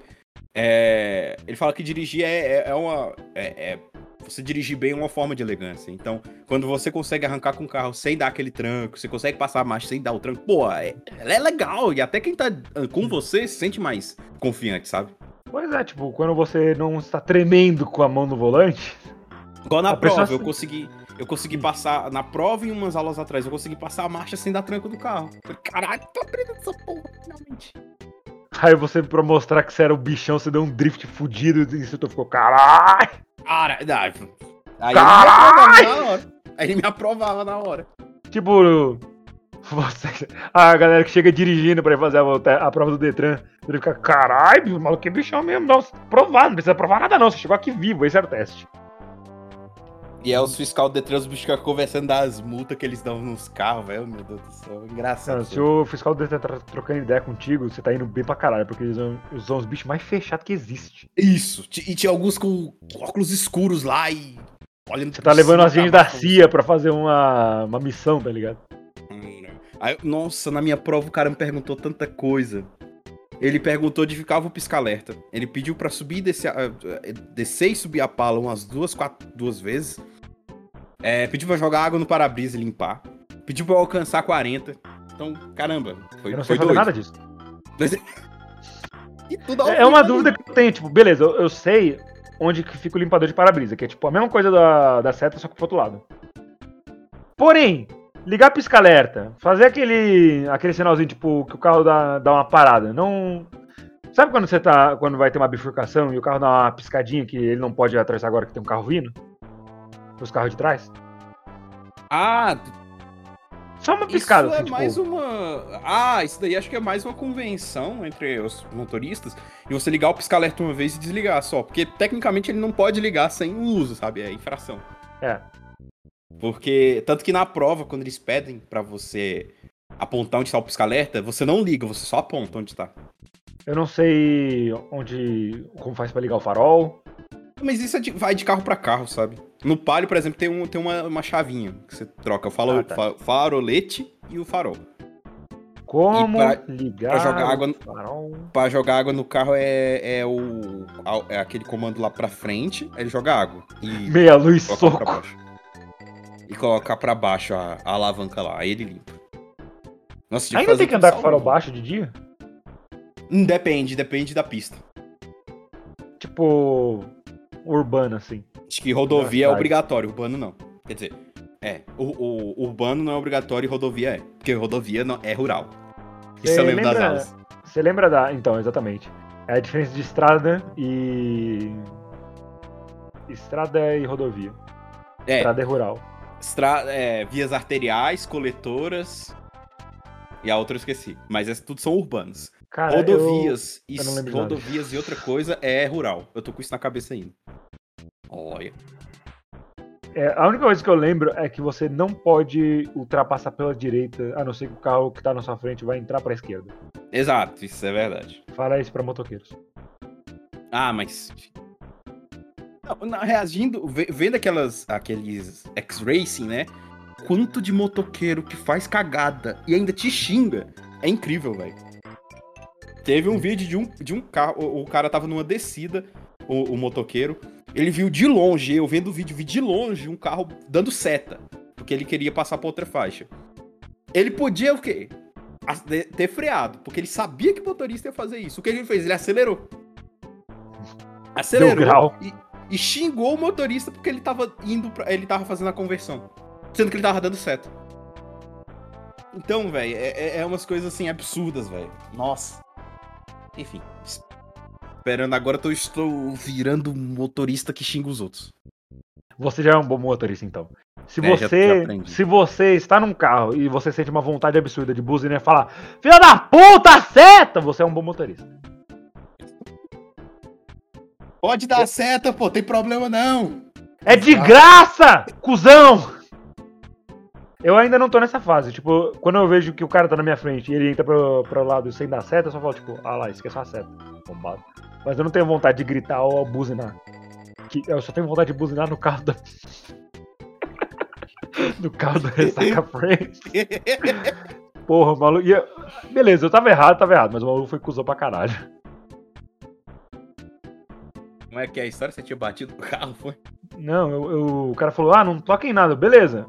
[SPEAKER 5] É, ele fala que dirigir é, é- é uma. é- é- você dirigir bem é uma forma de elegância. Então, quando você consegue arrancar com o carro sem dar aquele tranco, você consegue passar a marcha sem dar o tranco, pô, é, ela é legal. E até quem tá ah, com você se sente mais confiante, sabe?
[SPEAKER 4] Pois é, tipo, quando você não está tremendo com a mão no volante, *laughs*
[SPEAKER 5] Igual na
[SPEAKER 4] A
[SPEAKER 5] prova,
[SPEAKER 4] pessoa
[SPEAKER 5] eu
[SPEAKER 4] se-
[SPEAKER 5] consegui. Eu consegui passar. Na prova e umas aulas atrás, eu consegui passar a marcha sem dar tranco do carro. Falei, Caralho, tô aprendendo essa porra, finalmente.
[SPEAKER 4] aí você, pra mostrar que você era o bichão, você deu um drift fudido e o instrutor ficou, carai!
[SPEAKER 5] Cara, não, aí ele me aprovava
[SPEAKER 4] Caralho!
[SPEAKER 5] na hora. Aí ele me aprovava na hora.
[SPEAKER 4] Tipo, *laughs* você- a galera que chega dirigindo pra ir fazer a, volta- a prova do Detran, ele fica, caralho, maluco, é que bichão mesmo, não, provar, não precisa provar nada não, você chegou aqui vivo, esse era o teste.
[SPEAKER 5] E é os fiscal do Detran, os bichos ficam conversando das multas que eles dão nos carros, velho. Meu Deus do céu, engraçado.
[SPEAKER 4] Cara, se o fiscal do Detran tá trocando ideia contigo, você tá indo bem pra caralho, porque eles são, eles são os bichos mais fechados que existe.
[SPEAKER 5] Isso. Ti- E tinha alguns com óculos escuros lá e. Olhando
[SPEAKER 4] Você
[SPEAKER 5] por
[SPEAKER 4] tá levando
[SPEAKER 5] cima
[SPEAKER 4] as gente
[SPEAKER 5] pra
[SPEAKER 4] da
[SPEAKER 5] baixo.
[SPEAKER 4] CIA pra fazer uma, uma missão, tá ligado?
[SPEAKER 5] Aí, eu- nossa, na minha prova o cara me perguntou tanta coisa. Ele perguntou de "Ah, ficava o pisca-alerta. Ele pediu pra subir e descer, a- eh, descer e subir a pala umas duas, quatro, duas vezes. É, pediu pra jogar água no para-brisa e limpar. Pediu pra eu alcançar 40. Então, caramba, foi,
[SPEAKER 4] Eu não sei
[SPEAKER 5] foi
[SPEAKER 4] fazer
[SPEAKER 5] doido.
[SPEAKER 4] nada disso.
[SPEAKER 5] E tudo ao
[SPEAKER 4] É
[SPEAKER 5] vivo
[SPEAKER 4] uma
[SPEAKER 5] ali.
[SPEAKER 4] dúvida que eu tenho, tipo, beleza, eu, eu sei onde que fica o limpador de para-brisa, que é tipo a mesma coisa da, da seta, só que pro outro lado. Porém, ligar pisca-alerta, fazer aquele, aquele sinalzinho, tipo, que o carro dá, dá uma parada, não... Sabe quando você tá. Quando vai ter uma bifurcação e o carro dá uma piscadinha que ele não pode atravessar agora que tem um carro vindo? Os carros de trás?
[SPEAKER 5] Ah,
[SPEAKER 4] Só uma
[SPEAKER 5] Isso
[SPEAKER 4] piscada,
[SPEAKER 5] é
[SPEAKER 4] assim, tipo.
[SPEAKER 5] mais uma. Ah, isso daí acho que é mais uma convenção entre os motoristas. E você ligar o pisca-alerta uma vez e desligar só. Porque tecnicamente ele não pode ligar sem o uso, sabe? É infração.
[SPEAKER 4] É.
[SPEAKER 5] Porque. Tanto que na prova, quando eles pedem pra você apontar onde tá o pisca-alerta, você não liga, você só aponta onde tá.
[SPEAKER 4] Eu não sei onde. como faz pra ligar o farol.
[SPEAKER 5] Mas isso é de- vai de carro pra carro, sabe? No Palio, por exemplo, tem, um, tem uma, uma chavinha que você troca o falo-
[SPEAKER 4] Ah, tá.
[SPEAKER 5] fa- farolete e o farol.
[SPEAKER 4] Como
[SPEAKER 5] pra-
[SPEAKER 4] ligar
[SPEAKER 5] pra jogar água
[SPEAKER 4] o
[SPEAKER 5] no-
[SPEAKER 4] farol.
[SPEAKER 5] Pra jogar água no carro é, é o. a- É aquele comando lá pra frente, aí ele joga água. E
[SPEAKER 4] Meia luz
[SPEAKER 5] coloca pra
[SPEAKER 4] soco.
[SPEAKER 5] baixo. E colocar pra baixo a, a alavanca lá, aí ele limpa. Nossa, tinha
[SPEAKER 4] Ainda
[SPEAKER 5] fazer
[SPEAKER 4] tem
[SPEAKER 5] né?
[SPEAKER 4] que andar com
[SPEAKER 5] tudo
[SPEAKER 4] o farol
[SPEAKER 5] salvo.
[SPEAKER 4] baixo de dia?
[SPEAKER 5] Hum, Depende, depende da pista.
[SPEAKER 4] Tipo. urbano, assim.
[SPEAKER 5] Acho que rodovia é
[SPEAKER 4] Verdade.
[SPEAKER 5] obrigatório, urbano não. Quer dizer, é. O, o urbano não é obrigatório e rodovia é. Porque rodovia não, é rural. Isso
[SPEAKER 4] Você
[SPEAKER 5] eu lembro das
[SPEAKER 4] É, lembra-
[SPEAKER 5] aulas.
[SPEAKER 4] Você lembra da. Então, exatamente. É a diferença de estrada e. Estrada e rodovia.
[SPEAKER 5] É,
[SPEAKER 4] Estrada e rural.
[SPEAKER 5] estra- é, vias arteriais, coletoras. E a outra eu esqueci. Mas essas tudo são urbanos.
[SPEAKER 4] Cara, eu-
[SPEAKER 5] Rodovias, e
[SPEAKER 4] eu não lembro de nada.
[SPEAKER 5] rodovias e outra coisa é rural. Eu tô com isso na cabeça ainda. Olha.
[SPEAKER 4] é, a única coisa que eu lembro é que você não pode ultrapassar pela direita, a não ser que o carro que tá na sua frente vai entrar pra esquerda.
[SPEAKER 5] Exato, isso é verdade.
[SPEAKER 4] Fala isso pra motoqueiros.
[SPEAKER 5] Ah, mas. Não, não, reagindo, ve- vendo aquelas, aqueles X-Racing, né? Quanto de motoqueiro que faz cagada e ainda te xinga. É incrível, velho. Teve um vídeo de um, de um carro, o, o cara tava numa descida, o, o motoqueiro. Ele viu de longe, eu vendo o vídeo, vi de longe um carro dando seta, porque ele queria passar pra outra faixa. Ele podia o quê? Ac- de- Ter freado, porque ele sabia que o motorista ia fazer isso. O que ele fez? Ele acelerou. Acelerou
[SPEAKER 4] grau.
[SPEAKER 5] E, e xingou o motorista porque ele tava indo pra, ele tava fazendo a conversão, sendo que ele tava dando seta. Então, velho, é, é- é umas coisas assim absurdas, velho. Nossa. Enfim. es- Esperando agora, eu estou virando um motorista que xinga os outros.
[SPEAKER 4] Você já é um bom motorista, então. Se
[SPEAKER 5] É, já- já
[SPEAKER 4] você,
[SPEAKER 5] aprendi.
[SPEAKER 4] se você está num carro e você sente uma vontade absurda de buzinar e falar Filha da puta, seta! Você é um bom motorista.
[SPEAKER 5] Pode dar seta, pô, tem problema não.
[SPEAKER 4] É de
[SPEAKER 5] Exato.
[SPEAKER 4] graça, cuzão! Eu ainda não tô nessa fase. Tipo, quando eu vejo que o cara tá na minha frente e ele entra pro, pro lado sem dar seta, eu só falo, tipo, ah lá, esqueceu a seta. Bombado. Mas eu não tenho vontade de gritar ou buzinar. Que- Eu só tenho vontade de buzinar no carro da. *laughs* no carro da Ressaca Friends. Porra, o maluco. e eu- Beleza, eu tava errado, tava errado, mas o maluco foi cuzão pra caralho.
[SPEAKER 5] Como é que é a história? Você tinha batido o carro, foi?
[SPEAKER 4] Não, eu, eu- o cara falou, ah, não toca em nada, beleza.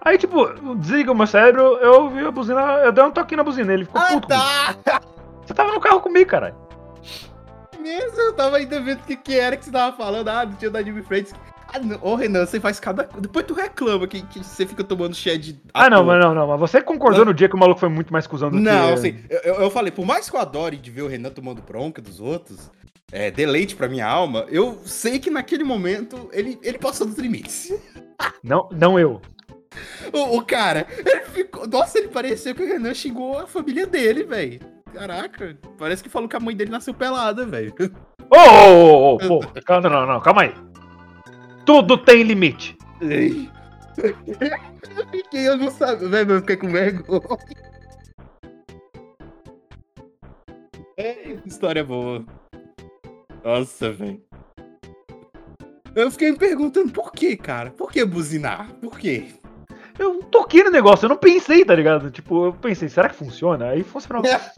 [SPEAKER 4] Aí, tipo, desliga o meu cérebro, eu ouvi a buzina, eu dei um toquinho na buzina, ele ficou puto. comigo.
[SPEAKER 5] tá!
[SPEAKER 4] Você tava no carro comigo, caralho.
[SPEAKER 5] Mesmo, eu tava ainda vendo o que, que era que você tava falando. Ah, não tinha dado de frente. Ah, não. Ô, Renan, você faz cada coisa. Depois tu reclama que, que você fica tomando shed.
[SPEAKER 4] Ah, não, mas não, não, mas você concordou no dia que o maluco foi muito mais cuzão do que...
[SPEAKER 5] Não, assim, eu, eu- eu falei, por mais que eu adore de ver o Renan tomando bronca dos outros, é, deleite pra minha alma, eu sei que naquele momento ele, ele passou dos limites.
[SPEAKER 4] Não, não eu.
[SPEAKER 5] O, o cara, ele ficou. Nossa, ele pareceu que o Renan xingou a família dele, velho. Caraca, parece que falou que a mãe dele nasceu pelada, velho.
[SPEAKER 4] Ô, ô, ô, ô, pô, calma, não, não, calma aí. Tudo tem limite.
[SPEAKER 5] Ei. Eu fiquei, eu não sabia, velho, eu fiquei com vergonha. É, história boa. Nossa, velho. Eu fiquei me perguntando por que, cara? Por que buzinar? Por quê?
[SPEAKER 4] Eu toquei no negócio, eu não pensei, tá ligado? Tipo, eu pensei, será que funciona? Aí funcionou. *laughs* Essa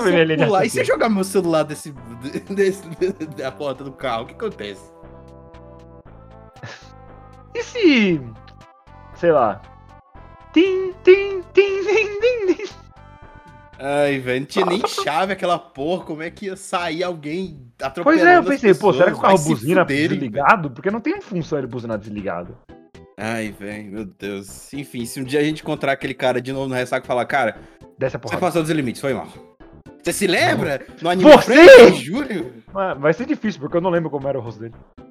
[SPEAKER 4] foi minha
[SPEAKER 5] É.
[SPEAKER 4] linha
[SPEAKER 5] Se eu
[SPEAKER 4] de
[SPEAKER 5] pular, e se eu
[SPEAKER 4] raciocínio.
[SPEAKER 5] jogar meu celular desse, *laughs* desse, da porta do carro, o que acontece?
[SPEAKER 4] E se. Sei lá. Tim, tim, tim, tim, tim, tim.
[SPEAKER 5] Ai, velho, não
[SPEAKER 4] *laughs*
[SPEAKER 5] tinha nem chave aquela porra, como é que ia sair alguém atropelando
[SPEAKER 4] Pois é, eu
[SPEAKER 5] as
[SPEAKER 4] pensei, pô, será que o carro
[SPEAKER 5] pessoas? Vai se
[SPEAKER 4] buzina
[SPEAKER 5] fuderem,
[SPEAKER 4] desligado? Porque não tem função ele buzinar desligado.
[SPEAKER 5] Ai, velho, meu Deus. Enfim, se um dia a gente encontrar aquele cara de novo no ressaca e falar, cara,
[SPEAKER 4] Desce a
[SPEAKER 5] você
[SPEAKER 4] porrada.
[SPEAKER 5] passou dos limites, foi mal. Você se lembra? No
[SPEAKER 4] Você!
[SPEAKER 5] Friends, em julho?
[SPEAKER 4] Mas Vai ser difícil, porque eu não lembro como era o rosto dele.
[SPEAKER 5] Eu,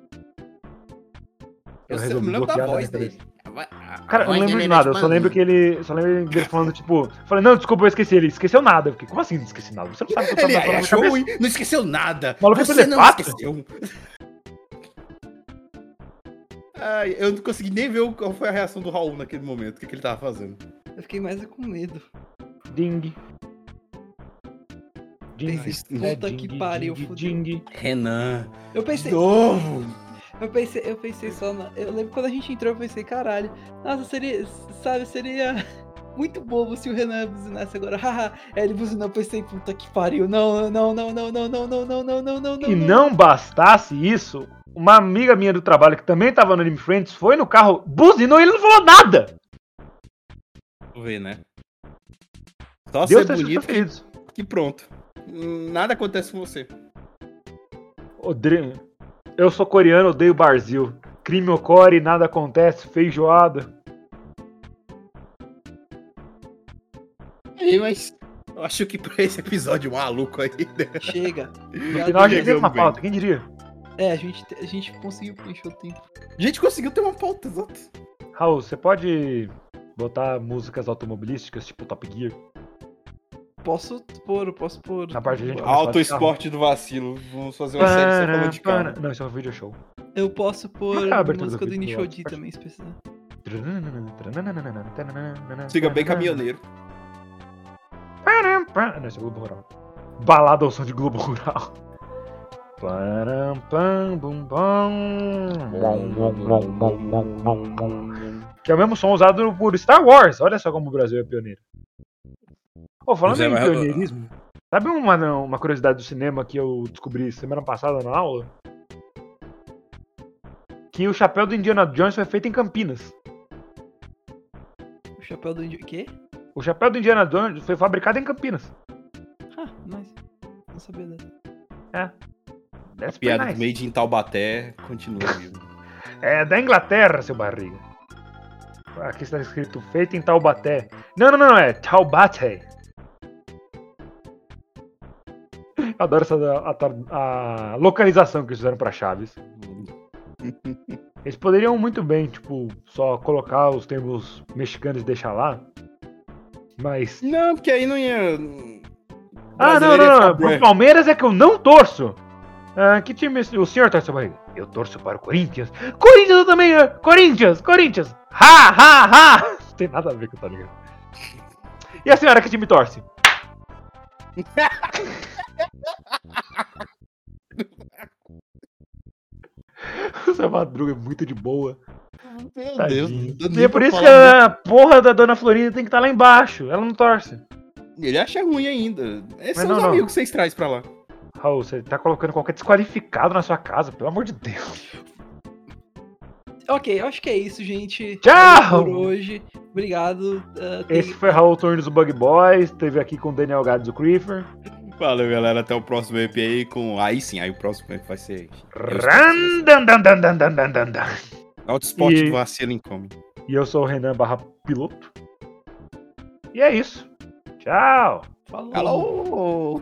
[SPEAKER 4] Eu
[SPEAKER 5] sei- eu
[SPEAKER 4] resolvi
[SPEAKER 5] me lembro da
[SPEAKER 4] bloquear na
[SPEAKER 5] voz
[SPEAKER 4] minha
[SPEAKER 5] dele. A- a
[SPEAKER 4] Cara, eu
[SPEAKER 5] voz
[SPEAKER 4] não lembro
[SPEAKER 5] dele
[SPEAKER 4] de
[SPEAKER 5] é
[SPEAKER 4] nada, eu
[SPEAKER 5] tipo,
[SPEAKER 4] só lembro que ele. Só lembro dele falando, tipo. Falei, não, desculpa, eu esqueci ele. Esqueceu nada. Eu fiquei, como assim não esqueci nada? Você não sabe o que eu
[SPEAKER 5] Ele
[SPEAKER 4] tava falando na
[SPEAKER 5] achou
[SPEAKER 4] cabeça.
[SPEAKER 5] ruim, não esqueceu nada.
[SPEAKER 4] O maluco é
[SPEAKER 5] Você não
[SPEAKER 4] telepata?
[SPEAKER 5] esqueceu. Ai, eu não consegui nem ver o- qual foi a reação do Raul naquele momento, o que, que ele tava fazendo.
[SPEAKER 3] Eu fiquei mais é com medo.
[SPEAKER 4] Ding. Ding.
[SPEAKER 3] Pensei, puta que pariu, fudeu.
[SPEAKER 4] ding.
[SPEAKER 5] Renan.
[SPEAKER 3] Eu
[SPEAKER 5] De
[SPEAKER 3] pensei,
[SPEAKER 5] novo.
[SPEAKER 3] eu pensei, eu pensei só na. Eu lembro quando a gente entrou, eu pensei, caralho, nossa, seria. Sabe, seria *laughs* muito bobo se o Renan buzinasse agora. *laughs* Haha, Aí ele buzinou, eu pensei, puta que pariu. Não, não, não, não, não, não, não, não, não, não, não, não.
[SPEAKER 4] E não bastasse isso, uma amiga minha do trabalho que também tava no Anime Friends foi no carro, buzinou e ele não falou nada.
[SPEAKER 5] Vou ver, né? Só
[SPEAKER 4] Deus
[SPEAKER 5] ser
[SPEAKER 4] tem seus
[SPEAKER 5] é bonito
[SPEAKER 4] preferidos.
[SPEAKER 5] que pronto. Hum, Nada acontece com você.
[SPEAKER 4] Odre- Eu sou coreano, odeio Brasil. Crime ocorre, nada acontece, feijoada.
[SPEAKER 5] Ei, mas eu acho que pra esse episódio maluco aí, né?
[SPEAKER 3] Chega.
[SPEAKER 4] No final a gente
[SPEAKER 5] Chegamos
[SPEAKER 4] teve uma
[SPEAKER 5] bem.
[SPEAKER 4] pauta, quem diria?
[SPEAKER 3] É, a gente, a gente conseguiu preencher o tempo.
[SPEAKER 5] A gente conseguiu ter uma pauta, exato.
[SPEAKER 4] Raul, você pode botar músicas automobilísticas, tipo Top Gear?
[SPEAKER 3] Posso pôr, eu posso pôr.
[SPEAKER 4] Na parte a gente-
[SPEAKER 5] Auto esporte do vacilo. Vamos fazer uma série só falando de
[SPEAKER 4] Para,
[SPEAKER 5] carro.
[SPEAKER 4] para. Não, isso é um video show.
[SPEAKER 3] Eu posso pôr
[SPEAKER 4] Ah, a
[SPEAKER 3] a
[SPEAKER 4] abertura
[SPEAKER 3] música
[SPEAKER 4] do
[SPEAKER 3] do
[SPEAKER 4] vídeo, eu
[SPEAKER 3] Inishoji
[SPEAKER 4] acho.
[SPEAKER 3] também, se precisar.
[SPEAKER 5] Siga bem caminhoneiro.
[SPEAKER 4] Param, param. Não, esse é Globo Rural. Balada ao som de Globo Rural. Param, pam, bum, bom. Que é o mesmo som usado por Star Wars. Olha só como o Brasil é pioneiro. Ô, falando
[SPEAKER 5] Zé,
[SPEAKER 4] em
[SPEAKER 5] mas-
[SPEAKER 4] pioneirismo, sabe uma, uma curiosidade do cinema que eu descobri semana passada na aula? Que o chapéu do Indiana Jones foi feito em Campinas.
[SPEAKER 3] O chapéu do índio. Quê?
[SPEAKER 4] O chapéu do Indiana Jones foi fabricado em Campinas.
[SPEAKER 3] Ah, mas. Não sabia dessa.
[SPEAKER 4] That's pretty
[SPEAKER 5] Piada do
[SPEAKER 4] nice.
[SPEAKER 5] Made em Taubaté. Continua, viu?
[SPEAKER 4] É da Inglaterra, seu barriga. Aqui está escrito feito em Taubaté. Não, não, não, é Taubaté. Eu Adoro essa a, a- a localização que eles fizeram pra Chaves. Eles poderiam muito bem, tipo, só colocar os termos mexicanos e deixar lá. Mas.
[SPEAKER 5] Não, porque aí não ia.
[SPEAKER 4] Ah, não, não, não. Pro Palmeiras é que eu não torço. Ah, que time o senhor torce para? Eu torço para o Corinthians. Corinthians eu também. ah, Corinthians, Corinthians. Ha, ha, ha. *laughs* Não tem nada a ver com tá ligado. E a senhora que time *laughs* torce? o seu Madruga é muito de boa.
[SPEAKER 5] Meu Deus.
[SPEAKER 4] Tadinho. E
[SPEAKER 5] não dá
[SPEAKER 4] é
[SPEAKER 5] nem
[SPEAKER 4] por
[SPEAKER 5] pra
[SPEAKER 4] isso que
[SPEAKER 5] falar
[SPEAKER 4] a porra da dona Florinda tem que estar lá embaixo. Ela não torce.
[SPEAKER 5] muito. Ele acha ruim ainda. Esses são
[SPEAKER 4] não,
[SPEAKER 5] os
[SPEAKER 4] não.
[SPEAKER 5] amigos que vocês trazem pra lá.
[SPEAKER 4] Raul, você tá colocando qualquer desqualificado na sua casa, pelo amor de Deus.
[SPEAKER 3] Ok, eu acho que é isso, gente.
[SPEAKER 4] Tchau!
[SPEAKER 3] Por hoje. Obrigado. ah, tem-
[SPEAKER 4] Esse foi Raul Torres do Bug Boys, esteve aqui com o Daniel Gades do Creeper.
[SPEAKER 5] Valeu, galera. Até o próximo EP aí com. Aí sim, aí o próximo EP vai ser.
[SPEAKER 4] Ran, dan, dan, dan, dan, dan, dan, dan, dan.
[SPEAKER 5] Auto esporte
[SPEAKER 4] E-
[SPEAKER 5] do vacilo income.
[SPEAKER 4] E eu sou o Renan barra piloto. E é isso. Tchau!
[SPEAKER 3] Falou.
[SPEAKER 5] Alô!